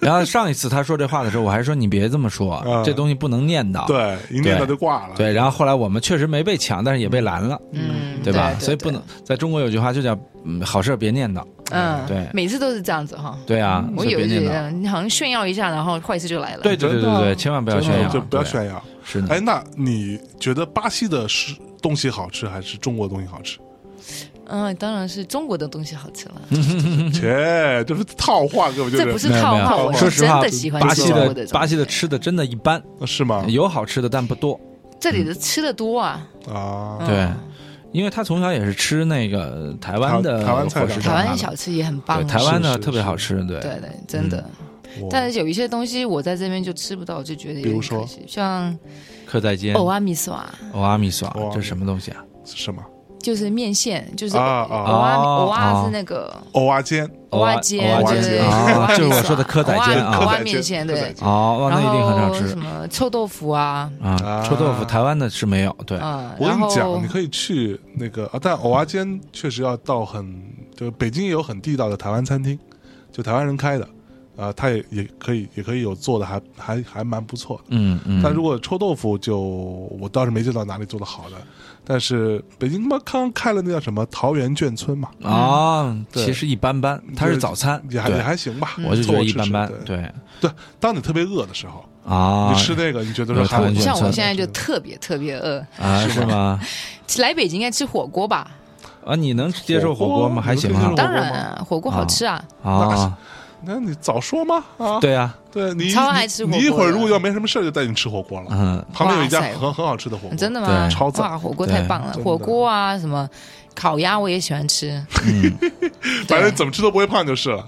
Speaker 2: 然后上一次他说这话的时候，我还说你别这么说，
Speaker 3: 嗯
Speaker 2: 这东西不能念叨。
Speaker 3: 对，一念到就挂了。
Speaker 2: 对，然后后来我们确实没被抢，但是也被拦了，
Speaker 1: 嗯，
Speaker 2: 对吧？
Speaker 1: 对
Speaker 2: 所以不能，在中国有句话就叫“嗯，好事儿别念叨
Speaker 1: 嗯，
Speaker 2: 对
Speaker 1: 每次都是这样子哈”。。
Speaker 2: 对啊，
Speaker 1: 嗯我
Speaker 2: 所以
Speaker 1: 有
Speaker 2: 别
Speaker 1: 一
Speaker 2: 念
Speaker 1: 点
Speaker 2: 叨。
Speaker 1: 你好像炫耀一下，然后坏事就来了。
Speaker 2: 对对对
Speaker 3: 真的
Speaker 2: 对
Speaker 3: 啊
Speaker 2: 对，千万不要
Speaker 3: 真的
Speaker 2: 炫耀，
Speaker 3: 就不要
Speaker 2: 对
Speaker 3: 炫耀。
Speaker 2: 是的，
Speaker 3: 哎，那你觉得巴西的是东西好吃，还是中国东西好吃？
Speaker 1: 嗯，当然是中国的东西好吃了，
Speaker 3: 切，这不是套话，根本就
Speaker 1: 这不是套
Speaker 2: 没有没
Speaker 1: 话，
Speaker 2: 有
Speaker 1: 我
Speaker 2: 说
Speaker 1: 是
Speaker 2: 实
Speaker 1: 真
Speaker 2: 话
Speaker 1: 的喜，欢
Speaker 2: 巴
Speaker 1: 吃
Speaker 2: 西
Speaker 1: 中国的
Speaker 2: 的
Speaker 1: 东西
Speaker 2: 巴西的吃的真的一般，
Speaker 3: 是吗？
Speaker 2: 有好吃的但不多。
Speaker 1: 这里的吃的多啊，
Speaker 3: 啊，
Speaker 1: 嗯
Speaker 2: 对，因为他从小也是吃那个台湾的
Speaker 3: 台台湾菜
Speaker 2: 伙
Speaker 1: 台
Speaker 2: 食长大
Speaker 1: 湾
Speaker 2: 的，
Speaker 1: 小吃也很棒
Speaker 2: 对
Speaker 1: 啊，
Speaker 2: 台湾嗯
Speaker 3: 是
Speaker 2: 的
Speaker 3: 是
Speaker 2: 特别好吃，对
Speaker 1: 对对，真的。
Speaker 3: 哇
Speaker 1: 但是有一些东西我在这边就吃不到，我就觉得有
Speaker 3: 比如
Speaker 1: 点
Speaker 3: 说
Speaker 1: 可惜，像
Speaker 2: 客在街，
Speaker 1: 欧阿米索啊，
Speaker 2: 欧阿米索
Speaker 3: 欧，阿
Speaker 2: 这是什么东西啊？
Speaker 3: 是什么？
Speaker 1: 就是面线，就是
Speaker 3: 啊
Speaker 1: 欧
Speaker 3: 啊
Speaker 1: 阿米
Speaker 2: 哦
Speaker 1: 欧阿
Speaker 2: 哦
Speaker 1: 是那个
Speaker 3: 蚵仔煎，
Speaker 1: 欧阿煎，对
Speaker 2: 蚵仔
Speaker 1: 对
Speaker 2: 煎
Speaker 1: 对，
Speaker 2: 啊，就是我说的蚵
Speaker 1: 蚵
Speaker 2: 仔煎
Speaker 1: 蚵
Speaker 2: 啊，
Speaker 1: 仔面线
Speaker 3: 蚵仔
Speaker 1: 对，
Speaker 3: 煎
Speaker 2: 哦，
Speaker 1: 然
Speaker 2: 那一定很好
Speaker 1: 后
Speaker 2: 吃
Speaker 1: 什么臭豆腐啊，
Speaker 2: 啊，
Speaker 3: 啊
Speaker 2: 臭豆腐台湾的是没有，对，
Speaker 1: 嗯，
Speaker 3: 我跟
Speaker 1: 然
Speaker 3: 你
Speaker 1: 后
Speaker 3: 讲，你可以去那个啊，但蚵仔煎确实要到很，就北京也有很地道的台湾餐厅，就台湾人开的，啊，他也也可以也可以有做的还还还蛮不错的。
Speaker 2: 嗯嗯，
Speaker 3: 但如果臭豆腐就我倒是没见到哪里做的好的，但是北京他妈刚开了那叫什么桃园眷村嘛，
Speaker 2: 啊，
Speaker 3: 对
Speaker 2: 其实一般般，它是早餐，
Speaker 3: 也还也
Speaker 2: 对，嗯
Speaker 3: 还行吧，
Speaker 2: 我就觉
Speaker 3: 凑合
Speaker 2: 得
Speaker 3: 吃
Speaker 2: 一
Speaker 3: 吃
Speaker 2: 般般，
Speaker 3: 对，
Speaker 2: 对
Speaker 3: 对当你特别饿的时候，
Speaker 2: 啊，
Speaker 3: 你吃那个，你觉得说
Speaker 2: 有
Speaker 3: 还
Speaker 2: 桃园
Speaker 3: 不
Speaker 2: 卷
Speaker 3: 错
Speaker 1: 像
Speaker 2: 村
Speaker 1: 我现在就特别特别饿，
Speaker 2: 啊是吗？
Speaker 1: 来北京应该吃火锅吧？
Speaker 2: 啊，你能接受火锅吗？还行
Speaker 3: 火
Speaker 2: 啊
Speaker 3: 锅
Speaker 1: 当然啊，火锅好吃啊，
Speaker 2: 啊，
Speaker 3: 那你早说嘛啊！
Speaker 2: 对啊，
Speaker 3: 对你
Speaker 1: 超爱吃火锅
Speaker 3: 你
Speaker 1: 的
Speaker 3: 一会儿如果要没什么事儿，就带你吃火锅了。
Speaker 2: 嗯，
Speaker 3: 旁边有一家
Speaker 1: 哇塞
Speaker 3: 很很好吃的火锅，
Speaker 1: 真的吗？
Speaker 2: 对
Speaker 3: 超赞
Speaker 1: 哇，火锅
Speaker 2: 对
Speaker 1: 太棒了！
Speaker 3: 真的
Speaker 1: 火锅啊，什么烤鸭我也喜欢吃，
Speaker 2: 嗯
Speaker 3: 反正怎么吃都不会胖就是了。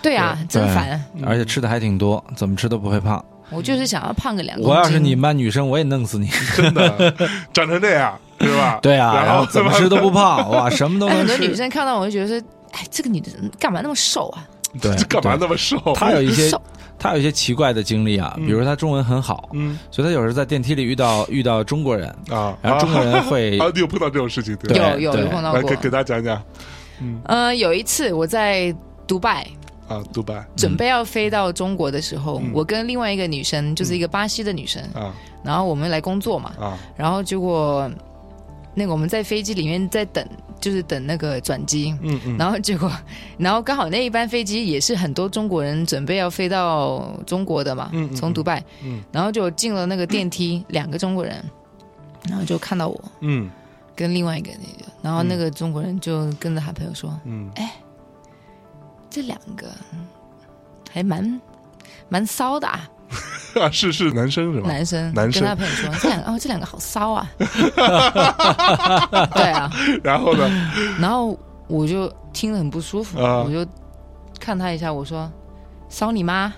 Speaker 1: 对啊，真
Speaker 2: 对
Speaker 1: 烦。
Speaker 2: 嗯而且吃的还挺多，怎么吃都不会胖。
Speaker 1: 我就是想要胖个两公斤。
Speaker 2: 我要是你们班女生，我也弄死你。
Speaker 3: 真的，长成这样是吧？
Speaker 2: 对啊，
Speaker 3: 然
Speaker 2: 然后
Speaker 3: 后
Speaker 2: 怎 么吃都不胖，哇，什么都
Speaker 1: 哎，
Speaker 2: 能
Speaker 1: 很多女
Speaker 2: 吃。
Speaker 1: 生看到我就觉得说，哎，这个女的干嘛那么瘦啊？
Speaker 2: 对
Speaker 3: 这干嘛
Speaker 2: 对
Speaker 3: 那么瘦？
Speaker 2: 她有一些
Speaker 1: 瘦，
Speaker 2: 她有一些奇怪的经历啊，比如她中文很好，
Speaker 3: 嗯
Speaker 2: 所以她有时候在电梯里遇到遇到中国人，
Speaker 3: 啊，
Speaker 2: 然后中国人会
Speaker 3: 啊，啊你有碰到这种事情对吧？
Speaker 1: 有有
Speaker 2: 对
Speaker 1: 有碰到
Speaker 3: 来
Speaker 1: 过
Speaker 3: 给。给大家讲讲
Speaker 1: 呃，有一次我在迪拜。
Speaker 2: 嗯
Speaker 3: 啊，独白
Speaker 1: 准备要飞到中国的时候，
Speaker 3: 嗯
Speaker 1: 我跟另外一个女生，就是一个巴西的女
Speaker 2: 嗯
Speaker 1: 生，
Speaker 3: 啊
Speaker 1: 然后我们来工作嘛，
Speaker 3: 啊
Speaker 1: 然后结果那个我们在飞机里面在等，就是等那个转机，
Speaker 3: 嗯嗯
Speaker 1: 然后结果， 然后刚好那一班飞机也是很多中国人准备要飞到中国的嘛，
Speaker 3: 嗯嗯
Speaker 1: 从迪拜，
Speaker 3: 嗯
Speaker 1: 然后就进了那个电梯，两个中国人，然后就看到我
Speaker 3: 嗯
Speaker 1: 跟另外一个那个，然后那个中国人就跟着他朋友说，
Speaker 3: 嗯
Speaker 1: 这两个还蛮蛮骚的啊，
Speaker 3: 啊是是男生是吧？
Speaker 1: 男生，
Speaker 3: 男生
Speaker 1: 跟他朋友 说，这两个哦，这两个好骚啊，对啊，
Speaker 3: 然 后呢
Speaker 1: 然后我就听了很不舒服，
Speaker 3: 啊
Speaker 1: 我就看他一下，我说骚你妈。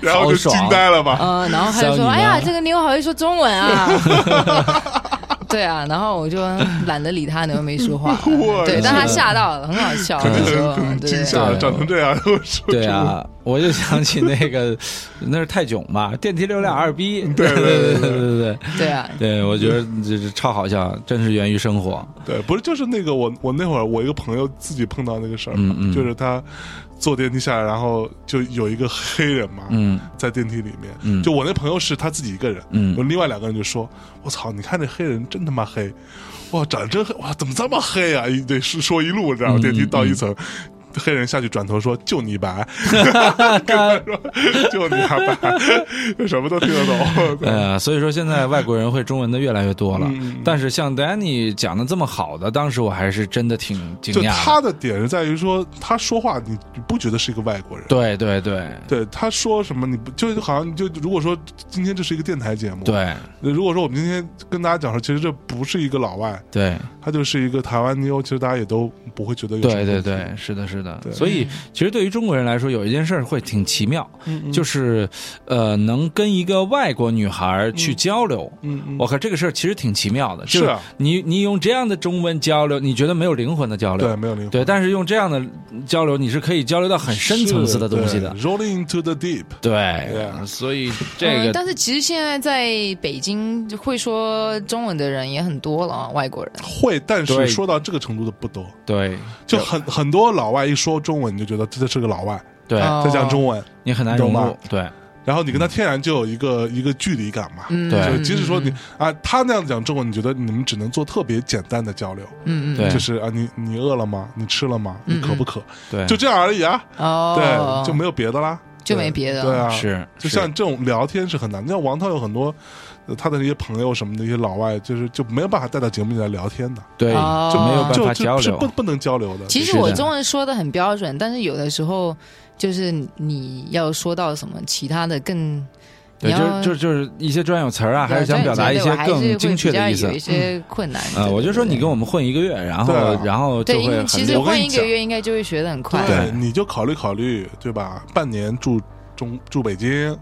Speaker 3: 然后就
Speaker 2: 超
Speaker 3: 惊
Speaker 2: 爽
Speaker 3: 呆了吧？
Speaker 1: 呃，然后他就
Speaker 2: 骚你
Speaker 1: 说：“
Speaker 2: 吗
Speaker 1: 哎呀，这个妞好会说中文啊！” 对啊，然后我就懒得理他，然后没说话
Speaker 3: 我。
Speaker 1: 对，
Speaker 3: 去
Speaker 1: 但他吓到了，很好笑。
Speaker 3: 可能
Speaker 1: 那时候
Speaker 3: 可能
Speaker 1: 对
Speaker 3: 惊吓了，
Speaker 2: 对
Speaker 3: 长成这样，
Speaker 2: 对啊，我就想起那个那是泰囧吧，电梯流量二逼，对对 对对对对，
Speaker 1: 对啊，
Speaker 2: 对我觉得这是超好笑，真是源于生活。
Speaker 3: 对，不是就是那个我我那会儿我一个朋友自己碰到那个事儿嘛，
Speaker 2: 嗯嗯
Speaker 3: 就是他坐电梯下来，然后就有一个黑人嘛，
Speaker 2: 嗯
Speaker 3: 在电梯里面，
Speaker 2: 嗯
Speaker 3: 就我那朋友是他自己一个人，
Speaker 2: 嗯
Speaker 3: 有另外两个人就说：“我操，你看这黑人真他妈黑，哇，长得真黑，哇，怎么这么黑啊？”一对说说一路，然后
Speaker 2: 嗯
Speaker 3: 电梯到一层。黑人下去转头说：“就 你白。”跟他说：“就你他白， 什么都听 得懂。对嗯
Speaker 2: 呃，所以说现在外国人会中文的越来越多了，但是像 Danny 讲的这么好的，当时我还是真的挺惊
Speaker 3: 就
Speaker 2: 讶
Speaker 3: 他
Speaker 2: 的。
Speaker 3: 的点是在于说，他说话你你不觉得是一个外国人，
Speaker 2: 对对对
Speaker 3: 对他说什么，你不就好像你就如果说今天这是一个电台节目，，
Speaker 2: 对
Speaker 3: 如果说我们今天跟大家讲说，其实这不是一个老外，
Speaker 2: 对
Speaker 3: 他就是一个台湾妞，其实大家也都不会觉得有什么
Speaker 2: 对对
Speaker 3: 问题
Speaker 2: 对，是的，是的。
Speaker 3: 对
Speaker 2: 所以其实对于中国人来说，有一件事儿会挺奇妙，
Speaker 3: 嗯
Speaker 2: 就是呃，能跟一个外国女孩儿去交流。
Speaker 3: 嗯嗯，
Speaker 2: 我靠，这个事儿其实挺奇妙的，就是
Speaker 3: 啊
Speaker 2: 你你用这样的中文交流，你觉得没有灵魂的交流，
Speaker 3: 对没有灵魂，
Speaker 2: 对，但是用这样的交流，你是可以交流到很深层次的东西的
Speaker 3: 是。对，Rolling into the deep，
Speaker 2: 对，
Speaker 3: Yeah
Speaker 2: 所以这
Speaker 1: 嗯
Speaker 2: 个
Speaker 1: 但是其实现在在北京会说中文的人也很多了啊，外国人。
Speaker 3: 会，但
Speaker 2: 对
Speaker 3: 是说到这个程度的不多，
Speaker 2: 对
Speaker 3: 就很很多老外一说中文，你就觉得这是个老外
Speaker 2: 对，
Speaker 1: 哦
Speaker 3: 在讲中文，
Speaker 2: 你很难融
Speaker 3: 啊懂
Speaker 2: 入
Speaker 3: 吧。
Speaker 2: 对
Speaker 3: 然后你跟
Speaker 2: 嗯
Speaker 3: 他天然就有一个一个距离感嘛。
Speaker 1: 嗯，
Speaker 2: 对
Speaker 3: 就
Speaker 1: 嗯
Speaker 3: 即使说你啊，他那样讲中文，你觉得你们只能做特别简单的交流，
Speaker 1: 嗯嗯
Speaker 2: 对嗯
Speaker 3: 就是啊，你你饿了吗？你吃了吗？你渴不渴？
Speaker 2: 对，
Speaker 3: 就这样而已啊，
Speaker 1: 哦
Speaker 3: 对，，就没有别的啦，
Speaker 1: 就没
Speaker 3: 对
Speaker 1: 别的
Speaker 3: 对啊，
Speaker 2: 是
Speaker 3: 就是像这种聊天是很难，像王涛有很多呃他的那些朋友什么的一些老外，就是就没有办法带到节目里来聊天的，
Speaker 2: 对，
Speaker 1: 哦
Speaker 2: 就没有办
Speaker 3: 就
Speaker 2: 法交
Speaker 3: 就就是不
Speaker 2: 流。
Speaker 3: 不能交流的。
Speaker 1: 其
Speaker 2: 是
Speaker 1: 实
Speaker 2: 的
Speaker 1: 我中文说的很标准，但是有的时候就是你要说到什么其他的更，
Speaker 2: 对，
Speaker 1: 你
Speaker 2: 就
Speaker 1: 要
Speaker 2: 就就是一些专有词儿啊，还是想表达一些更精确的意思
Speaker 1: 对我还是会比较有一些困难
Speaker 2: 啊。我就说你跟我们混一个月，然后
Speaker 3: 嗯对啊
Speaker 2: 然后就
Speaker 1: 对，因
Speaker 2: 会
Speaker 1: 为其
Speaker 2: 很
Speaker 1: 实
Speaker 2: 溜。
Speaker 1: 换一个月应该就会学的很快。
Speaker 2: 对
Speaker 3: 你就考虑考虑，对吧？半年住中住北京，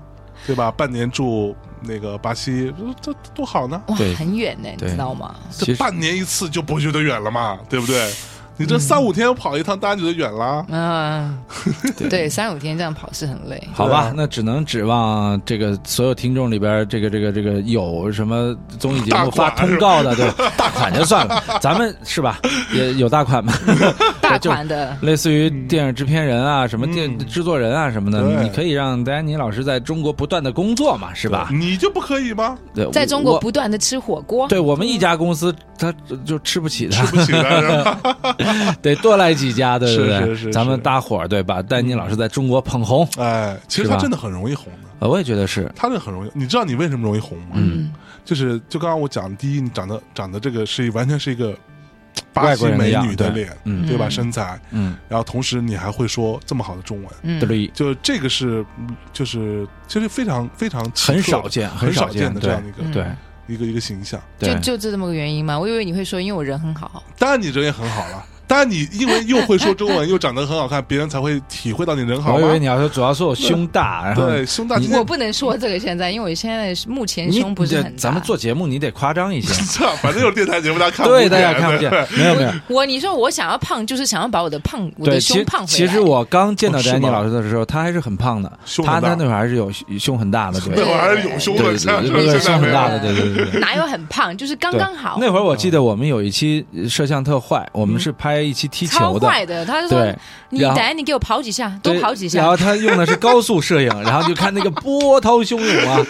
Speaker 3: 对吧？半年住那个巴西，这这多好呢！
Speaker 1: 哇
Speaker 2: 对，
Speaker 1: 很远呢，你
Speaker 2: 对
Speaker 1: 知道吗？
Speaker 2: 其
Speaker 3: 这
Speaker 2: 实
Speaker 3: 半年一次就不会觉得远了嘛，对不对？
Speaker 2: 嗯
Speaker 3: 你这三五天跑一趟，当然觉得远啦。
Speaker 1: 嗯，对，三五天这样跑是很累。
Speaker 2: 好
Speaker 3: 啊
Speaker 2: 吧，那只能指望这个所有听众里边，这个这个这个有什么综艺节目发
Speaker 3: 大款
Speaker 2: 通告的，对，大款就算了，咱们是吧？也有大款吧，
Speaker 1: 大款的，
Speaker 2: 类似于电影制片人啊，什么电
Speaker 3: 嗯
Speaker 2: 制作人啊什么的，
Speaker 3: 对
Speaker 2: 你可以让丹尼老师在中国不断的工作嘛，是吧？
Speaker 3: 你就不可以吗？
Speaker 2: 对，
Speaker 1: 在中国
Speaker 2: 我
Speaker 1: 不断的吃火锅。
Speaker 2: 对我们一家公司，他就吃不起
Speaker 3: 吃
Speaker 2: 他，
Speaker 3: 不起的是吧？
Speaker 2: 得多来几家，对不对？
Speaker 3: 是是是
Speaker 2: 咱们
Speaker 3: 是
Speaker 2: 大伙儿对把丹尼老师在中国捧红，
Speaker 3: 哎，其实
Speaker 2: 是
Speaker 3: 他
Speaker 2: 吧
Speaker 3: 真的很容易红的。
Speaker 2: 呃我也觉得是，
Speaker 3: 他这很容易，你知道你为什么容易红吗？
Speaker 1: 嗯，
Speaker 3: 就是就刚刚我讲，的，第一，你长得长得这个是完全是一个巴
Speaker 2: 外
Speaker 3: 西
Speaker 2: 国人的
Speaker 3: 美
Speaker 2: 样
Speaker 3: 女
Speaker 2: 对
Speaker 3: 的脸，
Speaker 2: 嗯
Speaker 3: 对吧？
Speaker 1: 嗯
Speaker 3: 身材，
Speaker 2: 嗯，
Speaker 3: 然后同时你还会说这么好的中文，
Speaker 1: 嗯，
Speaker 2: 对，
Speaker 3: 就这个是嗯就是就是非常非常奇特
Speaker 2: 很少见，
Speaker 3: 很
Speaker 2: 少
Speaker 3: 见的这
Speaker 2: 对
Speaker 3: 样的一个、
Speaker 1: 嗯
Speaker 2: 对
Speaker 3: 一个一个形象。
Speaker 1: 就
Speaker 2: 对，
Speaker 1: 就这么个原因嘛。我以为你会说，因为我人很好。
Speaker 3: 当然你人也很好了，当然你因为又会说中文，又长得很好看，别人才会体会到你人好
Speaker 2: 我以
Speaker 3: 吗
Speaker 2: 为？你要说主要是我胸大，然后
Speaker 3: 对，胸大
Speaker 2: 你
Speaker 3: 今
Speaker 1: 我
Speaker 3: 天
Speaker 1: 不能说这个现在，因为我现在目前
Speaker 2: 你
Speaker 1: 胸不是
Speaker 2: 这
Speaker 1: 很大。
Speaker 2: 咱们做节目你得夸张 一些，
Speaker 3: 操，反正有电台节目大家看不
Speaker 2: 对
Speaker 3: 见，
Speaker 2: 大家看不见
Speaker 3: 对，
Speaker 2: 没有没有。
Speaker 1: 我你说我想要胖，就是想要把我的胖我
Speaker 2: 对，
Speaker 1: 的
Speaker 2: 其
Speaker 1: 胸
Speaker 2: 实
Speaker 1: 胖回来。
Speaker 2: 其实我刚见到
Speaker 3: 哦是
Speaker 2: 丹尼
Speaker 3: 吗
Speaker 2: 老师的时候，他还是很胖的，
Speaker 3: 胸
Speaker 2: 他
Speaker 3: 很
Speaker 2: 他
Speaker 3: 大
Speaker 2: 那会儿还是有胸胸很大的，对
Speaker 3: 那会儿还是有胸的，
Speaker 2: 对
Speaker 3: 像
Speaker 2: 对
Speaker 3: 是
Speaker 2: 对，
Speaker 3: 现
Speaker 2: 胸
Speaker 3: 在没
Speaker 2: 很
Speaker 3: 有
Speaker 2: 大
Speaker 3: 了
Speaker 2: 的，对对对对。
Speaker 1: 哪有很胖，就是刚刚好。嗯
Speaker 2: 那会儿我记
Speaker 3: 嗯
Speaker 2: 得我们有一期摄像特坏，我们是拍一期踢
Speaker 1: 超
Speaker 2: 球的，
Speaker 1: 快的，他就说
Speaker 2: 对，
Speaker 1: 你
Speaker 2: 然后
Speaker 1: 来，你给我跑几下，多
Speaker 2: 对
Speaker 1: 跑几
Speaker 2: 然
Speaker 1: 下
Speaker 2: 后。他用的是高速摄影，然后就看那个波涛汹 涌啊，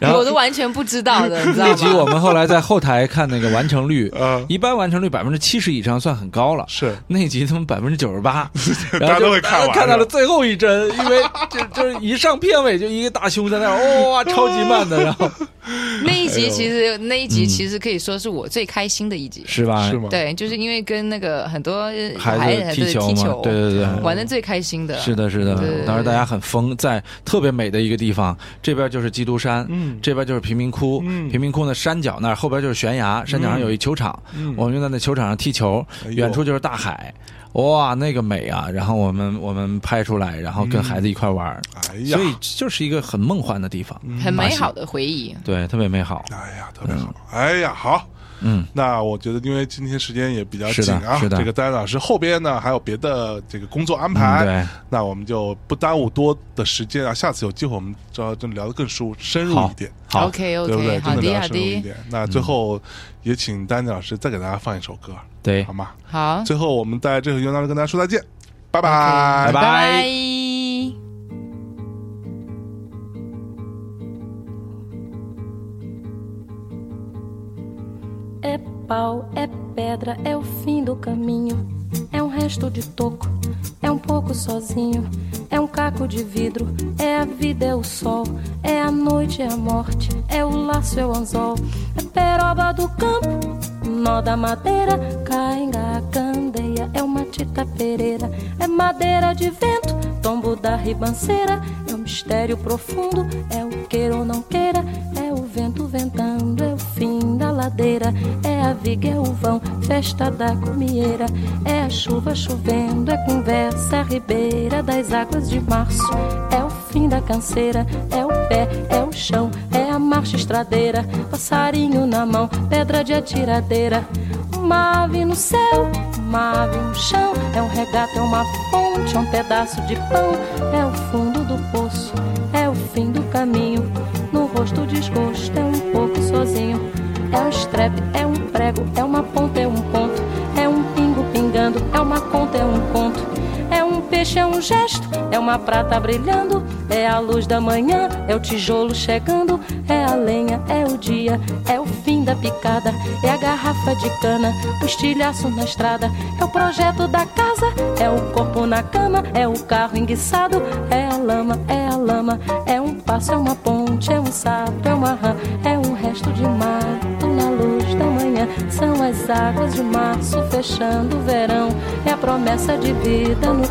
Speaker 2: 然后
Speaker 1: 我都完全不知道的，你知道
Speaker 2: 那集我
Speaker 1: 吗？
Speaker 2: 们后来在后台看那个完成率，
Speaker 3: 嗯
Speaker 2: 一般完成率百分之七十以上算很高了。
Speaker 3: 是
Speaker 2: 那集他们百分之九十 八，然后
Speaker 3: 大家
Speaker 2: 就
Speaker 3: 都会看完
Speaker 2: 看到
Speaker 3: 是吧
Speaker 2: 了最后一帧，因为就就是一上片尾就一个大胸在那儿， 哇、超级慢的，然后
Speaker 1: 那一
Speaker 2: 哎
Speaker 1: 集其实那一集其实可以说是我最开心的一集，
Speaker 2: 嗯是吧？
Speaker 3: 是吗？
Speaker 1: 对， 就是因为跟那个很多呃
Speaker 2: 孩
Speaker 1: 孩
Speaker 2: 子
Speaker 1: 子
Speaker 2: 踢球
Speaker 1: 踢
Speaker 2: 嘛
Speaker 1: 球，，
Speaker 2: 对对对。
Speaker 1: 玩的最开心的。
Speaker 2: 是的，是的
Speaker 1: 对对对，
Speaker 2: 当时大家很疯，在特别美的一个地方，这边就是基督山，
Speaker 3: 嗯
Speaker 2: 这边就是贫民窟，
Speaker 3: 嗯
Speaker 2: 贫民窟的山脚那儿后边就是悬崖，山脚上有一球场，
Speaker 3: 嗯
Speaker 2: 我们就在那球场上踢球，
Speaker 3: 哎呦
Speaker 2: 远处就是大海，哇，那个美啊！然后我们我们拍出来，然后
Speaker 3: 嗯
Speaker 2: 跟孩子一块玩儿，
Speaker 3: 哎呀，
Speaker 2: 所
Speaker 3: 嗯
Speaker 2: 以就是一个很梦幻的地方，
Speaker 1: 很美好的回忆。
Speaker 2: 对，特别美好。
Speaker 3: 哎呀，特别好！哎呀，好，
Speaker 2: 嗯，
Speaker 3: 那我觉得，因为今天时间也比较
Speaker 2: 是
Speaker 3: 紧
Speaker 2: 的
Speaker 3: 啊，
Speaker 2: 是的
Speaker 3: 这个丹老师后边呢还有别的这个工作安
Speaker 2: 嗯
Speaker 3: 排，
Speaker 2: 对，
Speaker 3: 那我们就不耽误多的时间啊。下次有机会我们就要真聊得更深深入
Speaker 2: 好
Speaker 3: 一点，
Speaker 2: 好，嗯
Speaker 1: OK
Speaker 3: 对不
Speaker 1: OK，
Speaker 3: 对？真
Speaker 1: 好
Speaker 3: 的
Speaker 1: 的
Speaker 3: 聊
Speaker 1: 好
Speaker 3: 深入一
Speaker 1: 的，
Speaker 3: 点。那最后也请丹尼老师再给大家放一首歌，
Speaker 2: 对
Speaker 3: 好，吗？
Speaker 1: 好，
Speaker 3: 最后我们在这首歌当中跟大家说再见，拜拜，
Speaker 2: 拜拜
Speaker 1: 拜。
Speaker 5: É pau, é pedra, é o fim do caminho. É um resto de toco, é um pouco sozinho. É um caco de vidro, é a vida, é o sol. É a noite, é a morte, é o laço, é o anzol. É peroba do campo, nó da madeira. Cainga, a candeia, é uma tita pereira. É madeira de vento, tombo da ribanceira. É um mistério profundo, é o queira ou não queira. É o vento ventando, é o fim da ladeira, é a viga, é o vão, festa da comieira, é a chuva chovendo, é conversa, é a ribeira das águas de março, é o fim da canseira, é o pé, é o chão, é a marcha estradeira, passarinho na mão, pedra de atiradeira, uma ave no céu, uma ave no chão, é um regato, é uma fonte, é um pedaço de pão, é o fundo do poço, é o fim do caminho. No rosto o desgosto é um pouco sozinho. É um strep, é um prego, é uma ponta, é um ponto. É um pingo pingando, é uma conta, é um conto. É um peixe, é um gesto, é uma prata brilhando. É a luz da manhã, é o tijolo chegando. É a lenha, é o dia, é o fim da picada. É a garrafa de cana, o estilhaço na estrada. É o projeto da casa, é o corpo na cama. É o carro enguiçado, é a lama, é a lama. É um passo, é uma ponte, é um sapo, é uma rã. É um resto de mato na luz da manhã. São as águas de março fechando o verão. É a promessa de vida no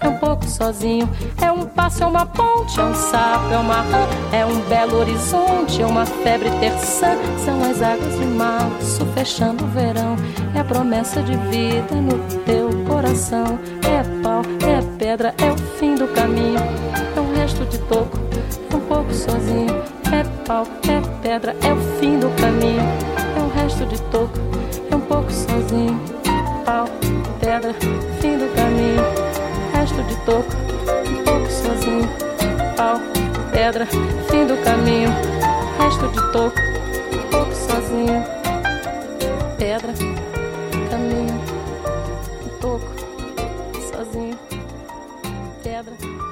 Speaker 5: é um pouco sozinho. É um passo, é uma ponte, é um sapo, é uma rã. É um belo horizonte, é uma febre terçã. São as águas de março fechando o verão. É a promessa de vida no teu coração. É pau, é pedra, é o fim do caminho. É um resto de toco, é um pouco sozinho. É pau, é pedra, é o fim do caminho. É um resto de toco, é um pouco sozinho. Pau, pedra, fim do caminho. Resto de toco, um pouco sozinho. Pau, pedra, fim do caminho. Resto de toco, um pouco sozinho. Pedra, um caminho, toco, sozinho. Pedra,